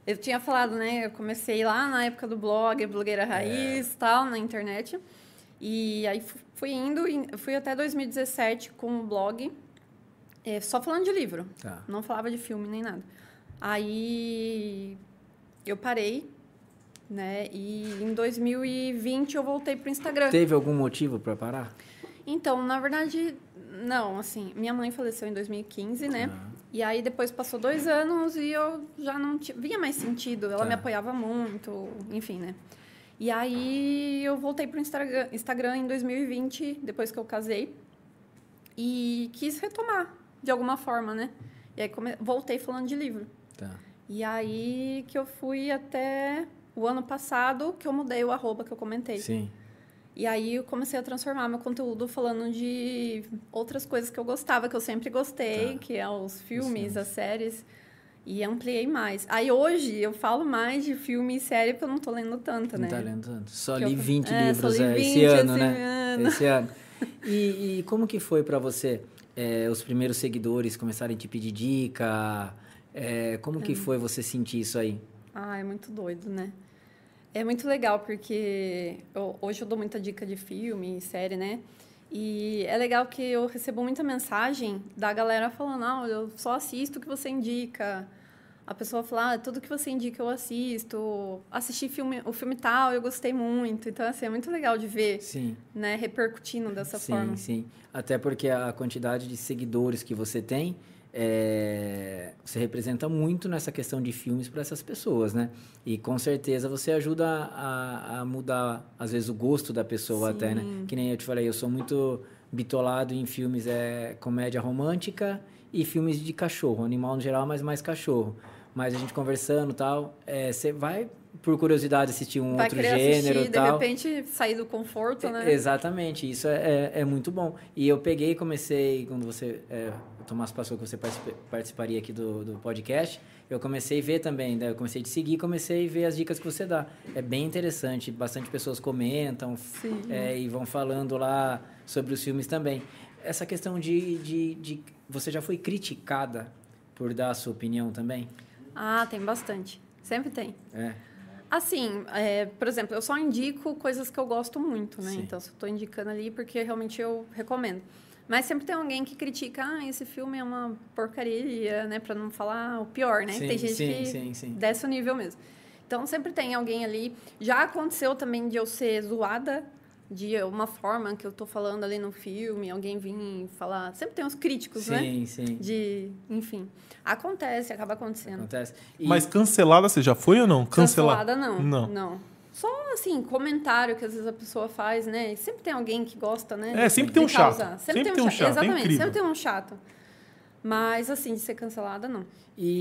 Speaker 5: Eu tinha falado, né? Eu comecei lá na época do blog, blogueira raiz e tal, na internet. E aí fu- fui indo, e fui até 2017 com o blog, eh, só falando de livro.
Speaker 2: Tá.
Speaker 5: Não falava de filme nem nada. Aí eu parei, né? E em 2020 eu voltei pro
Speaker 4: é-
Speaker 5: Instagram.
Speaker 2: Teve algum motivo pra parar?
Speaker 5: Então, na verdade, não, assim, minha mãe faleceu em 2015, né? E aí depois passou dois anos e eu já não ti- via mais sentido. Ela
Speaker 2: Tá.
Speaker 5: me apoiava muito, enfim, né? E aí eu voltei pro Instagram, Instagram em 2020, depois que eu casei. E quis retomar, de alguma forma, né? E aí come- voltei falando de livro.
Speaker 2: Tá.
Speaker 5: E aí que eu fui até o ano passado que eu mudei o arroba que eu comentei.
Speaker 2: Sim.
Speaker 5: E aí eu comecei a transformar meu conteúdo falando de outras coisas que eu gostava, que eu sempre gostei,
Speaker 2: Tá.
Speaker 5: que é os
Speaker 2: filmes.
Speaker 5: filmes, as séries. E ampliei mais. Aí hoje eu falo mais de filme e série porque eu não tô lendo tanto, né?
Speaker 2: Não tá lendo tanto. Só
Speaker 5: Que eu
Speaker 2: li
Speaker 5: fa-
Speaker 2: 20
Speaker 5: É, só
Speaker 2: livros
Speaker 5: li assim,
Speaker 2: é,
Speaker 5: 20
Speaker 2: esse ano,
Speaker 5: esse
Speaker 2: né?
Speaker 5: ano.
Speaker 2: Esse ano. *laughs* E, e como que foi pra você é, os primeiros Eh, seguidores começarem a te pedir dica? É, como que foi você sentir isso aí?
Speaker 5: Ah, é muito doido, né? É muito legal porque eu- hoje eu dou muita dica de filme, série, né? E é legal que eu recebo muita mensagem da galera falando, ah, eu só assisto o que você indica. A pessoa fala, ah, tudo que você indica eu assisto. Assisti filme, o filme tal, eu gostei muito. Então, assim, é muito legal de ver,
Speaker 2: Sim.
Speaker 5: né, repercutindo dessa
Speaker 2: sim,
Speaker 5: forma.
Speaker 2: sim. Até porque a quantidade de seguidores que você tem, é, você representa muito nessa questão de filmes para essas pessoas, né? E com certeza você ajuda a, a mudar, às vezes, o gosto da pessoa
Speaker 5: Sim.
Speaker 2: até, né? Que nem eu te falei, eu sou muito bitolado em filmes é, comédia romântica e filmes de cachorro, animal no geral, mas mais cachorro. Mas a gente conversando e tal, é, você vai, por curiosidade, assistir um
Speaker 5: Vai
Speaker 2: outro
Speaker 5: querer
Speaker 2: gênero e
Speaker 5: assistir, de
Speaker 2: tal. É,
Speaker 5: repente, sair do conforto, né?
Speaker 2: Exatamente, isso é, é, é muito bom. E eu peguei e comecei, quando você, é, o Tomás passou que você participa- participaria aqui do, do podcast, eu comecei a ver também, né? eu comecei a te seguir, comecei a ver as dicas que você dá. É bem interessante, bastante pessoas comentam
Speaker 5: Sim.
Speaker 2: é, e vão falando lá sobre os filmes também. Essa questão de, de, de- Você já foi criticada por dar a sua opinião também?
Speaker 5: Ah, tem bastante. Sempre tem.
Speaker 2: É.
Speaker 5: Assim, é, por exemplo, eu só indico coisas que eu gosto muito, né?
Speaker 2: Sim.
Speaker 5: Então, se eu tô indicando ali, porque realmente eu recomendo. Mas sempre tem alguém que critica, ah, esse filme é uma porcaria, né? Pra não falar o pior, né?
Speaker 2: Sim,
Speaker 5: tem gente
Speaker 2: sim,
Speaker 5: que
Speaker 2: sim, sim.
Speaker 5: desce o nível mesmo. Então, sempre tem alguém ali. Já aconteceu também de eu ser zoada de uma forma que eu tô falando ali no filme, alguém vir falar... Sempre tem uns críticos, né?
Speaker 2: Sim, sim.
Speaker 5: De, enfim, acontece, acaba acontecendo.
Speaker 2: Acontece. E-
Speaker 4: Mas cancelada você já foi ou não? Cancelada.
Speaker 5: Cancelada,
Speaker 4: Não.
Speaker 5: não. Não. Só, assim, comentário que às vezes a pessoa faz, né? E sempre tem alguém que gosta, né?
Speaker 4: É,
Speaker 5: de-
Speaker 4: sempre
Speaker 5: de
Speaker 4: tem um chato.
Speaker 5: causar.
Speaker 4: Sempre tem um chato, é
Speaker 5: Exatamente,
Speaker 4: incrível.
Speaker 5: sempre tem um chato. Mas, assim, de ser cancelada, não.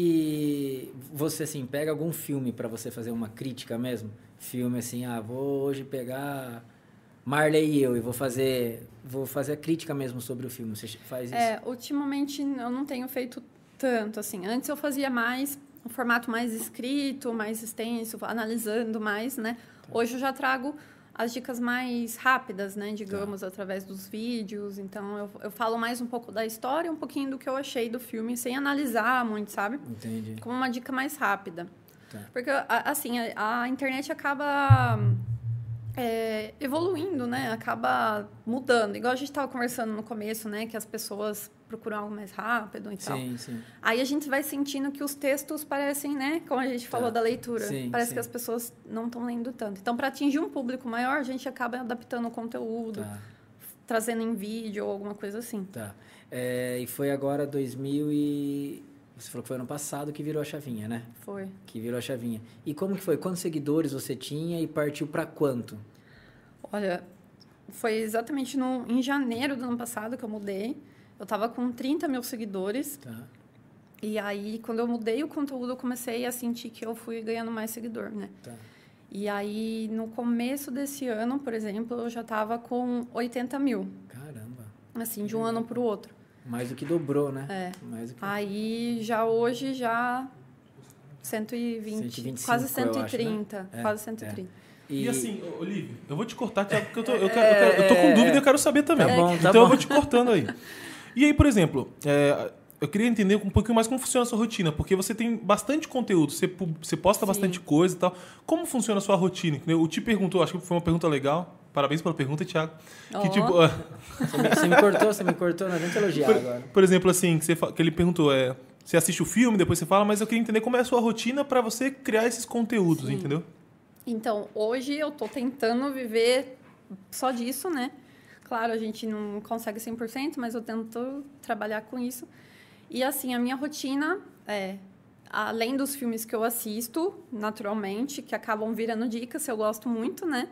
Speaker 2: E você, assim, pega algum filme pra você fazer uma crítica mesmo? Filme assim, ah, vou hoje pegar Marley e eu e vou fazer, vou fazer a crítica mesmo sobre o filme. Você faz isso?
Speaker 5: É, ultimamente eu não tenho feito tanto, assim. Antes eu fazia mais, um formato mais escrito, mais extenso, analisando mais, né?
Speaker 2: Tá.
Speaker 5: Hoje eu já trago as dicas mais rápidas, né? Digamos,
Speaker 2: Tá.
Speaker 5: através dos vídeos. Então, eu, eu falo mais um pouco da história, um pouquinho do que eu achei do filme, sem analisar muito, sabe?
Speaker 2: Entendi.
Speaker 5: como uma dica mais rápida.
Speaker 2: Tá.
Speaker 5: Porque, a- assim, a, a internet acaba é, evoluindo, né? Acaba mudando. Igual a gente estava conversando no começo, né? Que as pessoas procuram algo mais rápido e tal.
Speaker 2: Sim, sim.
Speaker 5: Aí a gente vai sentindo que os textos parecem, né? Como a gente falou da leitura.
Speaker 2: Tá. Sim,
Speaker 5: parece
Speaker 2: sim.
Speaker 5: que as pessoas não estão lendo tanto. Então, para atingir um público maior, a gente acaba adaptando o conteúdo,
Speaker 2: Tá,
Speaker 5: trazendo em vídeo ou alguma coisa assim.
Speaker 2: tá. É, e foi agora 2000 e... Você falou que foi ano passado que virou a chavinha, né?
Speaker 5: Foi.
Speaker 2: Que virou a chavinha. E como que foi? Quantos seguidores você tinha e partiu pra quanto?
Speaker 5: Olha, foi exatamente no, em janeiro do ano passado que eu mudei. Eu tava com 30 mil seguidores.
Speaker 2: Tá.
Speaker 5: E aí, quando eu mudei o conteúdo, eu comecei a sentir que eu fui ganhando mais seguidor, né?
Speaker 2: Tá.
Speaker 5: E aí, no começo desse ano, por exemplo, eu já tava com 80 mil.
Speaker 2: Caramba.
Speaker 5: Assim,
Speaker 2: Uhum.
Speaker 5: de um ano pro outro.
Speaker 2: Mais do que dobrou, né? É. Mais
Speaker 4: Ah,
Speaker 2: do que
Speaker 5: Aí, já hoje, já 120,
Speaker 2: 125,
Speaker 5: quase
Speaker 2: eu acho, né?
Speaker 5: 130.
Speaker 2: É,
Speaker 5: Quase 130.
Speaker 4: E assim, ô, Olívio, eu vou te cortar, Thiago, porque eu tô, eu quero- eu quero- eu tô com dúvida e eu quero saber também.
Speaker 2: É, Tá bom, tá
Speaker 4: então
Speaker 2: bom.
Speaker 4: eu vou te cortando aí. E aí, por exemplo, é, eu queria entender um pouquinho mais como funciona a sua rotina, porque você tem bastante conteúdo, você, pu- você posta bastante coisa e tal. Como funciona a sua rotina? entendeu? O Ti perguntou, acho que foi uma pergunta legal. Parabéns pela pergunta, Thiago. Que
Speaker 5: Ó.
Speaker 4: tipo, ah,
Speaker 2: Você me, você me cortou, você me cortou, não adianta elogiar
Speaker 4: por,
Speaker 2: agora.
Speaker 4: por exemplo, assim, que, você fa- que ele perguntou, é, você assiste o filme, depois você fala, mas eu queria entender como é a sua rotina pra você criar esses conteúdos, entendeu?
Speaker 5: Então, hoje eu tô tentando viver só disso, né? Claro, a gente não consegue 100%, mas eu tento trabalhar com isso. E assim, a minha rotina é além dos filmes que eu assisto, naturalmente, que acabam virando dicas, eu gosto muito, né?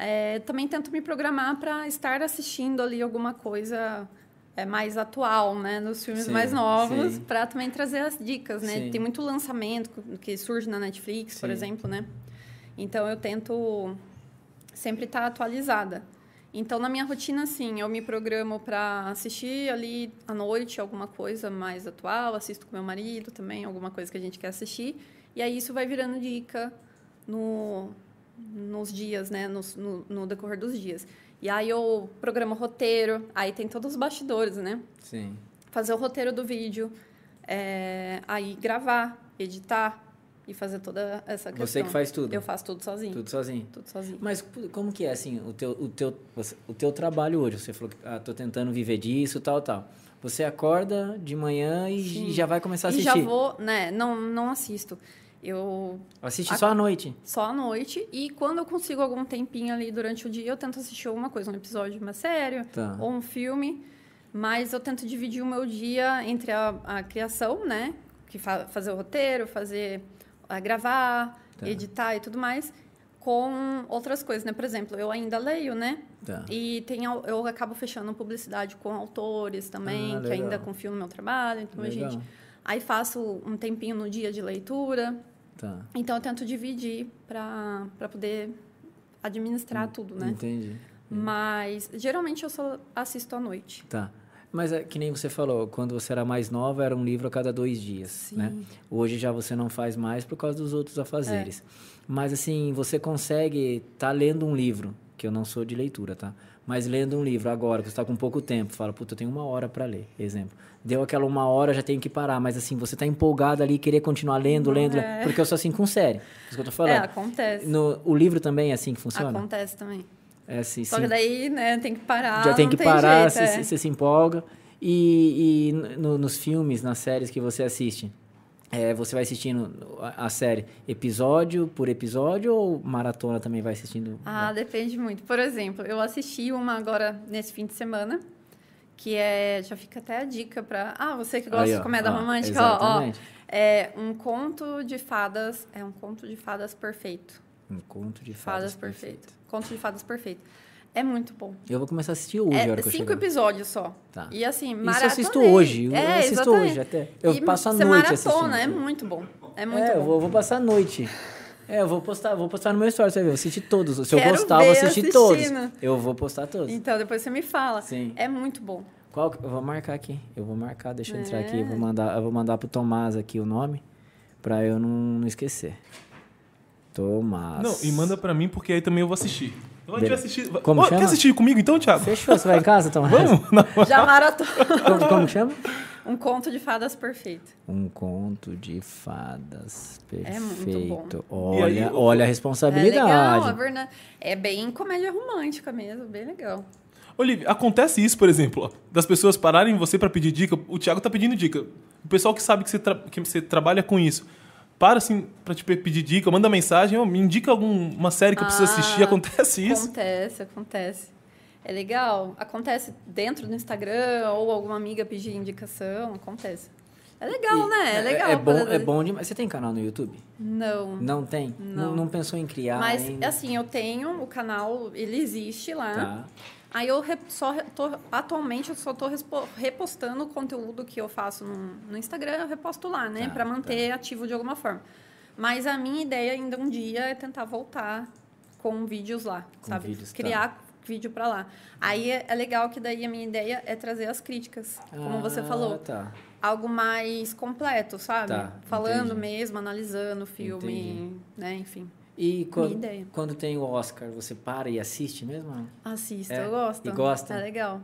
Speaker 5: É, também tento me programar para estar assistindo ali alguma coisa é, mais atual, né? Nos filmes
Speaker 2: Sim,
Speaker 5: mais novos,
Speaker 2: sim.
Speaker 5: para também trazer as dicas, né?
Speaker 2: Sim.
Speaker 5: Tem muito lançamento que surge na Netflix, por
Speaker 2: Sim.
Speaker 5: exemplo, né? Então eu tento sempre estar atualizada. Então na minha rotina assim, eu me programo para assistir ali à noite alguma coisa mais atual, assisto com meu marido também alguma coisa que a gente quer assistir, e aí isso vai virando dica no nos dias, né, nos- no, no decorrer dos dias. E aí eu programo roteiro, aí tem todos os bastidores, né?
Speaker 2: Sim.
Speaker 5: fazer o roteiro do vídeo, é, aí gravar, editar, e fazer toda essa questão.
Speaker 2: Você que faz tudo?
Speaker 5: Eu faço tudo sozinho.
Speaker 2: Tudo sozinho.
Speaker 5: Tudo sozinho.
Speaker 2: Mas p- como que é assim o teu, o teu, você- o teu trabalho hoje? Você falou que ah, tô tentando viver disso, tal, tal. Você acorda de manhã e
Speaker 5: Sim.
Speaker 2: já vai começar a
Speaker 5: e
Speaker 2: assistir.
Speaker 5: já vou, né? Não, não assisto. Eu
Speaker 2: Assiste
Speaker 5: A-
Speaker 2: só à noite.
Speaker 5: só à noite e quando eu consigo algum tempinho ali durante o dia, eu tento assistir alguma coisa, um episódio de uma série
Speaker 2: Tá.
Speaker 5: ou um filme, mas eu tento dividir o meu dia entre a, a criação, né, que fa fazer o roteiro, fazer a gravar,
Speaker 2: Tá.
Speaker 5: editar e tudo mais, com outras coisas, né? Por exemplo, eu ainda leio, né?
Speaker 2: Tá.
Speaker 5: E tem, au- eu acabo fechando publicidade com autores também,
Speaker 2: Ah,
Speaker 5: que ainda
Speaker 2: legal.
Speaker 5: confiam no meu trabalho. Então,
Speaker 2: Legal.
Speaker 5: gente, aí faço um tempinho no dia de leitura.
Speaker 2: Tá.
Speaker 5: Então, eu tento dividir para poder administrar tudo, né?
Speaker 2: Hum, Entendi.
Speaker 5: Mas, geralmente, eu só assisto à noite.
Speaker 2: Tá. Mas é que nem você falou, quando você era mais nova era um livro a cada dois dias,
Speaker 5: Sim.
Speaker 2: né? Hoje já você não faz mais por causa dos outros afazeres.
Speaker 5: É.
Speaker 2: Mas assim, você consegue estar lendo um livro, que eu não sou de leitura, tá? Mas lendo um livro agora, que você está com pouco tempo, fala, puta, eu tenho uma hora para ler, exemplo. Deu aquela uma hora, já tenho que parar, mas assim, você tá empolgado ali, querer continuar lendo, lendo,
Speaker 5: É.
Speaker 2: porque eu sou assim com série, isso que eu tô
Speaker 5: É,
Speaker 2: falando.
Speaker 5: acontece.
Speaker 2: No, o livro também é assim que funciona?
Speaker 5: Acontece também.
Speaker 2: É assim,
Speaker 5: Só
Speaker 2: sim.
Speaker 5: que daí, né, tem que parar.
Speaker 2: já tem
Speaker 5: não
Speaker 2: que parar,
Speaker 5: jeito,
Speaker 2: você
Speaker 5: é.
Speaker 2: se empolga. E, e no- nos filmes, nas séries que você assiste, é, você vai assistindo a, a série episódio por episódio ou maratona também vai assistindo?
Speaker 5: Ah, depende muito. Por exemplo, eu assisti uma agora nesse fim de semana, que é. Já fica até a dica pra. Ah, você que gosta
Speaker 2: Aí, ó,
Speaker 5: de comédia
Speaker 2: ó,
Speaker 5: romântica, ó, ó.
Speaker 2: exatamente.
Speaker 5: É um conto de fadas. É um conto de fadas perfeito.
Speaker 2: Um conto de
Speaker 5: Fadas,
Speaker 2: fadas,
Speaker 5: perfeito. Conto de fadas perfeito. É muito bom.
Speaker 2: Eu vou começar a assistir hoje, a
Speaker 5: É
Speaker 2: hora que eu
Speaker 5: cinco
Speaker 2: chegar.
Speaker 5: episódios só.
Speaker 2: Tá.
Speaker 5: E assim,
Speaker 2: Isso
Speaker 5: maratona.
Speaker 2: eu assisto hoje, eu
Speaker 5: é,
Speaker 2: assisto
Speaker 5: exatamente.
Speaker 2: hoje até. Eu
Speaker 5: E
Speaker 2: passo a
Speaker 5: você
Speaker 2: noite
Speaker 5: maratona,
Speaker 2: assistindo.
Speaker 5: é muito bom. É muito
Speaker 2: é,
Speaker 5: bom.
Speaker 2: eu vou, vou passar a noite. É, eu vou postar, vou postar no meu story, você vai ver, eu assisti todos. Se eu
Speaker 5: Quero
Speaker 2: gostar, eu vou
Speaker 5: ver
Speaker 2: assistir todos.
Speaker 5: assistindo.
Speaker 2: Eu vou postar todos.
Speaker 5: Então, depois você me fala.
Speaker 2: Sim.
Speaker 5: É muito bom.
Speaker 2: Qual que- eu vou marcar aqui. Eu vou marcar, deixa eu entrar
Speaker 5: É.
Speaker 2: aqui, eu vou mandar, eu vou mandar pro Tomás aqui o nome pra eu não, não esquecer. Tomás.
Speaker 4: Não, e manda pra mim, porque aí também eu vou assistir. Então a
Speaker 2: Beleza.
Speaker 4: gente vai assistir. vai-
Speaker 2: Como
Speaker 4: Ô,
Speaker 2: chama?
Speaker 4: Quer assistir comigo então, Thiago?
Speaker 2: Fechou, você vai em casa, Tomás?
Speaker 4: Vamos? *laughs* Não.
Speaker 5: Já *laughs* maratona.
Speaker 2: Como, como que chama?
Speaker 5: Um conto de fadas perfeito.
Speaker 2: Um conto de fadas.
Speaker 5: É muito
Speaker 2: Perfeito.
Speaker 4: E aí,
Speaker 2: Olha, olha
Speaker 4: o-
Speaker 2: a
Speaker 5: É legal,
Speaker 2: responsabilidade.
Speaker 5: é verdade. É bem comédia romântica mesmo, bem legal.
Speaker 4: Olivia, acontece isso, por exemplo, ó, das pessoas pararem você pra pedir dica. O Thiago tá pedindo dica. O pessoal que sabe que você, tra- que você trabalha com isso. Para assim pra te pe- pedir dica, manda mensagem, ó, me indica alguma série que eu preciso
Speaker 5: Ah,
Speaker 4: assistir. Acontece isso.
Speaker 5: Acontece, acontece. É legal. Acontece dentro do Instagram ou alguma amiga pedir indicação, acontece. É legal,
Speaker 2: E-
Speaker 5: né? É legal.
Speaker 2: É, bom,
Speaker 5: poder-
Speaker 2: é bom demais. Você tem canal no YouTube?
Speaker 5: Não.
Speaker 2: Não tem?
Speaker 5: Não.
Speaker 2: Não, não pensou em criar
Speaker 5: Mas,
Speaker 2: ainda?
Speaker 5: assim, eu tenho o canal, ele existe lá.
Speaker 2: Tá.
Speaker 5: Aí eu re- só re- tô, atualmente eu só tô respo- repostando o conteúdo que eu faço no, no Instagram, eu reposto lá, né,
Speaker 2: Tá,
Speaker 5: Pra manter ativo de alguma forma. Mas a minha ideia ainda um dia é tentar voltar com vídeos lá,
Speaker 2: Com
Speaker 5: sabe?
Speaker 2: vídeos, tá.
Speaker 5: Criar vídeo pra lá. Aí é, é legal que daí a minha ideia é trazer as críticas, como você
Speaker 2: Ah,
Speaker 5: falou,
Speaker 2: Tá.
Speaker 5: algo mais completo, sabe?
Speaker 2: Tá,
Speaker 5: Falando
Speaker 2: entendi.
Speaker 5: mesmo, analisando o filme,
Speaker 2: Entendi.
Speaker 5: né, enfim.
Speaker 2: E quando,
Speaker 5: ideia.
Speaker 2: quando tem o Oscar, você para e assiste mesmo?
Speaker 5: Assisto,
Speaker 2: É?
Speaker 5: eu gosto.
Speaker 2: E gosta? É.
Speaker 5: É legal.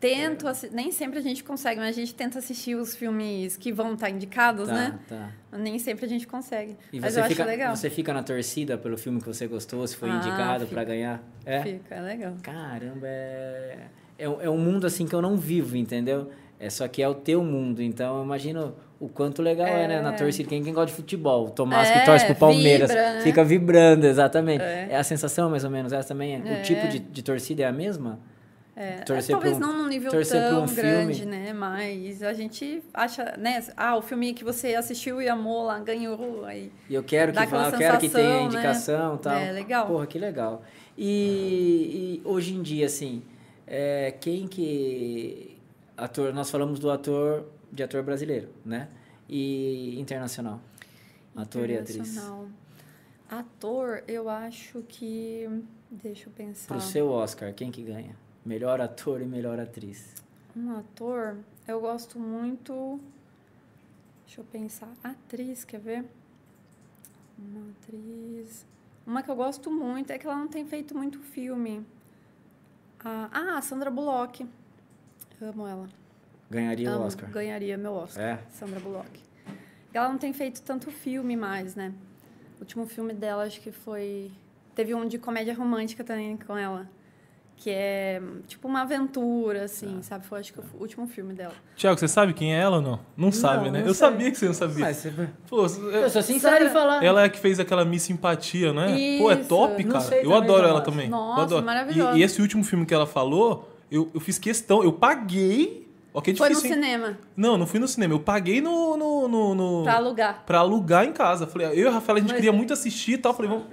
Speaker 5: Tento, assi- nem sempre a gente consegue, mas a gente tenta assistir os filmes que vão estar indicados,
Speaker 2: tá,
Speaker 5: né?
Speaker 2: tá.
Speaker 5: Nem sempre a gente consegue.
Speaker 2: E
Speaker 5: mas
Speaker 2: você
Speaker 5: eu
Speaker 2: fica,
Speaker 5: acho legal.
Speaker 2: você fica na torcida pelo filme que você gostou, se foi
Speaker 5: Ah,
Speaker 2: indicado
Speaker 5: fica.
Speaker 2: pra ganhar? É?
Speaker 5: Fica, é legal.
Speaker 2: Caramba, é... É, um- é um mundo assim que eu não vivo, entendeu? É só que é o teu mundo, então eu imagino o quanto legal é, né? Na torcida, quem, quem gosta de futebol, o Tomás
Speaker 5: É,
Speaker 2: que torce pro Palmeiras,
Speaker 5: vibra, né?
Speaker 2: fica vibrando, exatamente.
Speaker 5: É.
Speaker 2: É. a sensação mais ou menos essa também?
Speaker 5: É.
Speaker 2: O tipo de, de torcida é a mesma?
Speaker 5: É,
Speaker 2: Torcer
Speaker 5: talvez
Speaker 2: pra um-
Speaker 5: não num nível
Speaker 2: torcer pra
Speaker 5: tão
Speaker 2: um filme.
Speaker 5: grande, né? Mas a gente acha, né? Ah, o filme que você assistiu e amou lá ganhou. Aí.
Speaker 2: E eu quero
Speaker 5: Dá
Speaker 2: que
Speaker 5: aquela
Speaker 2: vá, eu quero que tenha
Speaker 5: sensação,
Speaker 2: indicação e
Speaker 5: né?
Speaker 2: tal.
Speaker 5: É, legal.
Speaker 2: Porra, que legal. E, e hoje em dia, assim, é, quem que. Ator, nós falamos do ator, de ator brasileiro, né? E internacional. Ator e atriz.
Speaker 5: Internacional. Ator, eu acho que. Deixa eu pensar.
Speaker 2: Pro seu Oscar, quem que ganha? Melhor ator e melhor atriz.
Speaker 5: Um ator, eu gosto muito. Deixa eu pensar. Atriz, quer ver? Uma atriz. Uma que eu gosto muito é que ela não tem feito muito filme. Ah, ah, a Sandra Bullock. Amo ela.
Speaker 2: Ganharia
Speaker 5: Amo,
Speaker 2: o Oscar.
Speaker 5: Ganharia meu Oscar.
Speaker 2: É?
Speaker 5: Sandra Bullock. ela não tem feito tanto filme mais, né? O último filme dela, acho que foi. Teve um de comédia romântica também com ela. Que é tipo uma aventura, assim, sabe? Foi acho que o último filme dela.
Speaker 4: Tiago, você sabe quem é ela ou não? Não, sabe, né?
Speaker 2: não sei.
Speaker 4: eu sabia que você não sabia.
Speaker 2: Mas, eu
Speaker 4: Pô, eu-
Speaker 2: sou sincero em
Speaker 5: Sandra-
Speaker 2: falar.
Speaker 4: ela é a que fez aquela Miss Simpatia, não é? Pô, é
Speaker 5: Isso.
Speaker 4: top,
Speaker 2: Não
Speaker 4: cara.
Speaker 2: sei
Speaker 4: eu
Speaker 2: também,
Speaker 4: adoro
Speaker 2: não.
Speaker 4: ela também.
Speaker 5: é. Nossa,
Speaker 4: eu adoro.
Speaker 5: maravilhosa.
Speaker 4: E, e esse último filme que ela falou, eu, eu fiz questão, eu paguei. Ok,
Speaker 5: Foi no
Speaker 4: É difícil, hein?
Speaker 5: cinema,
Speaker 4: Não, não fui no cinema. Eu paguei no. no, no, no-
Speaker 5: pra alugar.
Speaker 4: pra alugar em casa. Falei, eu e a Rafaela, a gente
Speaker 5: Mas-
Speaker 4: queria muito assistir e tal. Falei, vamos.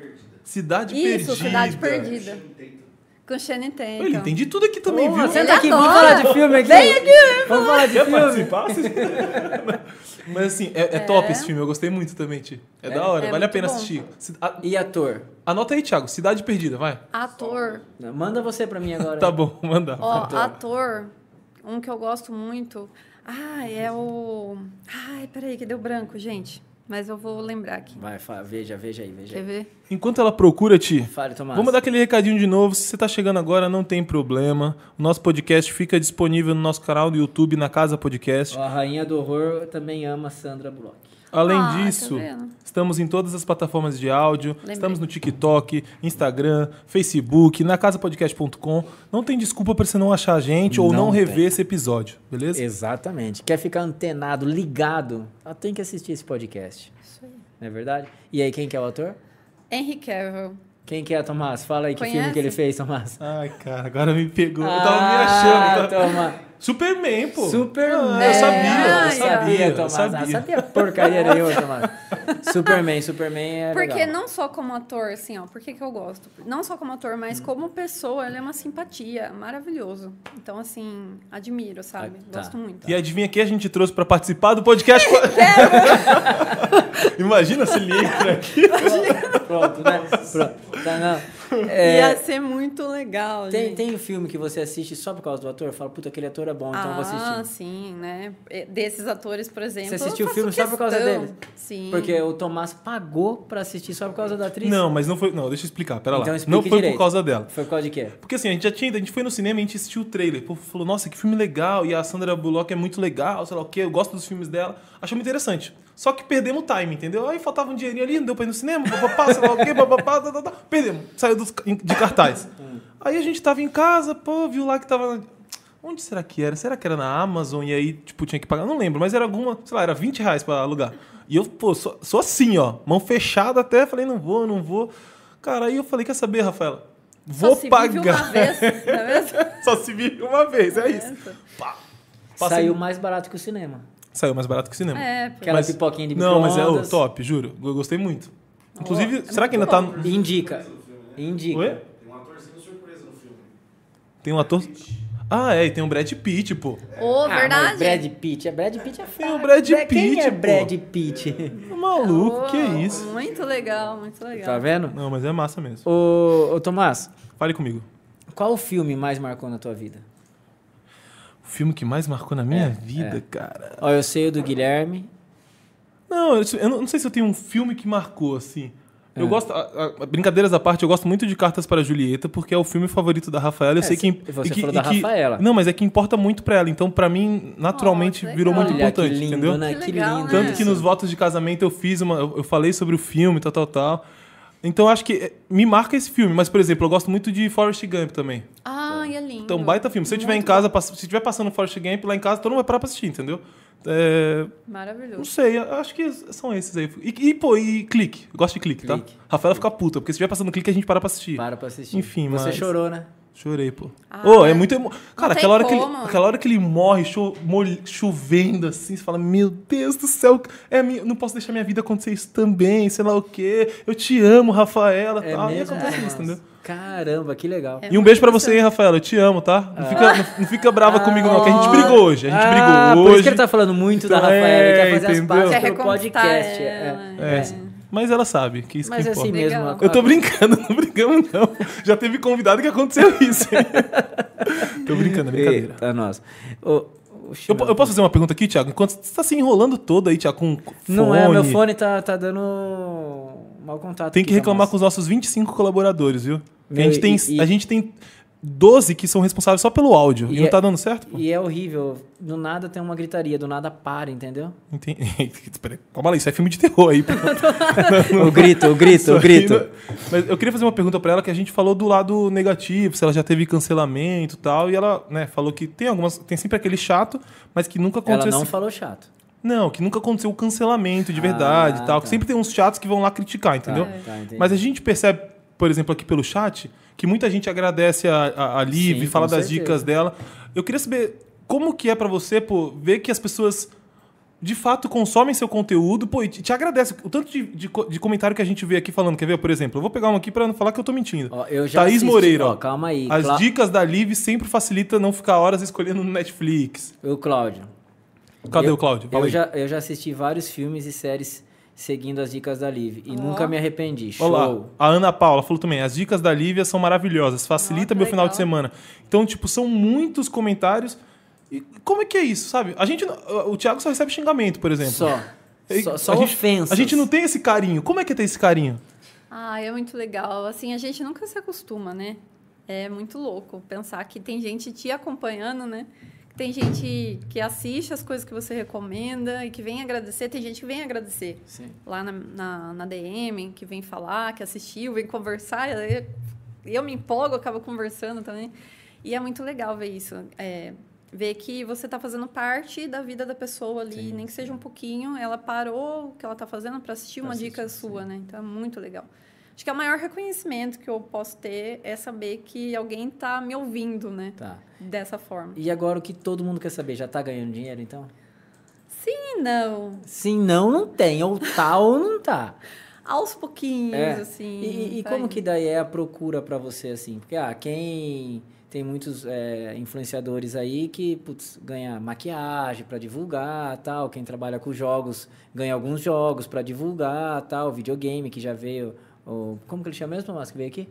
Speaker 4: Cidade
Speaker 5: Isso,
Speaker 4: Perdida.
Speaker 5: Cidade Perdida. então. Com Shane
Speaker 4: Pô, Ele
Speaker 5: Tatum.
Speaker 4: entende tudo aqui também,
Speaker 2: Porra,
Speaker 4: viu?
Speaker 2: senta
Speaker 5: Ele
Speaker 2: aqui, vamos
Speaker 5: adora.
Speaker 2: falar de filme aqui.
Speaker 5: é Vem aqui,
Speaker 2: Vamos falar de
Speaker 4: Quer
Speaker 2: filme.
Speaker 4: participar?
Speaker 5: *laughs*
Speaker 4: Mas assim, é, é top esse filme, eu gostei muito também, Ti. É, da hora,
Speaker 5: É
Speaker 4: vale a
Speaker 5: muito
Speaker 4: pena
Speaker 5: bom.
Speaker 4: assistir. Ci- a-
Speaker 2: E ator?
Speaker 4: Anota aí, Thiago, Cidade Perdida, vai.
Speaker 5: Ator.
Speaker 2: Manda você pra mim agora.
Speaker 4: Tá bom, manda.
Speaker 5: Ó, ator, um que eu gosto muito. Ah, é o. Ai, peraí, que deu branco, gente. Mas eu vou lembrar aqui.
Speaker 2: Vai, fa- veja, veja aí, veja
Speaker 5: Quer
Speaker 2: aí.
Speaker 5: ver?
Speaker 4: Enquanto ela procura, Ti,
Speaker 2: Fale, Tomás.
Speaker 4: Vamos dar aquele recadinho de novo. Se você está chegando agora, não tem problema. O nosso podcast fica disponível no nosso canal do YouTube, na Casa Podcast.
Speaker 2: A Rainha do Horror também ama Sandra Bullock.
Speaker 4: Além
Speaker 5: Ah, tá
Speaker 4: disso,
Speaker 5: vendo?
Speaker 4: estamos em todas as plataformas de áudio.
Speaker 5: Lembrei.
Speaker 4: Estamos no TikTok, Instagram, Facebook, na casapodcast.com. Não tem desculpa para você não achar a gente ou não
Speaker 2: Não
Speaker 4: rever
Speaker 2: tem.
Speaker 4: esse episódio, beleza?
Speaker 2: Exatamente. Quer ficar antenado, ligado, ela tem que assistir esse podcast.
Speaker 5: Isso aí.
Speaker 2: Não é verdade? E aí, quem que é o ator?
Speaker 5: Henry Cavill.
Speaker 2: Quem que é, Tomás? Fala aí que
Speaker 5: Conhece?
Speaker 2: filme que ele fez, Tomás. Ah,
Speaker 4: Ai, cara, agora me pegou. eu tava
Speaker 5: Ah,
Speaker 4: me achando. eu tava-
Speaker 2: Tomás.
Speaker 4: Superman, pô.
Speaker 2: Superman.
Speaker 4: Ah, eu sabia, eu
Speaker 5: Ai,
Speaker 4: sabia, eu
Speaker 2: Tomás.
Speaker 4: sabia.
Speaker 2: Ah, sabia porcaria nenhuma, Tomás. Superman, Superman é
Speaker 5: Porque
Speaker 2: legal.
Speaker 5: não só como ator, assim, ó, por que, que eu gosto? Não só como ator,
Speaker 2: Hum.
Speaker 5: mas como pessoa, ele é uma simpatia, maravilhoso. Então, assim, admiro, sabe?
Speaker 2: tá.
Speaker 5: Gosto muito.
Speaker 4: E adivinha quem a gente trouxe pra participar
Speaker 2: *laughs*
Speaker 4: do podcast?
Speaker 2: É.
Speaker 4: Imagina se ele entra aqui.
Speaker 2: Pronto, né? Pronto. Tá, não. É,
Speaker 5: Ia ser muito legal,
Speaker 2: tem,
Speaker 5: gente.
Speaker 2: tem um filme que você assiste só por causa do ator? Fala, puta, aquele ator é bom, então eu vou
Speaker 5: ah,
Speaker 2: assistir.
Speaker 5: sim, né? E- Desses atores, por exemplo.
Speaker 2: Você assistiu
Speaker 5: eu
Speaker 2: o filme
Speaker 5: faço
Speaker 2: só por causa
Speaker 5: questão.
Speaker 2: deles?
Speaker 5: Sim.
Speaker 2: Porque o Tomás pagou pra assistir só por causa da atriz?
Speaker 4: Não, mas não foi. Não, deixa eu explicar, pera
Speaker 2: Então
Speaker 4: lá.
Speaker 2: explique
Speaker 4: Não foi
Speaker 2: direito.
Speaker 4: por causa dela.
Speaker 2: Foi por causa de quê?
Speaker 4: Porque assim, a gente já tinha, a gente foi no cinema, a gente assistiu o trailer. O povo falou, nossa, que filme legal, e a Sandra Bullock é muito legal, sei lá o quê, eu gosto dos filmes dela. Achamos interessante. Só que perdemos o time, entendeu? Aí faltava um dinheirinho ali, não deu pra ir no cinema, papapá, sei lá o quê, papapá, tá, tá, tá. Perdemos. Saiu dos, de cartaz. Aí a gente tava em casa, pô, viu lá que tava. na- Onde será que era? Será que era na Amazon? E aí, tipo, tinha que pagar. Não lembro, mas era alguma, sei lá, era 20 reais pra alugar. E eu, pô, sou, sou assim, ó, mão fechada até, falei, não vou, não vou. Cara, aí eu falei, quer saber, Rafaela?
Speaker 5: Só
Speaker 4: Vou
Speaker 5: se vive
Speaker 4: pagar.
Speaker 5: Uma
Speaker 2: *laughs*
Speaker 5: vez, não é mesmo?
Speaker 4: *laughs* Só se vive uma vez, é isso. Pá. Passei-
Speaker 2: Saiu mais barato que o cinema.
Speaker 4: Saiu mais barato que o cinema.
Speaker 5: É, pô.
Speaker 2: Aquela pipoquinha de
Speaker 4: Não, mas é o
Speaker 2: micro-ondas.
Speaker 4: top, juro. Eu gostei muito. Inclusive,
Speaker 5: é
Speaker 4: será que ainda tá.
Speaker 5: muito bom.
Speaker 4: no-
Speaker 2: Indica. Indica.
Speaker 4: Oi?
Speaker 1: Tem um atorzinho surpresa no filme.
Speaker 4: Tem um ator. Ah, é, e tem o Brad Pitt, pô.
Speaker 5: Ô,
Speaker 2: Ah, mas
Speaker 5: verdade.
Speaker 2: Brad Pitt. É Brad Pitt é fraco.
Speaker 4: o Brad
Speaker 2: Quem
Speaker 4: Pitt,
Speaker 2: é
Speaker 4: pô.
Speaker 2: Brad Pitt?
Speaker 4: Maluco,
Speaker 5: Ô,
Speaker 4: que isso.
Speaker 5: Muito legal, muito legal.
Speaker 2: é tá vendo?
Speaker 4: Não, mas é massa mesmo.
Speaker 2: Ô, ô, Tomás,
Speaker 4: Fale comigo.
Speaker 2: qual o filme mais marcou na tua vida?
Speaker 4: O filme que mais marcou na minha
Speaker 2: É,
Speaker 4: vida,
Speaker 2: é.
Speaker 4: cara.
Speaker 2: Ó, eu sei o do Guilherme.
Speaker 4: Não, eu, eu não, não sei se eu tenho um filme que marcou, assim. Eu
Speaker 2: É.
Speaker 4: gosto. a- a- brincadeiras à parte, eu gosto muito de Cartas para Julieta, porque é o filme favorito da Rafaela. Eu
Speaker 2: É,
Speaker 4: sei que.
Speaker 2: cê- você
Speaker 4: e que-
Speaker 2: falou
Speaker 4: e
Speaker 2: da
Speaker 4: que-
Speaker 2: Rafaela.
Speaker 4: Não, mas é que importa muito pra ela. Então, pra mim, naturalmente,
Speaker 5: Ó, que
Speaker 4: virou
Speaker 5: legal.
Speaker 4: muito
Speaker 2: Olha,
Speaker 4: importante,
Speaker 2: que lindo,
Speaker 4: entendeu?
Speaker 2: né?
Speaker 5: Que
Speaker 2: Que,
Speaker 5: legal,
Speaker 2: lindo.
Speaker 5: né?
Speaker 4: Tanto
Speaker 5: É.
Speaker 4: que nos votos de casamento eu fiz uma. Eu eu falei sobre o filme, tal, tal, tal. Então, eu acho que eh, me marca esse filme. Mas, por exemplo, eu gosto muito de Forrest Gump também.
Speaker 5: Ai, é lindo.
Speaker 4: Então, baita filme. Se eu tiver em casa, pass- se tiver passando Forrest Gump lá em casa, todo mundo vai parar pra assistir, entendeu? É, não
Speaker 5: Maravilhoso.
Speaker 4: sei, eu acho que são esses aí. E, e, pô, e clique. Eu gosto de clique, tá?
Speaker 2: Clique.
Speaker 4: Rafaela fica puta, porque se tiver passando clique, a gente para pra assistir.
Speaker 2: Para pra assistir.
Speaker 4: Enfim,
Speaker 2: Você
Speaker 4: mas-
Speaker 2: chorou, né?
Speaker 4: Chorei, pô.
Speaker 5: Ah,
Speaker 4: Ô, é
Speaker 5: é.
Speaker 4: muito emo... Cara,
Speaker 5: tem
Speaker 4: aquela hora, que ele,
Speaker 5: como.
Speaker 4: aquela hora que ele morre, cho- mol- chovendo assim, você fala, meu Deus do céu, é a minha- não posso deixar minha vida acontecer isso também, sei lá o quê. Eu te amo, Rafaela,
Speaker 2: É
Speaker 4: tal. E
Speaker 2: mesmo?
Speaker 4: acontece
Speaker 2: Ah,
Speaker 4: isso, entendeu?
Speaker 2: Caramba, que legal.
Speaker 5: É Ah.
Speaker 4: E um beijo pra você, hein, Rafaela. Eu te amo, tá? Não fica, não- não fica brava comigo, não, que a gente brigou hoje. A gente
Speaker 2: ah,
Speaker 4: brigou
Speaker 2: Por
Speaker 4: hoje.
Speaker 2: isso que ele tá falando muito da
Speaker 4: Então,
Speaker 2: Rafaela.
Speaker 4: é,
Speaker 2: ele quer fazer
Speaker 4: entendeu?
Speaker 2: as
Speaker 5: Quer
Speaker 2: partes pelo
Speaker 5: reconquistar
Speaker 2: podcast. é.
Speaker 5: ela,
Speaker 4: É. Mas ela sabe que isso
Speaker 2: Mas
Speaker 4: que
Speaker 2: é assim
Speaker 4: importa.
Speaker 2: mesmo.
Speaker 5: Legal.
Speaker 2: ó,
Speaker 4: Eu tô brincando, *laughs* não brigamos não. Já teve convidado que aconteceu *laughs* isso. hein? tô brincando, é brincadeira.
Speaker 2: Eita, nós. Ô, oxe,
Speaker 4: Eu,
Speaker 2: meu
Speaker 4: po- eu posso fazer uma pergunta aqui, Thiago? Enquanto você tá se enrolando todo aí, Thiago, com fone.
Speaker 2: Não é, meu fone tá, tá dando mau contato.
Speaker 4: Tem que
Speaker 2: aqui,
Speaker 4: reclamar com
Speaker 2: Tomás.
Speaker 4: os nossos 25 colaboradores, viu? Porque
Speaker 2: Meu,
Speaker 4: a gente tem,
Speaker 2: e- e-
Speaker 4: a gente tem 12 que são responsáveis só pelo áudio. E,
Speaker 2: E
Speaker 4: não
Speaker 2: é-
Speaker 4: tá dando certo? Pô?
Speaker 2: E é horrível. Do nada tem uma gritaria, do nada para,
Speaker 4: *laughs*
Speaker 2: entendeu?
Speaker 4: Entendi. Peraí, Calma lá, isso é filme de terror aí. pô.
Speaker 2: O grito, o grito, o
Speaker 4: Isso
Speaker 2: grito.
Speaker 4: aí não- Mas eu queria fazer uma pergunta pra ela que a gente falou do lado negativo, se ela já teve cancelamento e tal, e ela, né, falou que tem algumas, tem sempre aquele chato, mas que nunca
Speaker 2: Ela
Speaker 4: aconteceu
Speaker 2: não
Speaker 4: esse-
Speaker 2: falou chato.
Speaker 4: Não, que nunca aconteceu o cancelamento de verdade e
Speaker 2: Ah,
Speaker 4: tal,
Speaker 2: tá.
Speaker 4: que sempre tem uns chatos que vão lá criticar, entendeu?
Speaker 2: Tá, tá, entendi.
Speaker 4: Mas a gente percebe, por exemplo, aqui pelo chat, que muita gente agradece a, a, a Liv,
Speaker 2: Sim,
Speaker 4: fala
Speaker 2: com
Speaker 4: das
Speaker 2: certeza.
Speaker 4: dicas dela. Eu queria saber como que é pra você, pô, ver que as pessoas de fato consomem seu conteúdo, pô, e te te agradece. O tanto de, de, co- de comentário que a gente vê aqui falando, quer ver? Por exemplo, eu vou pegar um aqui pra não falar que eu tô mentindo.
Speaker 2: Ó, eu já
Speaker 4: Thaís
Speaker 2: assisti-
Speaker 4: Moreira,
Speaker 2: ó,
Speaker 4: ó.
Speaker 2: calma aí,
Speaker 4: As
Speaker 2: Cla-
Speaker 4: dicas da Liv sempre facilita não ficar horas escolhendo no Netflix.
Speaker 2: O Cláudio.
Speaker 4: Cadê
Speaker 2: Eu-
Speaker 4: o Cláudio? Fala
Speaker 2: Eu
Speaker 4: aí.
Speaker 2: já, eu já assisti vários filmes e séries seguindo as dicas da Liv. E
Speaker 5: Ó.
Speaker 2: nunca me arrependi. Show.
Speaker 4: Olá, a Ana Paula falou também, as dicas da Lívia são maravilhosas, facilita
Speaker 5: Ah, que
Speaker 4: meu final de
Speaker 5: legal.
Speaker 4: semana. Então, tipo, são muitos comentários. E como é que é isso, sabe? A gente, não- o Thiago só recebe xingamento, por exemplo.
Speaker 2: Só.
Speaker 4: E-
Speaker 2: Só, só
Speaker 4: a gente-
Speaker 2: ofensas.
Speaker 4: A gente não tem esse carinho. Como é que é ter esse carinho?
Speaker 5: Ah, é muito legal. Assim, a gente nunca se acostuma, né? É muito louco pensar que tem gente te acompanhando, né? Que Tem gente que assiste as coisas que você recomenda e que vem agradecer. Tem gente que vem agradecer
Speaker 2: Sim.
Speaker 5: lá na, na, na DM, que vem falar, que assistiu, vem conversar. e aí Eu, me empolgo, acabo conversando também. E é muito legal ver isso. é, ver que você está fazendo parte da vida da pessoa ali, nem que seja um pouquinho. Ela parou o que ela está fazendo para assistir uma
Speaker 2: assistir,
Speaker 5: dica sua, né? Então é muito legal. Acho que é o maior reconhecimento que eu posso ter é saber que alguém está me ouvindo, né?
Speaker 2: Tá.
Speaker 5: Dessa forma.
Speaker 2: E agora o que todo mundo quer saber? Já tá ganhando dinheiro, então?
Speaker 5: Sim, não.
Speaker 2: Sim, não, não tem. Ou tá ou não tá.
Speaker 5: Aos pouquinhos,
Speaker 2: É.
Speaker 5: assim.
Speaker 2: E, e- e
Speaker 5: vai.
Speaker 2: como que daí é a procura pra você, assim? Porque, ah, quem... Tem muitos é, influenciadores aí que, putz, ganha maquiagem pra divulgar, tal. Quem trabalha com jogos ganha alguns jogos pra divulgar, tal. Videogame que já veio... O, como que ele chama mesmo, Tomás, que veio aqui?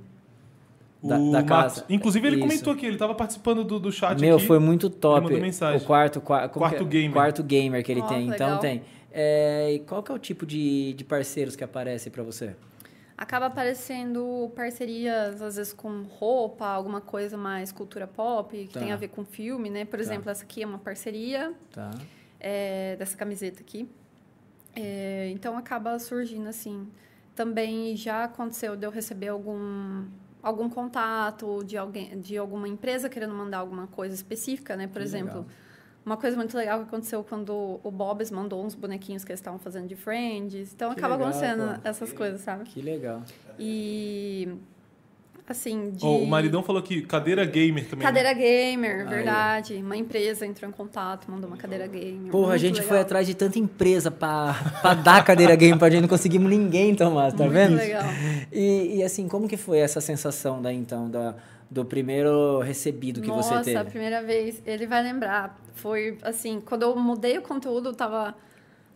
Speaker 2: Da-
Speaker 4: O
Speaker 2: da
Speaker 4: Max-
Speaker 2: casa.
Speaker 4: Inclusive, ele
Speaker 2: Isso.
Speaker 4: comentou aqui, ele tava participando do, do chat
Speaker 2: Meu,
Speaker 4: aqui.
Speaker 2: foi muito top.
Speaker 4: mandou mensagem.
Speaker 2: O quarto, qua- como
Speaker 4: Quarto
Speaker 2: que é?
Speaker 4: gamer.
Speaker 2: quarto gamer que ele
Speaker 5: Ó,
Speaker 2: tem.
Speaker 5: que
Speaker 2: Então
Speaker 5: legal.
Speaker 2: tem. É, e qual que é o tipo de, de parceiros que aparece pra você?
Speaker 5: Acaba aparecendo parcerias, às vezes, com roupa, alguma coisa mais cultura pop, que
Speaker 2: Tá.
Speaker 5: tem a ver com filme, né? Por exemplo, essa aqui é uma parceria
Speaker 2: Tá.
Speaker 5: é, dessa camiseta aqui. É, então, acaba surgindo assim. Também já aconteceu de eu receber algum, algum contato de, alguém, de alguma empresa querendo mandar alguma coisa específica, né? Por
Speaker 2: Que
Speaker 5: exemplo,
Speaker 2: legal.
Speaker 5: uma coisa muito legal que aconteceu quando o Bob's mandou uns bonequinhos que eles estavam fazendo de Friends. Então,
Speaker 2: Que
Speaker 5: acaba
Speaker 2: legal,
Speaker 5: acontecendo
Speaker 2: pô.
Speaker 5: essas coisas, sabe?
Speaker 2: Que legal.
Speaker 5: E assim, de
Speaker 4: Ó, o maridão falou aqui, cadeira gamer também. né?
Speaker 5: Cadeira gamer,
Speaker 2: Aí.
Speaker 5: verdade. Uma empresa entrou em contato, mandou uma cadeira gamer.
Speaker 2: Porra, a
Speaker 5: muito
Speaker 2: gente
Speaker 5: legal.
Speaker 2: foi atrás de tanta empresa pra, pra dar cadeira game pra gente, não conseguimos ninguém, Tomás, tá
Speaker 5: Muito
Speaker 2: vendo?
Speaker 5: legal.
Speaker 2: E, e assim, como que foi essa sensação daí então, da, do primeiro recebido que
Speaker 5: Nossa,
Speaker 2: você
Speaker 5: a
Speaker 2: teve?
Speaker 5: primeira vez, ele vai lembrar. Foi assim, quando eu mudei o conteúdo, eu tava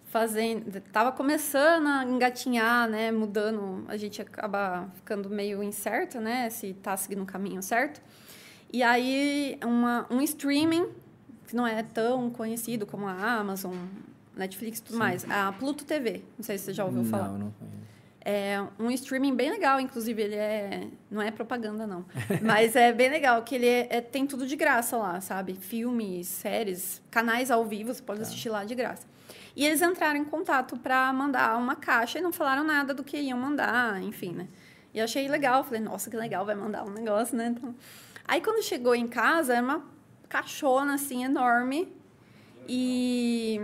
Speaker 5: fazendo, tava começando a engatinhar, né, mudando, a gente acaba ficando meio incerto, né, se tá seguindo o caminho certo. E aí uma, um streaming que não é tão conhecido como a Amazon, Netflix e tudo mais, a Pluto TV. Não sei se você já ouviu falar.
Speaker 2: Não, não conheço.
Speaker 5: É um streaming bem legal, inclusive ele é, não é propaganda não, *laughs* mas é bem legal que ele é- é- tem tudo de graça lá, sabe? Filmes, séries, canais ao vivo, você pode assistir lá de graça. E eles entraram em contato para mandar uma caixa e não falaram nada do que iam mandar, enfim, né? E eu achei legal, falei, nossa, que legal, vai mandar um negócio, né? Então... Aí quando chegou em casa, era uma caixona assim enorme e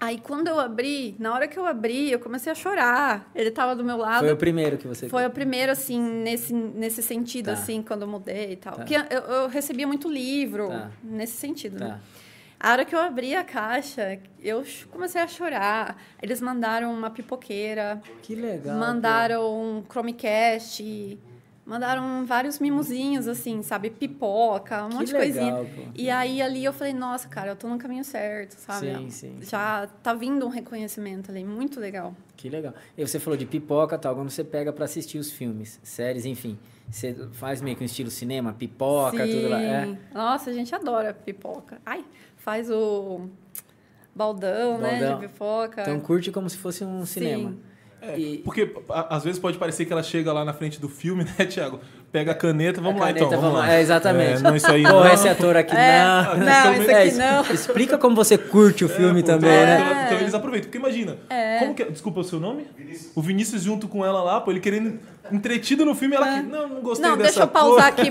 Speaker 5: Aí quando eu abri, na hora que eu abri, eu comecei a chorar. Ele tava do meu lado.
Speaker 2: Foi o primeiro que você...
Speaker 5: Ah, Foi o primeiro, assim, nesse, nesse sentido,
Speaker 2: Tá.
Speaker 5: assim, quando eu mudei e tal.
Speaker 2: Tá.
Speaker 5: Porque eu, eu recebia muito livro,
Speaker 2: Tá.
Speaker 5: nesse sentido,
Speaker 2: Tá.
Speaker 5: né? A hora que eu abri a caixa, eu ch- comecei a chorar. Eles mandaram uma pipoqueira,
Speaker 2: Que legal.
Speaker 5: mandaram um Chromecast, mandaram vários mimozinhos, assim, sabe? Pipoca, um
Speaker 2: pô.
Speaker 5: monte de
Speaker 2: que legal,
Speaker 5: coisinha.
Speaker 2: Pô.
Speaker 5: E aí ali eu falei, nossa, cara, eu tô no caminho certo, sabe?
Speaker 2: Sim, sim,
Speaker 5: Já tá vindo um reconhecimento ali, muito legal.
Speaker 2: Que legal. E você falou de pipoca tal, quando você pega pra assistir os filmes, séries, enfim. Você faz meio que um estilo cinema, pipoca, tudo lá. É.
Speaker 5: Sim. Nossa, a gente adora pipoca. Ai, faz o baldão, né,
Speaker 2: Baldão.
Speaker 5: de pipoca.
Speaker 2: Então curte como se fosse um
Speaker 5: Sim.
Speaker 2: cinema. E-
Speaker 4: Porque a- às vezes pode parecer que ela chega lá na frente do filme, *laughs* né, Thiago? pega a caneta, vamos lá
Speaker 2: caneta,
Speaker 4: então. Vamos lá.
Speaker 2: É, exatamente.
Speaker 4: É, não, isso aí
Speaker 2: Pô,
Speaker 4: não.
Speaker 2: esse ator aqui
Speaker 5: É,
Speaker 2: não.
Speaker 5: não, esse aqui
Speaker 2: es-
Speaker 5: não.
Speaker 2: *laughs* Explica como você curte o filme
Speaker 4: Pô,
Speaker 2: também,
Speaker 5: É.
Speaker 4: então,
Speaker 2: né?
Speaker 4: então eles aproveitam. Porque imagina, como que é- Desculpa o seu nome? O Vinícius junto com ela lá, pô, ele querendo entretido no filme, ela que. Não, não gostei
Speaker 5: É. Não,
Speaker 4: dessa
Speaker 5: deixa eu pausar aqui,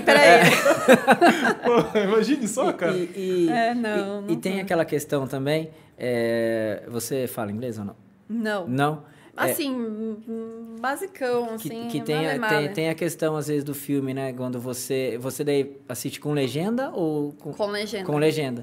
Speaker 4: *laughs*
Speaker 5: peraí.
Speaker 2: É.
Speaker 4: Pô, imagine só, cara.
Speaker 2: E, e-
Speaker 5: É, não,
Speaker 2: e-
Speaker 5: não
Speaker 2: e tem aquela questão também. é, você fala inglês ou não?
Speaker 5: Não.
Speaker 2: Não. É,
Speaker 5: Assim, hum, basicão,
Speaker 2: que,
Speaker 5: assim,
Speaker 2: que tem, a, tem-
Speaker 5: male, male.
Speaker 2: tem a questão, às vezes, do filme, né? Quando você. Você daí assiste com legenda ou com,
Speaker 5: Com legenda.
Speaker 2: com legenda?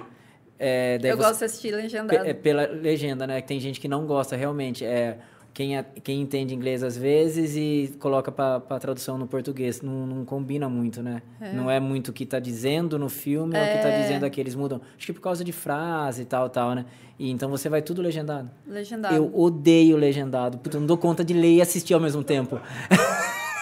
Speaker 2: É, daí
Speaker 5: Eu
Speaker 2: você-
Speaker 5: gosto de assistir
Speaker 2: Pe-
Speaker 5: legendado.
Speaker 2: é pela legenda, né? Tem gente que não gosta realmente. É quem, a- quem entende inglês às vezes e coloca para tradução no português. Não, não combina muito, né? Não é muito o que tá dizendo no filme é. o que tá dizendo aqui. Eles mudam. Acho que por causa de frase e tal, tal, né? E então você vai tudo legendado.
Speaker 5: Legendado.
Speaker 2: Eu odeio legendado. Puta, eu não dou conta de ler e assistir ao mesmo tempo. *laughs*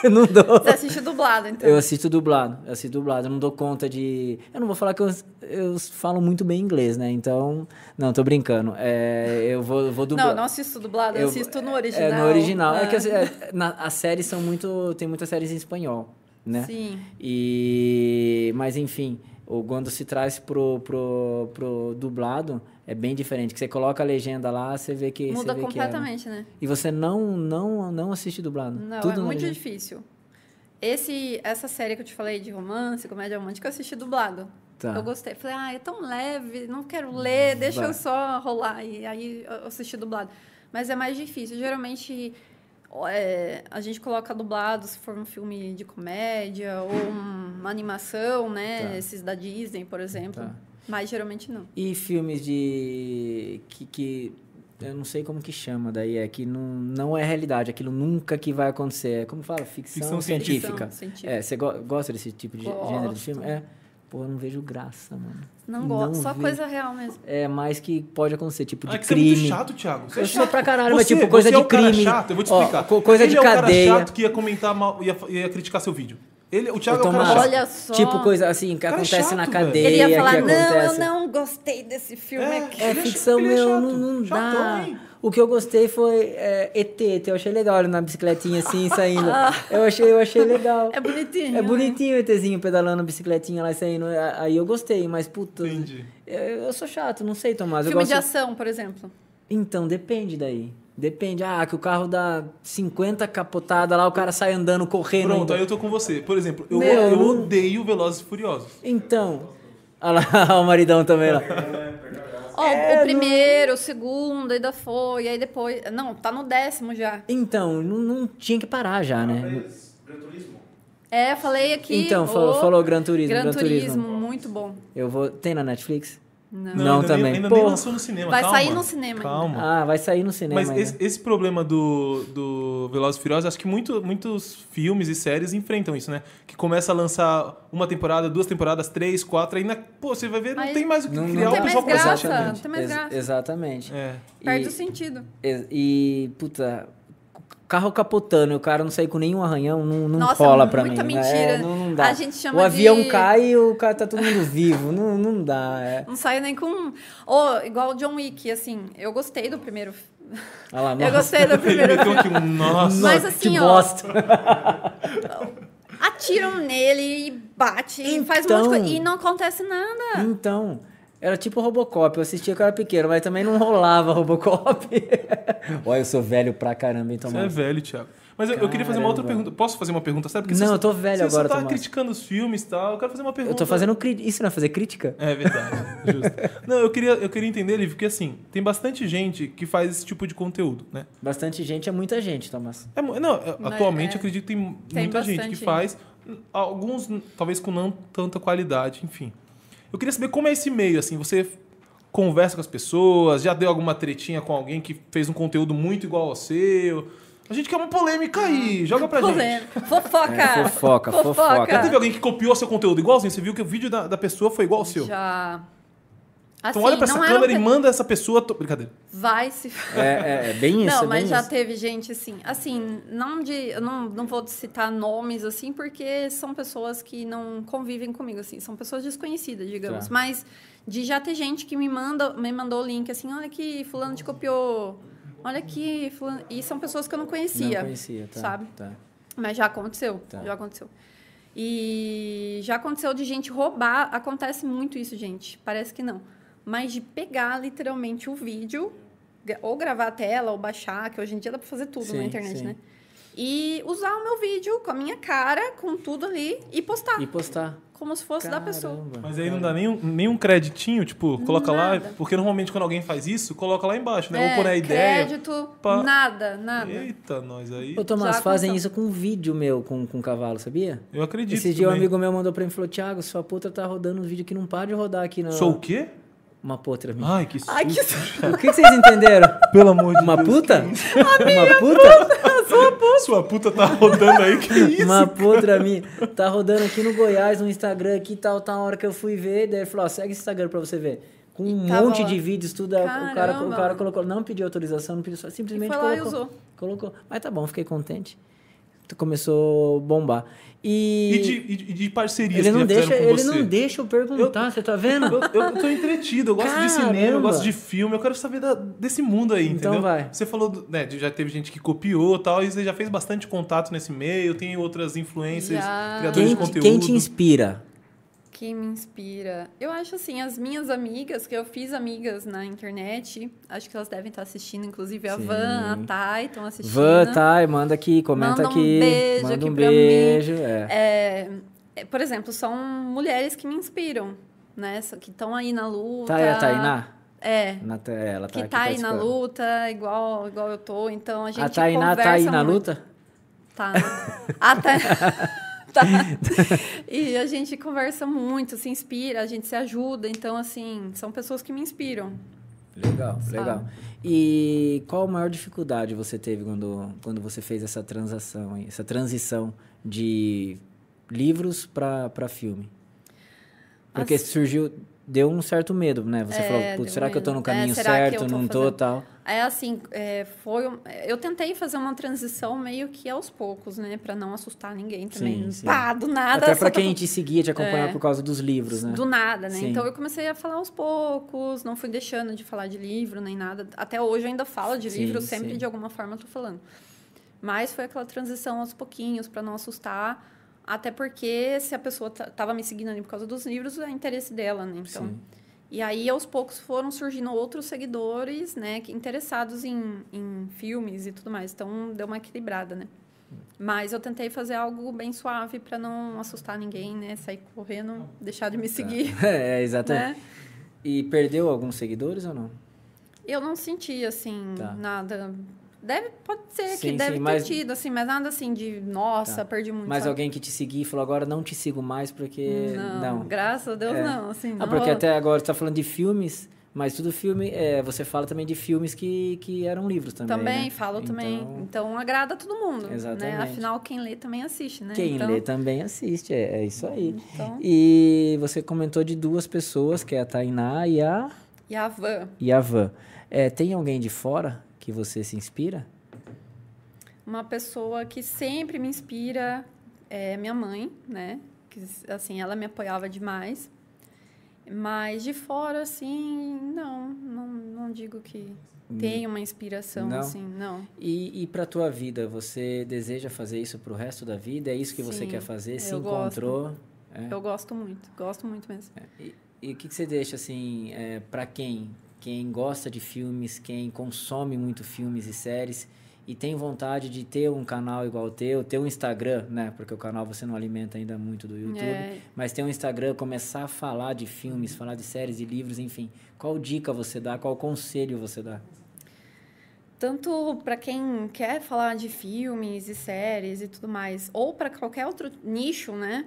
Speaker 2: eu não dou.
Speaker 5: Você assiste dublado, então.
Speaker 2: Eu assisto dublado, eu assisto dublado, eu não dou conta de. Eu não vou falar que eu, eu falo muito bem inglês, né? Então. Não, tô brincando. É, eu vou, eu vou dublar.
Speaker 5: Não, não assisto dublado, eu, assisto no original.
Speaker 2: É, no original. É, que
Speaker 5: Ah,
Speaker 2: as, é, na- as séries são muito. Tem muitas séries em espanhol, né?
Speaker 5: Sim.
Speaker 2: E, mas enfim, o, quando se traz pro, pro, pro dublado, é bem diferente. Que você coloca a legenda lá, você vê que. você
Speaker 5: Muda
Speaker 2: vê que é, né?
Speaker 5: completamente, né?
Speaker 2: E você não, não, não assiste dublado.
Speaker 5: Não,
Speaker 2: Tudo
Speaker 5: é
Speaker 2: na
Speaker 5: muito
Speaker 2: legenda.
Speaker 5: difícil. Esse, essa série que eu te falei de romance, comédia romântica, eu assisti dublado.
Speaker 2: Tá. Hum,
Speaker 5: Eu gostei. Falei, ah, é tão leve, não quero ler, deixa
Speaker 2: Vai.
Speaker 5: eu só rolar. E aí eu assisti dublado. Mas é mais difícil. Geralmente ó, é, a gente coloca dublado se for um filme de comédia ou um- uma animação, né?
Speaker 2: Tá.
Speaker 5: Esses da Disney, por exemplo.
Speaker 2: Tá.
Speaker 5: Mas geralmente não.
Speaker 2: E filmes de. que. que eu não sei como que chama daí, é que não, não é realidade, aquilo nunca que vai acontecer. É como fala? Ficção,
Speaker 4: Ficção científica.
Speaker 2: científica.
Speaker 5: Ficção científica.
Speaker 2: É, você go- gosta desse tipo de
Speaker 5: Gosto.
Speaker 2: gênero de filme? É. Pô, eu não vejo graça, mano.
Speaker 5: Não gosto, só
Speaker 2: vejo.
Speaker 5: coisa real mesmo.
Speaker 2: É mais que pode acontecer, tipo de
Speaker 4: Ah, que você é
Speaker 2: crime.
Speaker 4: muito chato, Thiago. Você é
Speaker 2: Eu sou
Speaker 4: chato.
Speaker 2: pra caralho, mas
Speaker 4: Você-
Speaker 2: tipo, coisa
Speaker 4: você é
Speaker 2: de
Speaker 4: o cara
Speaker 2: crime.
Speaker 4: chato, eu vou te
Speaker 2: Ó,
Speaker 4: explicar.
Speaker 2: co- coisa
Speaker 4: Ele
Speaker 2: de
Speaker 4: é o cara
Speaker 2: cadeia.
Speaker 4: chato que ia comentar mal, ia, ia criticar seu vídeo. Ele, o Thiago é o cara
Speaker 2: Tomara.
Speaker 4: chato.
Speaker 5: Olha só.
Speaker 2: Tipo coisa assim, que
Speaker 4: Cara
Speaker 2: acontece
Speaker 4: chato,
Speaker 2: na
Speaker 4: velho.
Speaker 2: cadeia.
Speaker 5: Ele ia
Speaker 2: é que
Speaker 5: falar, não,
Speaker 2: acontece.
Speaker 5: eu não gostei desse filme aqui.
Speaker 2: É
Speaker 4: ele
Speaker 2: ficção,
Speaker 4: ele é
Speaker 2: meu,
Speaker 4: chato.
Speaker 2: não, não dá.
Speaker 4: Chatão, hein?
Speaker 2: o que eu gostei foi é, ET, eu achei legal ele na bicicletinha assim, saindo. eu, achei, eu achei legal.
Speaker 5: É bonitinho.
Speaker 2: É
Speaker 5: né?
Speaker 2: bonitinho o ETzinho pedalando a bicicletinha lá e saindo. A- Aí eu gostei, mas puta. né?
Speaker 4: Entendi.
Speaker 2: Eu, eu sou chato, não sei, Tomás.
Speaker 5: Filme
Speaker 2: eu gosto...
Speaker 5: de ação, por exemplo.
Speaker 2: Então, depende daí. Depende. Ah, que o carro dá 50 capotada lá, o cara sai andando, correndo.
Speaker 4: Pronto, aí eu tô com você. Por exemplo, eu,
Speaker 2: Meu,
Speaker 4: eu
Speaker 2: não-
Speaker 4: odeio Velozes e Furiosos.
Speaker 2: Então. *laughs* Olha lá, o maridão também lá.
Speaker 5: Ó, o primeiro, o segundo, ainda foi, aí depois. Não, tá no décimo já.
Speaker 2: Então, não, não tinha que parar já, né?
Speaker 1: Mas, Gran Turismo,
Speaker 5: É, falei aqui.
Speaker 2: Então, falou,
Speaker 5: ô,
Speaker 2: falou Gran Turismo,
Speaker 5: Gran,
Speaker 2: Gran
Speaker 5: Turismo,
Speaker 2: Turismo.
Speaker 5: muito bom.
Speaker 2: Eu vou. Tem na Netflix?
Speaker 5: Não.
Speaker 2: Não,
Speaker 4: ainda
Speaker 2: também.
Speaker 4: Nem, ainda
Speaker 2: Pô.
Speaker 4: nem lançou no cinema.
Speaker 5: Vai
Speaker 4: calma.
Speaker 5: sair no cinema ainda.
Speaker 4: Calma.
Speaker 2: Ah, vai sair no cinema.
Speaker 4: Mas
Speaker 2: ainda.
Speaker 4: esse, esse problema do, do Velozes e Furiosos, acho que muito, muitos filmes e séries enfrentam isso, né? Que começa a lançar uma temporada, duas temporadas, três, quatro, aí na, pô, você vai ver, não
Speaker 5: Aí-
Speaker 4: tem mais o que
Speaker 2: Não- não
Speaker 4: criar,
Speaker 5: tem
Speaker 4: o
Speaker 5: mais
Speaker 4: pessoal começa a
Speaker 5: graça.
Speaker 4: achar.
Speaker 5: não tem mais
Speaker 2: Ex-
Speaker 5: graça.
Speaker 2: Exatamente. *laughs*
Speaker 4: É.
Speaker 5: Perde
Speaker 2: E-
Speaker 5: o sentido.
Speaker 2: E, e, puta, carro capotando e o cara não sair com nenhum arranhão, não, não
Speaker 5: Nossa,
Speaker 2: rola pra mim.
Speaker 5: muita
Speaker 2: né? É,
Speaker 5: mentira.
Speaker 2: não, não dá.
Speaker 5: A gente chama
Speaker 2: o avião
Speaker 5: de-
Speaker 2: cai e o cara tá todo mundo vivo. não, não dá. É.
Speaker 5: Não sai nem com. um. Ô, igual o John Wick, assim, eu gostei do primeiro. *laughs*
Speaker 2: Olha lá,
Speaker 5: Eu
Speaker 2: nossa,
Speaker 5: gostei do
Speaker 4: Ele
Speaker 5: primeiro.
Speaker 4: meteu aqui
Speaker 2: *laughs*
Speaker 4: um, nossa.
Speaker 5: Mas
Speaker 2: que
Speaker 5: assim, ó,
Speaker 2: bosta.
Speaker 5: *laughs* atiram nele e bate, e faz um monte de
Speaker 2: Então.
Speaker 5: coisa. E não acontece nada.
Speaker 2: Então, era tipo Robocop. Eu assistia quando era pequeno, mas também não rolava Robocop. *laughs* Olha, eu sou velho pra caramba, então,
Speaker 4: Você é
Speaker 2: mano.
Speaker 4: velho, Thiago. Mas eu, eu queria fazer uma outra
Speaker 2: Caramba.
Speaker 4: pergunta. Posso fazer uma pergunta séria?
Speaker 2: Não,
Speaker 4: você-
Speaker 2: eu tô velho
Speaker 4: você
Speaker 2: agora,
Speaker 4: Você tá
Speaker 2: Tomás.
Speaker 4: criticando os filmes e tal. Eu quero fazer uma pergunta.
Speaker 2: Eu tô fazendo crítica. Isso não é fazer crítica?
Speaker 4: É verdade,
Speaker 2: *laughs*
Speaker 4: justo. Não, eu queria, eu queria entender, Liv, porque assim, tem bastante gente que faz esse tipo de conteúdo, né?
Speaker 2: Bastante gente é muita gente, Thomas.
Speaker 4: É mu- não, é-
Speaker 5: Mas,
Speaker 4: atualmente
Speaker 5: é.
Speaker 4: eu acredito que tem, m-
Speaker 5: Tem
Speaker 4: muita gente que
Speaker 5: bastante.
Speaker 4: faz, n- alguns n- talvez com não tanta qualidade, enfim. Eu queria saber como é esse meio, assim, você f- conversa com as pessoas, já deu alguma tretinha com alguém que fez um conteúdo muito igual ao seu? A gente quer uma polêmica aí, joga pra gente.
Speaker 5: Ah, Polêmica. Fofoca.
Speaker 2: É, fofoca, fofoca.
Speaker 4: Já teve alguém que copiou seu conteúdo igualzinho? Você viu que o vídeo da, da pessoa foi igual ao seu?
Speaker 5: Já. Assim,
Speaker 4: Então olha pra
Speaker 5: não
Speaker 4: essa
Speaker 5: era um
Speaker 4: câmera e
Speaker 5: pe-
Speaker 4: manda essa pessoa... to- Brincadeira.
Speaker 5: Vai se.
Speaker 2: É, é, é bem isso,
Speaker 5: não,
Speaker 2: é bem
Speaker 5: mas já
Speaker 2: isso.
Speaker 5: teve gente assim. Assim, não de. Eu não, não vou citar nomes assim, porque são pessoas que não convivem comigo, assim. São pessoas desconhecidas, digamos.
Speaker 2: Tá.
Speaker 5: Mas de já ter gente que me, manda, me mandou o link assim: olha aqui, Fulano te copiou. Olha aqui, Fulano. E são pessoas que eu não conhecia.
Speaker 2: Não conhecia, tá.
Speaker 5: Sabe?
Speaker 2: Tá.
Speaker 5: Mas já aconteceu.
Speaker 2: Tá.
Speaker 5: Já aconteceu. E já aconteceu de gente roubar, acontece muito isso, gente, parece que não. Mas de pegar literalmente o vídeo, gra- ou gravar a tela, ou baixar, que hoje em dia dá pra fazer tudo
Speaker 2: Sim,
Speaker 5: na internet,
Speaker 2: sim.
Speaker 5: né? E usar o meu vídeo com a minha cara, com tudo ali, e postar.
Speaker 2: E postar.
Speaker 5: Como se fosse da Ah, pessoa.
Speaker 2: Caramba,
Speaker 4: Mas aí não dá
Speaker 2: cara.
Speaker 4: nenhum, nenhum um creditinho, tipo, coloca lá.
Speaker 5: Nada.
Speaker 4: Porque normalmente quando alguém faz isso, coloca lá embaixo, né? Ou
Speaker 5: É,
Speaker 4: quando é a ideia.
Speaker 5: Crédito,
Speaker 4: pá.
Speaker 5: nada, nada.
Speaker 4: Eita, nós aí.
Speaker 2: Ô, Tomás,
Speaker 5: Já
Speaker 2: fazem
Speaker 5: aconteceu.
Speaker 2: isso com vídeo meu, com, com cavalo, sabia?
Speaker 4: Eu acredito.
Speaker 2: Esse dia um
Speaker 4: também.
Speaker 2: amigo meu mandou pra mim e falou, Thiago, sua potra tá rodando um vídeo que não para de rodar aqui na...
Speaker 4: Sou o quê?
Speaker 2: Uma potra minha.
Speaker 4: Ai, que susto.
Speaker 5: Ai, que susto.
Speaker 2: O que, que vocês entenderam?
Speaker 4: Pelo amor de
Speaker 2: Uma
Speaker 4: Deus.
Speaker 2: puta? Uma puta?
Speaker 4: Sua puta tá rodando aí, que isso?
Speaker 2: Uma puta minha. Tá rodando aqui no Goiás, no Instagram aqui, tal, tal. A hora que eu fui ver, daí ele falou, ó, segue esse Instagram pra você ver. Com um
Speaker 5: tava
Speaker 2: monte
Speaker 5: lá.
Speaker 2: de vídeos, tudo. a- O cara, o
Speaker 5: Caramba.
Speaker 2: cara colocou, não pediu autorização, não pediu só, simplesmente
Speaker 5: E foi lá e
Speaker 2: colocou.
Speaker 5: usou.
Speaker 2: Colocou. Mas tá bom, fiquei contente. Tu Começou a bombar. E.
Speaker 4: E de, e de- e de parcerias
Speaker 2: ele
Speaker 4: que
Speaker 2: não,
Speaker 4: já
Speaker 2: deixa,
Speaker 4: fizeram com
Speaker 2: ele
Speaker 4: você?
Speaker 2: não deixa eu perguntar, você tá vendo?
Speaker 4: Eu, eu tô entretido, eu gosto de cinema, eu
Speaker 2: Caramba!
Speaker 4: gosto de filme, eu quero saber da- desse mundo aí,
Speaker 2: Então
Speaker 4: entendeu?
Speaker 2: vai.
Speaker 4: Você falou, do- né, de- já teve gente que copiou e tal, e você já fez bastante contato nesse meio, tem outras influências,
Speaker 5: Já.
Speaker 4: criadores
Speaker 2: quem,
Speaker 4: de conteúdo.
Speaker 2: quem te inspira?
Speaker 5: Quem me inspira? Eu acho assim, as minhas amigas, que eu fiz amigas na internet, acho que elas devem estar assistindo, inclusive a
Speaker 2: Sim.
Speaker 5: Van, a Thay estão assistindo.
Speaker 2: Vã, tá, manda aqui, comenta
Speaker 5: Manda um
Speaker 2: aqui.
Speaker 5: beijo
Speaker 2: manda
Speaker 5: aqui
Speaker 2: um
Speaker 5: pra mim.
Speaker 2: beijo. É.
Speaker 5: É, é, por exemplo, são mulheres que me inspiram, né? Só Que estão aí na luta.
Speaker 2: Tá aí a Tainá?
Speaker 5: É.
Speaker 2: Nata- é, ela tá
Speaker 5: Que
Speaker 2: aqui
Speaker 5: tá aí na
Speaker 2: participando.
Speaker 5: luta, igual, igual eu tô. Então a gente
Speaker 2: A Tainá tá aí
Speaker 5: conversa
Speaker 2: na
Speaker 5: muito.
Speaker 2: luta?
Speaker 5: Tá. Ah,
Speaker 2: *laughs*
Speaker 5: tá. tá. E a gente conversa muito, se inspira, a gente se ajuda. Então, assim, são pessoas que me inspiram.
Speaker 2: Legal, legal. E qual a maior dificuldade você teve quando, quando você fez essa transação, aí, essa transição de livros pra pra filme? Porque
Speaker 5: Assim-
Speaker 2: surgiu, deu um certo medo, né? Você
Speaker 5: É,
Speaker 2: falou, putz,
Speaker 5: deu
Speaker 2: será que eu tô no
Speaker 5: medo.
Speaker 2: caminho
Speaker 5: É, será que
Speaker 2: certo?
Speaker 5: eu tô
Speaker 2: Não tô,
Speaker 5: fazendo?
Speaker 2: tal.
Speaker 5: É assim, é, foi. um- Eu tentei fazer uma transição meio que aos poucos, né? Pra não assustar ninguém também.
Speaker 2: Sim, sim.
Speaker 5: Pá, do nada.
Speaker 2: Até
Speaker 5: só
Speaker 2: pra
Speaker 5: tá
Speaker 2: quem te seguia, te acompanhava
Speaker 5: É.
Speaker 2: por causa dos livros, né?
Speaker 5: Do nada, né?
Speaker 2: Sim.
Speaker 5: Então eu comecei a falar aos poucos, não fui deixando de falar de livro nem nada. Até hoje eu ainda falo de
Speaker 2: Sim,
Speaker 5: livro, sempre
Speaker 2: sim.
Speaker 5: de alguma forma eu tô falando. Mas foi aquela transição aos pouquinhos, para não assustar. Até porque se a pessoa ta- tava me seguindo ali por causa dos livros, é interesse dela, né? Então.
Speaker 2: Sim.
Speaker 5: E aí, aos poucos, foram surgindo outros seguidores, né? que- Interessados em, em filmes e tudo mais. Então, deu uma equilibrada, né? Mas eu tentei fazer algo bem suave para não assustar ninguém, né? Sair correndo, deixar de me seguir,
Speaker 2: *laughs* É, exatamente.
Speaker 5: né?
Speaker 2: E perdeu alguns seguidores ou não?
Speaker 5: Eu não senti, assim,
Speaker 2: Tá.
Speaker 5: nada... Deve, pode ser
Speaker 2: Sim,
Speaker 5: que deve
Speaker 2: sim,
Speaker 5: ter
Speaker 2: mas-
Speaker 5: tido, assim, mas nada assim de, nossa,
Speaker 2: Tá.
Speaker 5: perdi muito.
Speaker 2: Mas
Speaker 5: sabe?
Speaker 2: alguém que te seguia e falou, agora não te sigo mais porque...
Speaker 5: Não, graças a Deus,
Speaker 2: É.
Speaker 5: não, assim,
Speaker 2: Ah,
Speaker 5: não
Speaker 2: porque
Speaker 5: rolou.
Speaker 2: até agora você tá falando de filmes, mas tudo filme, é, você fala também de filmes que, que eram livros também.
Speaker 5: Também,
Speaker 2: né?
Speaker 5: falo também.
Speaker 2: Então,
Speaker 5: Então agrada todo mundo.
Speaker 2: Exatamente.
Speaker 5: Né? Afinal, quem lê também assiste, né?
Speaker 2: Quem
Speaker 5: então,
Speaker 2: lê também assiste, é, é isso aí.
Speaker 5: Então,
Speaker 2: E você comentou de duas pessoas, que é a Tainá e a,
Speaker 5: e a Van,
Speaker 2: e a Van. É, tem alguém de fora que você se inspira?
Speaker 5: uma pessoa que sempre me inspira, é minha mãe, né? Que, assim, ela me apoiava demais. Mas de fora, assim, não, não, não digo que tenha uma inspiração,
Speaker 2: Hum. Não?
Speaker 5: assim, não.
Speaker 2: E, e para tua vida, você deseja fazer isso pro resto da vida? É isso que você
Speaker 5: Sim,
Speaker 2: quer fazer? Se
Speaker 5: eu gosto.
Speaker 2: encontrou? É.
Speaker 5: Eu gosto muito, gosto muito mesmo.
Speaker 2: E- E o que, que você deixa assim é, para quem quem gosta de filmes, quem consome muito filmes e séries e tem vontade de ter um canal igual o teu, ter um Instagram, né? Porque o canal você não alimenta ainda muito do YouTube,
Speaker 5: É. Uhum.
Speaker 2: mas ter um Instagram, começar a falar de filmes, falar de séries e livros, enfim. Qual dica você dá? Qual conselho você dá?
Speaker 5: Tanto para quem quer falar de filmes e séries e tudo mais, ou para qualquer outro nicho, né?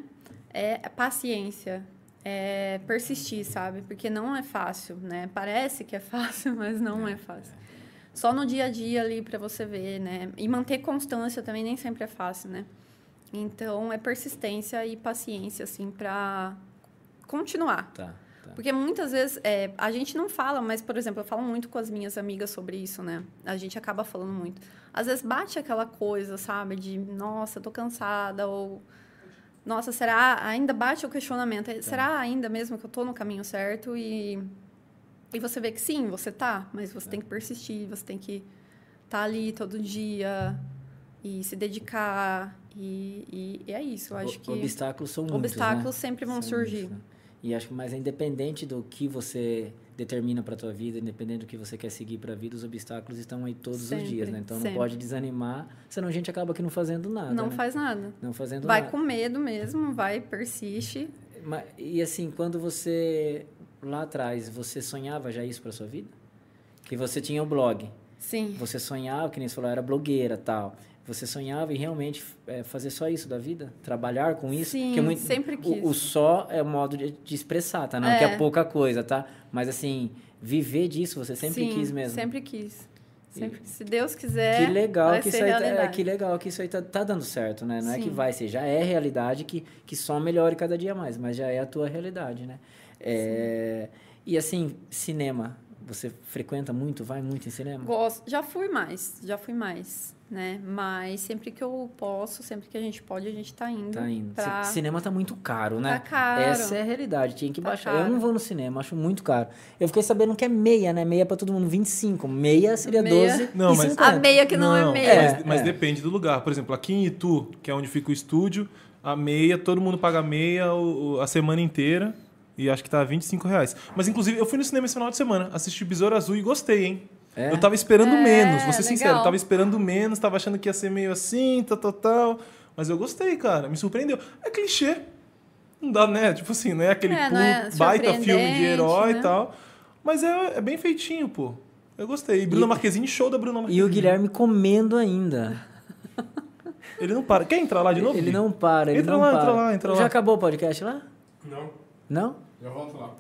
Speaker 5: É paciência, é persistir, sabe? Porque não é fácil, né? Parece que é *laughs* fácil, mas não é fácil. Só no dia a dia ali para você ver, né? E manter constância também nem sempre é fácil, né? Então é persistência e paciência assim para continuar.
Speaker 2: Tá. tá.
Speaker 5: Porque muitas vezes é, a gente não fala, mas, por exemplo, eu falo muito com as minhas amigas sobre isso, né? A gente acaba falando muito. Às vezes bate aquela coisa, sabe? De, nossa, eu tô cansada, ou. Nossa, será? Ainda bate o questionamento. é, Será ainda mesmo que eu tô no caminho certo? E, e você vê que sim, você tá, mas
Speaker 2: É.
Speaker 5: você tem que persistir, você tem que estar tá ali todo dia e se dedicar E, e- e é isso, eu acho
Speaker 2: O-
Speaker 5: que
Speaker 2: Obstáculos são muitos,
Speaker 5: obstáculos
Speaker 2: né?
Speaker 5: sempre vão
Speaker 2: São
Speaker 5: surgir.
Speaker 2: muitos, né? E acho que mais independente do que você determina para tua vida, independente do que você quer seguir para a vida, os obstáculos estão aí todos
Speaker 5: Sempre,
Speaker 2: os dias, né? Então
Speaker 5: sempre.
Speaker 2: não pode desanimar, senão a gente acaba aqui não fazendo nada,
Speaker 5: não
Speaker 2: né?
Speaker 5: faz nada.
Speaker 2: Não fazendo
Speaker 5: Vai
Speaker 2: nada.
Speaker 5: com medo mesmo, vai, persiste.
Speaker 2: Ma- E assim, quando você lá atrás, você sonhava já isso para sua vida? Que você tinha o blog,
Speaker 5: Sim.
Speaker 2: você sonhava, que nem você falou, era blogueira, tal. Você sonhava em realmente eh, fazer só isso da vida? Trabalhar com isso?
Speaker 5: Sim,
Speaker 2: Porque é muito-
Speaker 5: sempre quis.
Speaker 2: O, o só é o modo de, de expressar, tá? Não que
Speaker 5: É.
Speaker 2: é pouca coisa, tá? Mas assim, viver disso você sempre
Speaker 5: Sim,
Speaker 2: quis mesmo.
Speaker 5: Sempre quis. Sempre-
Speaker 2: E-
Speaker 5: Se Deus quiser.
Speaker 2: que legal
Speaker 5: vai
Speaker 2: que
Speaker 5: ser
Speaker 2: isso aí tá, é,
Speaker 5: realidade.
Speaker 2: que legal que isso aí tá, tá dando certo, né? Não é
Speaker 5: Sim.
Speaker 2: que vai ser, já é realidade que, que só melhora cada dia mais, mas já é a tua realidade, né? É, e assim, cinema, você frequenta muito, vai muito em cinema?
Speaker 5: Gosto, já fui mais, já fui mais, né? Mas sempre que eu posso, sempre que a gente pode, a gente tá indo.
Speaker 2: Tá indo.
Speaker 5: Pra...
Speaker 2: Ci- Cinema tá muito caro, né?
Speaker 5: Tá caro.
Speaker 2: Essa é a realidade, tinha que
Speaker 5: Tá
Speaker 2: baixar. Eu
Speaker 5: caro.
Speaker 2: não vou no cinema, acho muito caro. Eu fiquei sabendo que é meia, né? Meia pra todo mundo, 25. Meia seria
Speaker 5: Meia.
Speaker 2: 12
Speaker 4: Não,
Speaker 2: e
Speaker 4: mas-
Speaker 2: 50.
Speaker 5: A meia que não, é meia.
Speaker 4: Mas, mas
Speaker 2: É, é.
Speaker 4: depende do lugar. Por exemplo, aqui em Itu, que é onde fica o estúdio, a meia, todo mundo paga a meia o- o- a semana inteira. E acho que tá 25 reais. Mas, inclusive, eu fui no cinema esse final de semana, assisti Besouro Azul e gostei, hein?
Speaker 2: É?
Speaker 4: Eu tava esperando
Speaker 5: É,
Speaker 4: menos, vou ser
Speaker 5: legal.
Speaker 4: sincero. Eu tava esperando menos, tava achando que ia ser meio assim, tal, tal, tal. Mas eu gostei, cara. Me surpreendeu. É clichê. Não dá, né? Tipo assim, não é aquele
Speaker 5: É,
Speaker 4: pulo,
Speaker 5: não é
Speaker 4: baita filme de
Speaker 5: surpreendente,
Speaker 4: herói
Speaker 5: né?
Speaker 4: e tal. Mas é, é bem feitinho, pô. Eu gostei. E Bruna Marquezine, show da Bruna Marquezine.
Speaker 2: E o Guilherme comendo ainda.
Speaker 4: Ele não para. Quer entrar lá de novo?
Speaker 2: Ele
Speaker 4: Gui?
Speaker 2: não para, ele
Speaker 4: Entra
Speaker 2: não
Speaker 4: lá,
Speaker 2: para.
Speaker 4: entra lá, entra
Speaker 2: Já
Speaker 4: lá.
Speaker 2: acabou o podcast lá?
Speaker 1: Não,
Speaker 2: Não?
Speaker 1: eu volto lá.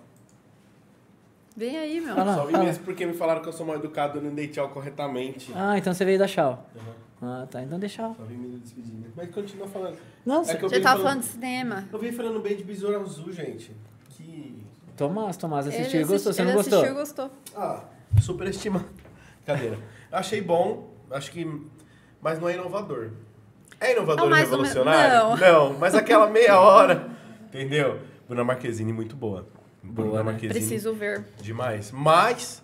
Speaker 5: Vem aí, meu.
Speaker 2: Ah lá.
Speaker 3: Só vim mesmo porque me falaram que eu sou mal educado, eu não dei tchau corretamente.
Speaker 2: Ah, então você veio da Shaw.
Speaker 3: Uhum.
Speaker 2: Ah, tá. Então deixa. eu-
Speaker 3: Só vim me despedindo. Mas continua falando.
Speaker 2: Não,
Speaker 3: É
Speaker 2: você-
Speaker 3: que eu
Speaker 5: Já
Speaker 3: vim
Speaker 5: tava
Speaker 3: falando-
Speaker 5: falando de cinema.
Speaker 3: Eu vim falando bem de Besouro Azul, gente. Que...
Speaker 2: Tomás, Tomás
Speaker 5: Ele
Speaker 2: assistiu e gostou.
Speaker 5: assisti-
Speaker 2: Você não
Speaker 5: ele
Speaker 2: gostou?
Speaker 5: assistiu e gostou.
Speaker 3: Ah, superestimado. Cadeira. Achei bom, acho que... Mas não é inovador. É inovador
Speaker 5: Não,
Speaker 3: e
Speaker 5: mais ou
Speaker 3: revolucionário?
Speaker 5: menos-
Speaker 3: Não. mas aquela
Speaker 5: *laughs*
Speaker 3: meia hora, entendeu? Bruna Marquezine, muito boa.
Speaker 2: Boa,
Speaker 3: Bruna
Speaker 2: né?
Speaker 3: Marquezine.
Speaker 5: Preciso ver.
Speaker 3: Demais. Mas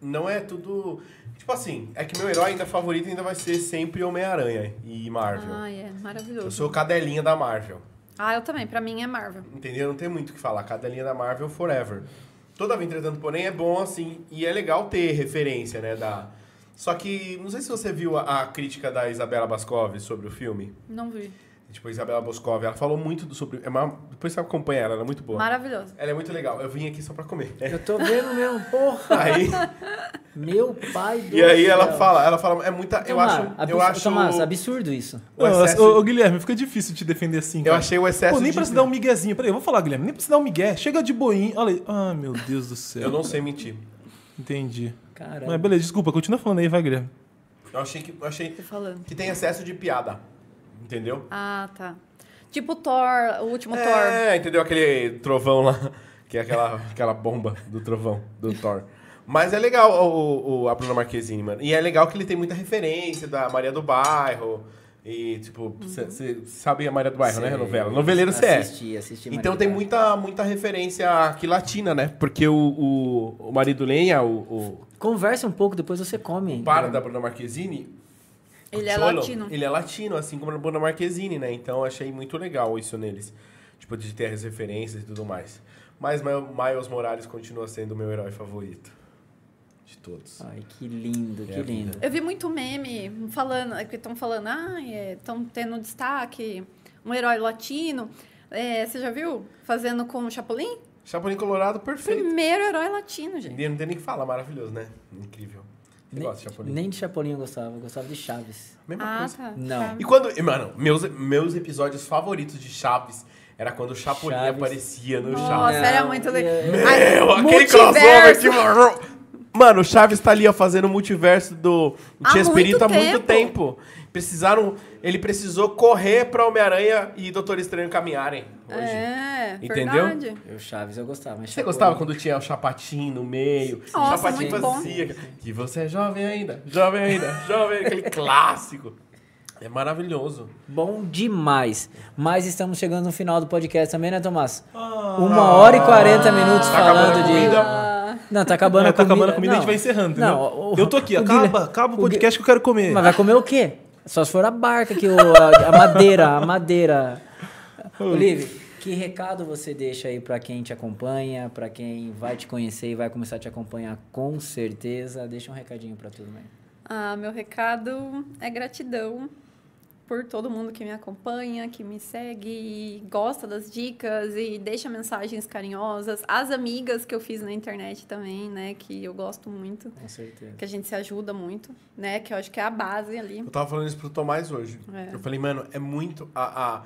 Speaker 3: não é tudo. Tipo assim, é que meu herói ainda favorito ainda vai ser sempre Homem-Aranha e Marvel.
Speaker 5: Ah, é maravilhoso.
Speaker 3: Eu sou cadelinha da Marvel.
Speaker 5: Ah, eu também. Pra mim é Marvel.
Speaker 3: Entendeu? Não tem muito o que falar. Cadelinha da Marvel forever. Toda vez, entretanto, porém, é bom assim. E é legal ter referência, né? Da... Só que, não sei se você viu a, a crítica da Isabela Bascov sobre o filme.
Speaker 5: Não vi.
Speaker 3: Tipo, a Isabela Boscov, ela falou muito do, sobre. É uma... Depois você acompanha ela, ela é muito boa.
Speaker 5: Maravilhoso.
Speaker 3: Ela é muito legal. Eu vim aqui só pra comer.
Speaker 4: É.
Speaker 2: Eu tô vendo mesmo, porra.
Speaker 3: *laughs* Aí.
Speaker 2: Meu pai do
Speaker 3: E aí
Speaker 2: céu.
Speaker 3: ela fala, ela fala, é muita. eu
Speaker 2: Tomás,
Speaker 3: acho. eu
Speaker 2: absurdo,
Speaker 3: acho.
Speaker 2: Tomás, absurdo isso.
Speaker 3: o
Speaker 4: Nossa,
Speaker 3: excesso-
Speaker 4: ô, ô, Guilherme, fica difícil te defender assim,
Speaker 3: eu
Speaker 4: cara.
Speaker 3: achei o excesso.
Speaker 4: Pô, nem
Speaker 3: de-
Speaker 4: pra se dar um miguezinho. Peraí, eu vou falar, Guilherme. Nem pra se dar um migué. Chega de boinha. Olha aí. Ah, meu Deus do céu.
Speaker 3: Eu não sei mentir.
Speaker 4: Entendi. Mas
Speaker 2: Caramba.
Speaker 4: beleza, desculpa. Continua falando aí, vai, Guilherme.
Speaker 3: Eu achei que. Eu achei
Speaker 5: Tô falando.
Speaker 3: que tem excesso de piada. Entendeu?
Speaker 5: Ah, tá. Tipo Thor, o último Thor.
Speaker 3: É, entendeu? Aquele trovão lá. Que é aquela, aquela bomba do trovão, do Thor. Mas é legal o, o- a Bruna Marquezine, mano. E é legal que ele tem muita referência da Maria do Bairro. E, tipo, você sabe a Maria do Bairro, né? A novela. Noveleiro você é.
Speaker 2: Uhum. Assisti, assisti.
Speaker 3: Então
Speaker 2: Maria
Speaker 3: tem
Speaker 2: Eduarda.
Speaker 3: muita, muita referência aqui latina, né? Porque o, o, o marido Lenha, o, o
Speaker 2: Conversa um pouco, depois você come.
Speaker 3: par da Bruna Marquezine...
Speaker 5: Ele é
Speaker 3: Cholo,
Speaker 5: latino.
Speaker 3: Ele é latino, assim como a Bruna Marquezine, né? Então eu achei muito legal isso neles. Tipo, de ter as referências e tudo mais. Mas Ma- Miles Morales continua sendo o meu herói favorito. De todos.
Speaker 2: Ai, que lindo,
Speaker 3: É
Speaker 2: que
Speaker 3: a vida.
Speaker 2: lindo.
Speaker 5: Eu vi muito meme falando, é que estão falando, ah, estão tendo destaque, um herói latino. É, você já viu? Fazendo com o Chapolin?
Speaker 3: Chapolin Colorado, perfeito.
Speaker 5: Primeiro herói latino, gente.
Speaker 3: E Não tem nem o que falar, maravilhoso, né? Incrível. Você
Speaker 2: Nem,
Speaker 3: gosta de Chapolin?
Speaker 2: nem de Chapolin eu gostava, eu gostava de Chaves.
Speaker 3: Mesma
Speaker 5: Ah,
Speaker 3: coisa.
Speaker 5: tá.
Speaker 2: Não.
Speaker 5: Tá.
Speaker 3: E quando. e, Mano, meus, meus episódios favoritos de Chaves era quando o Chapolin
Speaker 2: Chaves.
Speaker 3: aparecia no
Speaker 5: Nossa,
Speaker 3: Chaves.
Speaker 2: Não,
Speaker 5: era muito legal.
Speaker 2: é-
Speaker 5: Ai,
Speaker 3: Meu, aquele
Speaker 5: multiverso.
Speaker 3: crossover que. Mano, o Chaves tá ali, ó, fazendo o multiverso do
Speaker 5: Há
Speaker 3: Chespirito há
Speaker 5: muito
Speaker 3: muito tempo. Precisaram. Ele precisou correr pra Homem-Aranha e Doutor Estranho caminharem hoje.
Speaker 5: É,
Speaker 3: Entendeu?
Speaker 5: verdade.
Speaker 2: Eu Chaves eu gostava. mas
Speaker 3: Você
Speaker 2: Chapolin-
Speaker 3: gostava quando tinha o Chapatinho no meio? o
Speaker 5: Nossa,
Speaker 3: Chapatinho
Speaker 5: muito bom.
Speaker 3: fazia. Que você é jovem ainda, jovem ainda, jovem, aquele *laughs* clássico. É maravilhoso.
Speaker 2: Bom demais. Mas estamos chegando no final do podcast também, né, Tomás? Uma hora e quarenta minutos
Speaker 3: Ah. Tá acabando
Speaker 2: falando
Speaker 3: a
Speaker 2: de.
Speaker 3: comida.
Speaker 2: Não, tá acabando
Speaker 4: É,
Speaker 2: a
Speaker 4: tá
Speaker 2: comida.
Speaker 4: acabando a comida, a gente
Speaker 2: Não.
Speaker 3: né?
Speaker 4: vai encerrando, entendeu?
Speaker 2: Não, o-
Speaker 4: eu tô aqui,
Speaker 2: o
Speaker 4: acaba,
Speaker 2: Guilherme-
Speaker 4: acaba o
Speaker 2: Gui-
Speaker 4: podcast que eu quero comer.
Speaker 2: Mas vai comer o quê? Só se for a barca que o, a, a madeira, a madeira. Olívio, que recado você deixa aí pra quem te acompanha, pra quem vai te conhecer e vai começar a te acompanhar com certeza? Deixa um recadinho pra tudo bem.
Speaker 5: Ah, meu recado é gratidão por todo mundo que me acompanha, que me segue e gosta das dicas e deixa mensagens carinhosas. As amigas que eu fiz na internet também, né? Que eu gosto muito,
Speaker 2: Com certeza.
Speaker 5: que a gente se ajuda muito, né? Que eu acho que é a base ali.
Speaker 3: Eu tava falando isso pro Tomás hoje.
Speaker 5: É.
Speaker 3: Eu falei, mano, é muito. A, a-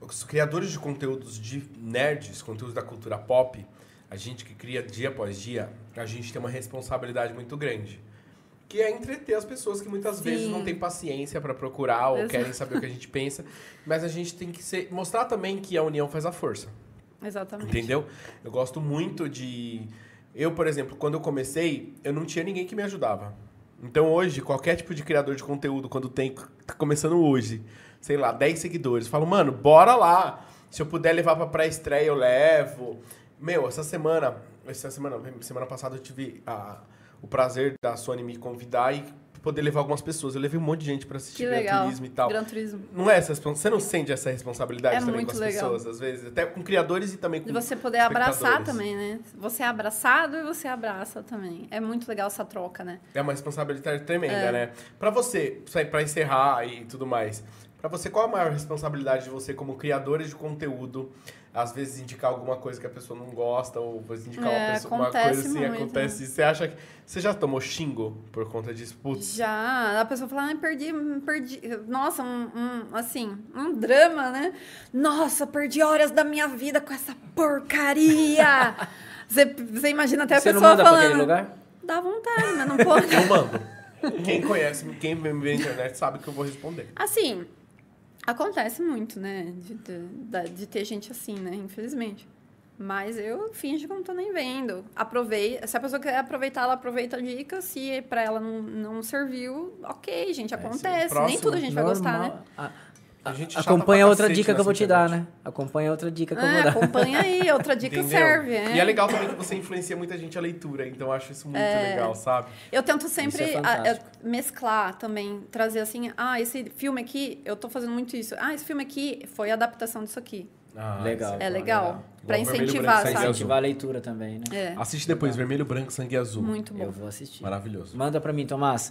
Speaker 3: os criadores de conteúdos de nerds, conteúdos da cultura pop, a gente que cria dia após dia, a gente tem uma responsabilidade muito grande. Que é entreter as pessoas que muitas
Speaker 5: Sim.
Speaker 3: vezes não têm paciência pra procurar ou
Speaker 5: Exato.
Speaker 3: querem saber o que a gente pensa. Mas a gente tem que ser, mostrar também que a união faz a força.
Speaker 5: Exatamente.
Speaker 3: Entendeu? Eu gosto muito de. Eu, por exemplo, quando eu comecei, eu não tinha ninguém que me ajudava. Então hoje, qualquer tipo de criador de conteúdo, quando tem. Tá começando hoje, sei lá, 10 seguidores, eu falo, mano, bora lá. Se eu puder levar pra pré-estreia, eu levo. Meu, essa semana. Essa semana, semana passada eu tive a- o prazer da Sony me convidar e poder levar algumas pessoas. Eu levei um monte de gente pra assistir
Speaker 5: Que legal.
Speaker 3: turismo e tal.
Speaker 5: Gran Turismo.
Speaker 3: Não é essa, respons- você não sente essa responsabilidade
Speaker 5: É
Speaker 3: também
Speaker 5: muito
Speaker 3: com as
Speaker 5: legal.
Speaker 3: pessoas, às vezes, até com criadores e também com
Speaker 5: De você poder abraçar
Speaker 3: espectadores.
Speaker 5: também, né? Você é abraçado e você abraça também. É muito legal essa troca, né?
Speaker 3: É uma responsabilidade tremenda,
Speaker 5: É.
Speaker 3: né? Pra você, sai- pra encerrar e tudo mais. Pra você, qual a maior responsabilidade de você como criadores de conteúdo? Às vezes indicar alguma coisa que a pessoa não gosta, ou você indicar uma,
Speaker 5: É,
Speaker 3: pessoa, uma
Speaker 5: acontece
Speaker 3: coisa assim,
Speaker 5: muito,
Speaker 3: acontece. Você acha que. Você já tomou xingo por conta disso? Putz,
Speaker 5: Já, a pessoa fala, ai, perdi, perdi. Nossa, um, um, assim, um drama, né? Nossa, perdi horas da minha vida com essa
Speaker 2: *laughs*
Speaker 5: porcaria! Você, você imagina até a
Speaker 2: você não
Speaker 5: pessoa
Speaker 2: manda pra
Speaker 5: falando.
Speaker 2: aquele lugar?
Speaker 5: Dá vontade, mas não
Speaker 2: *laughs*
Speaker 5: pode.
Speaker 3: eu mando. quem conhece, quem me vê na internet sabe que eu vou responder.
Speaker 5: Assim, acontece muito, né? De, de- da- de ter gente assim, né? Infelizmente. Mas eu finge que eu não tô nem vendo. Aprovei, se a pessoa quer aproveitar, ela aproveita a dica. Se pra ela não, não serviu, ok,
Speaker 2: É,
Speaker 5: gente, acontece. nem
Speaker 3: próximo,
Speaker 5: tudo a gente vai gostar, né?
Speaker 2: A-
Speaker 3: Tem gente
Speaker 2: a-
Speaker 3: chata
Speaker 2: acompanha
Speaker 3: pra
Speaker 2: outra
Speaker 3: cacete
Speaker 2: dica que eu
Speaker 3: nessa
Speaker 2: vou te dar,
Speaker 3: internet.
Speaker 2: né? Acompanha outra dica que eu vou
Speaker 5: Ah,
Speaker 2: dar.
Speaker 5: acompanha aí, outra dica
Speaker 3: Entendeu?
Speaker 5: serve. É.
Speaker 3: E é legal também que você influencia muita gente a leitura, então eu acho isso muito
Speaker 5: É.
Speaker 3: legal, sabe?
Speaker 5: Eu tento sempre
Speaker 2: Isso é
Speaker 5: a- a-
Speaker 2: fantástico.
Speaker 5: mesclar também, trazer assim, ah, esse filme aqui, eu tô fazendo muito isso. Ah, esse filme aqui foi a adaptação disso aqui.
Speaker 2: Legal.
Speaker 5: É legal. Pra
Speaker 3: Igual Vermelho
Speaker 5: incentivar,
Speaker 3: Branco,
Speaker 5: sabe?
Speaker 2: Incentivar a leitura também, né?
Speaker 5: É,
Speaker 3: Ah, Assiste depois, Vermelho, Branco, Sangue Azul.
Speaker 5: muito
Speaker 2: Eu
Speaker 5: bom.
Speaker 2: vou assistir.
Speaker 3: Maravilhoso.
Speaker 2: Manda pra mim, Tomás.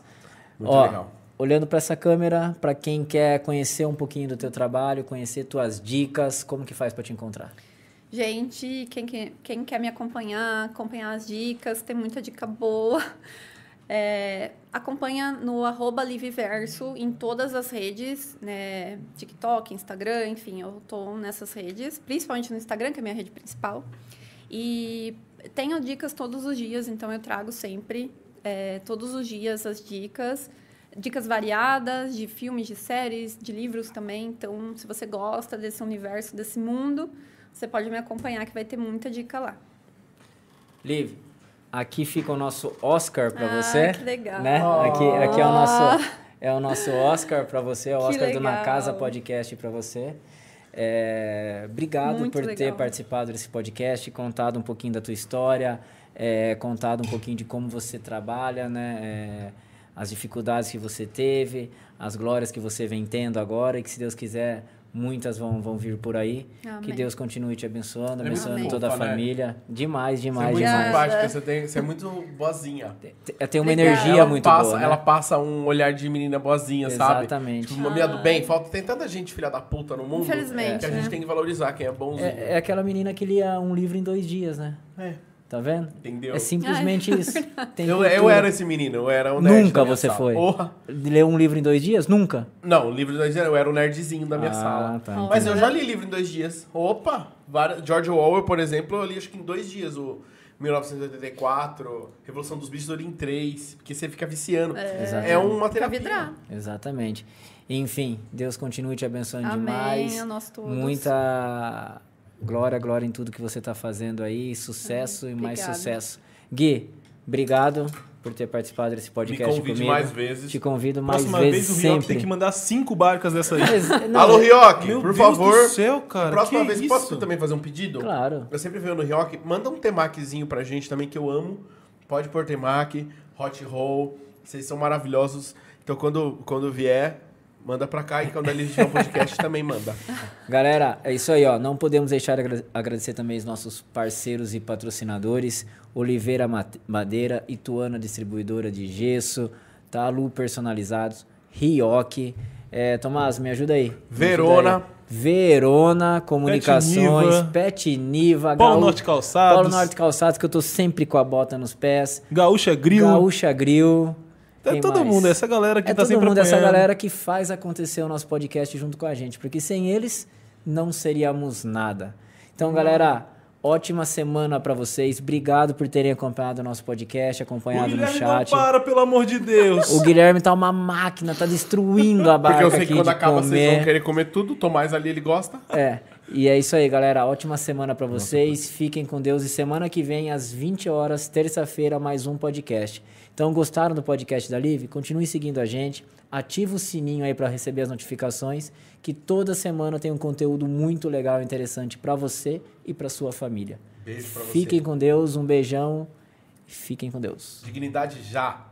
Speaker 3: Muito
Speaker 2: Ó,
Speaker 3: legal.
Speaker 2: Olhando pra essa câmera, pra quem quer conhecer um pouquinho do teu trabalho, conhecer tuas dicas, como que faz pra te encontrar?
Speaker 5: Gente, quem, que- quem quer me acompanhar, acompanhar as dicas, tem muita dica boa. *laughs* É, acompanha no arroba Liviverso em todas as redes, né? TikTok, Instagram, enfim, eu tô nessas redes, principalmente no Instagram, que é a minha rede principal. E tenho dicas todos os dias, então eu trago sempre, é, todos os dias, as dicas. Dicas variadas de filmes, de séries, de livros também. Então, se você gosta desse universo, desse mundo, você pode me acompanhar que vai ter muita dica lá.
Speaker 2: Liv, aqui fica o nosso Oscar pra
Speaker 5: Ah,
Speaker 2: você.
Speaker 5: que legal. Oh.
Speaker 2: Né? Aqui, aqui é o nosso é o nosso Oscar pra você, é o
Speaker 5: Que
Speaker 2: Oscar do Na
Speaker 5: legal.
Speaker 2: Casa Podcast pra você. É, obrigado
Speaker 5: Muito
Speaker 2: por ter
Speaker 5: legal.
Speaker 2: participado desse podcast, contado um pouquinho da tua história, é, contado um pouquinho de como você trabalha, né? É, as dificuldades que você teve, as glórias que você vem tendo agora e que se Deus quiser muitas vão, vão vir por aí.
Speaker 5: Amém.
Speaker 2: Que Deus continue te abençoando,
Speaker 3: É muito
Speaker 2: abençoando
Speaker 5: Amém.
Speaker 2: toda a
Speaker 3: fofa, né?
Speaker 2: família. Demais,
Speaker 3: Você é
Speaker 2: demais,
Speaker 3: muito
Speaker 5: Obrigada.
Speaker 2: demais.
Speaker 3: simpática, você, tem, você é muito boazinha.
Speaker 2: Te- é, Tem uma
Speaker 5: Obrigada.
Speaker 2: energia
Speaker 3: ela
Speaker 2: muito
Speaker 3: passa,
Speaker 2: boa. né?
Speaker 3: Ela passa um olhar de menina boazinha, sabe?
Speaker 2: Exatamente.
Speaker 3: Tipo, uma menina do bem. Falta, tem tanta gente filha da puta no mundo
Speaker 5: Infelizmente,
Speaker 3: que a gente
Speaker 5: né?
Speaker 3: tem que valorizar quem é bonzinho.
Speaker 2: É, é aquela menina que lia um livro em dois dias, né?
Speaker 3: É.
Speaker 2: Tá vendo?
Speaker 3: Entendeu?
Speaker 2: É simplesmente isso. Tem
Speaker 3: eu, eu
Speaker 2: cultura.
Speaker 3: era esse menino, eu era um nerd. da
Speaker 2: Nunca
Speaker 3: minha
Speaker 2: você
Speaker 3: sala.
Speaker 2: foi.
Speaker 3: Porra.
Speaker 2: Leu um livro em dois dias? Nunca.
Speaker 3: Não, livro de dois dias, eu era um nerdzinho da minha
Speaker 2: Ah,
Speaker 3: sala.
Speaker 2: tá,
Speaker 3: Mas eu
Speaker 5: entendi.
Speaker 3: já li livro em dois dias. Opa! Várias, George Orwell, por exemplo, eu li acho que em dois dias o 1984, Revolução dos Bichos, eu li em três. Porque você fica viciando. É,
Speaker 2: Exatamente.
Speaker 3: uma
Speaker 5: Pra
Speaker 3: terapia.
Speaker 5: vidrar.
Speaker 2: Exatamente. Enfim, Deus continue te abençoando
Speaker 5: Amém,
Speaker 2: demais.
Speaker 5: a nós todos.
Speaker 2: Muita glória, glória em tudo que você tá fazendo aí. Sucesso e mais
Speaker 5: Obrigada.
Speaker 2: sucesso. Gui, obrigado por ter participado desse
Speaker 3: Me
Speaker 2: podcast
Speaker 3: convide
Speaker 2: comigo.
Speaker 3: mais vezes.
Speaker 2: Te convido mais
Speaker 4: Próxima
Speaker 2: vezes
Speaker 4: vez o Rioque
Speaker 2: sempre.
Speaker 4: tem que mandar cinco barcas dessa aí.
Speaker 2: Mas- não,
Speaker 3: Alô,
Speaker 2: é-
Speaker 3: Rioque,
Speaker 4: Meu
Speaker 3: por
Speaker 4: Deus
Speaker 3: favor.
Speaker 4: do céu, cara.
Speaker 3: próxima
Speaker 4: que
Speaker 3: vez,
Speaker 4: isso?
Speaker 3: posso também fazer um pedido?
Speaker 2: Claro.
Speaker 3: Eu sempre venho no Rioque. Manda um temaquezinho pra gente também, que eu amo. Pode pôr temac, hot roll. Vocês são maravilhosos. Então, quando, quando vier,
Speaker 6: Manda pra cá e quando a Legião
Speaker 2: *laughs*
Speaker 6: Podcast também manda.
Speaker 2: Galera, é isso aí, ó. Não podemos deixar de agra- agradecer também os nossos parceiros e patrocinadores: Oliveira Mate- Madeira, Ituana Distribuidora de Gesso, Talu Personalizados, Rioc. É, Tomás, me ajuda aí. Me ajuda
Speaker 6: Verona.
Speaker 2: aí. Verona, Comunicações,
Speaker 4: Niva.
Speaker 2: Pet Niva,
Speaker 4: Paulo
Speaker 2: Gaú-
Speaker 4: Norte Calçados.
Speaker 2: Paulo Norte Calçados, que eu tô sempre com a bota nos pés.
Speaker 4: Gaúcha Grill.
Speaker 2: Gaúcha Grill.
Speaker 4: É
Speaker 2: Quem
Speaker 4: todo
Speaker 2: mais?
Speaker 4: mundo, é essa galera que
Speaker 2: é
Speaker 4: tá
Speaker 2: todo
Speaker 4: sempre
Speaker 2: mundo, essa
Speaker 4: apoiando.
Speaker 2: galera que faz acontecer o nosso podcast junto com a gente, porque sem eles não seríamos nada. Então, galera, ótima semana pra vocês. Obrigado por terem acompanhado o nosso podcast,
Speaker 4: O
Speaker 2: acompanhado no
Speaker 4: Guilherme não
Speaker 2: chat.
Speaker 4: para, pelo amor de Deus. *laughs*
Speaker 2: O Guilherme tá uma máquina, tá destruindo a barca
Speaker 6: Porque eu sei
Speaker 2: aqui
Speaker 6: que quando
Speaker 2: de
Speaker 6: acaba vocês vão
Speaker 2: comer.
Speaker 6: querer comer tudo. O Tomás ali, ele gosta.
Speaker 2: É. E é isso aí, galera. Ótima semana pra vocês. Fiquem com Deus. E semana que vem, às 20 horas, terça-feira, mais um podcast. Então, gostaram do podcast da Live? Continue seguindo a gente. Ativa o sininho aí pra receber as notificações. Que toda semana tem um conteúdo muito legal e interessante pra você e pra sua família.
Speaker 6: Beijo pra você.
Speaker 2: Fiquem com Deus. Um beijão. Fiquem com Deus.
Speaker 6: Dignidade já.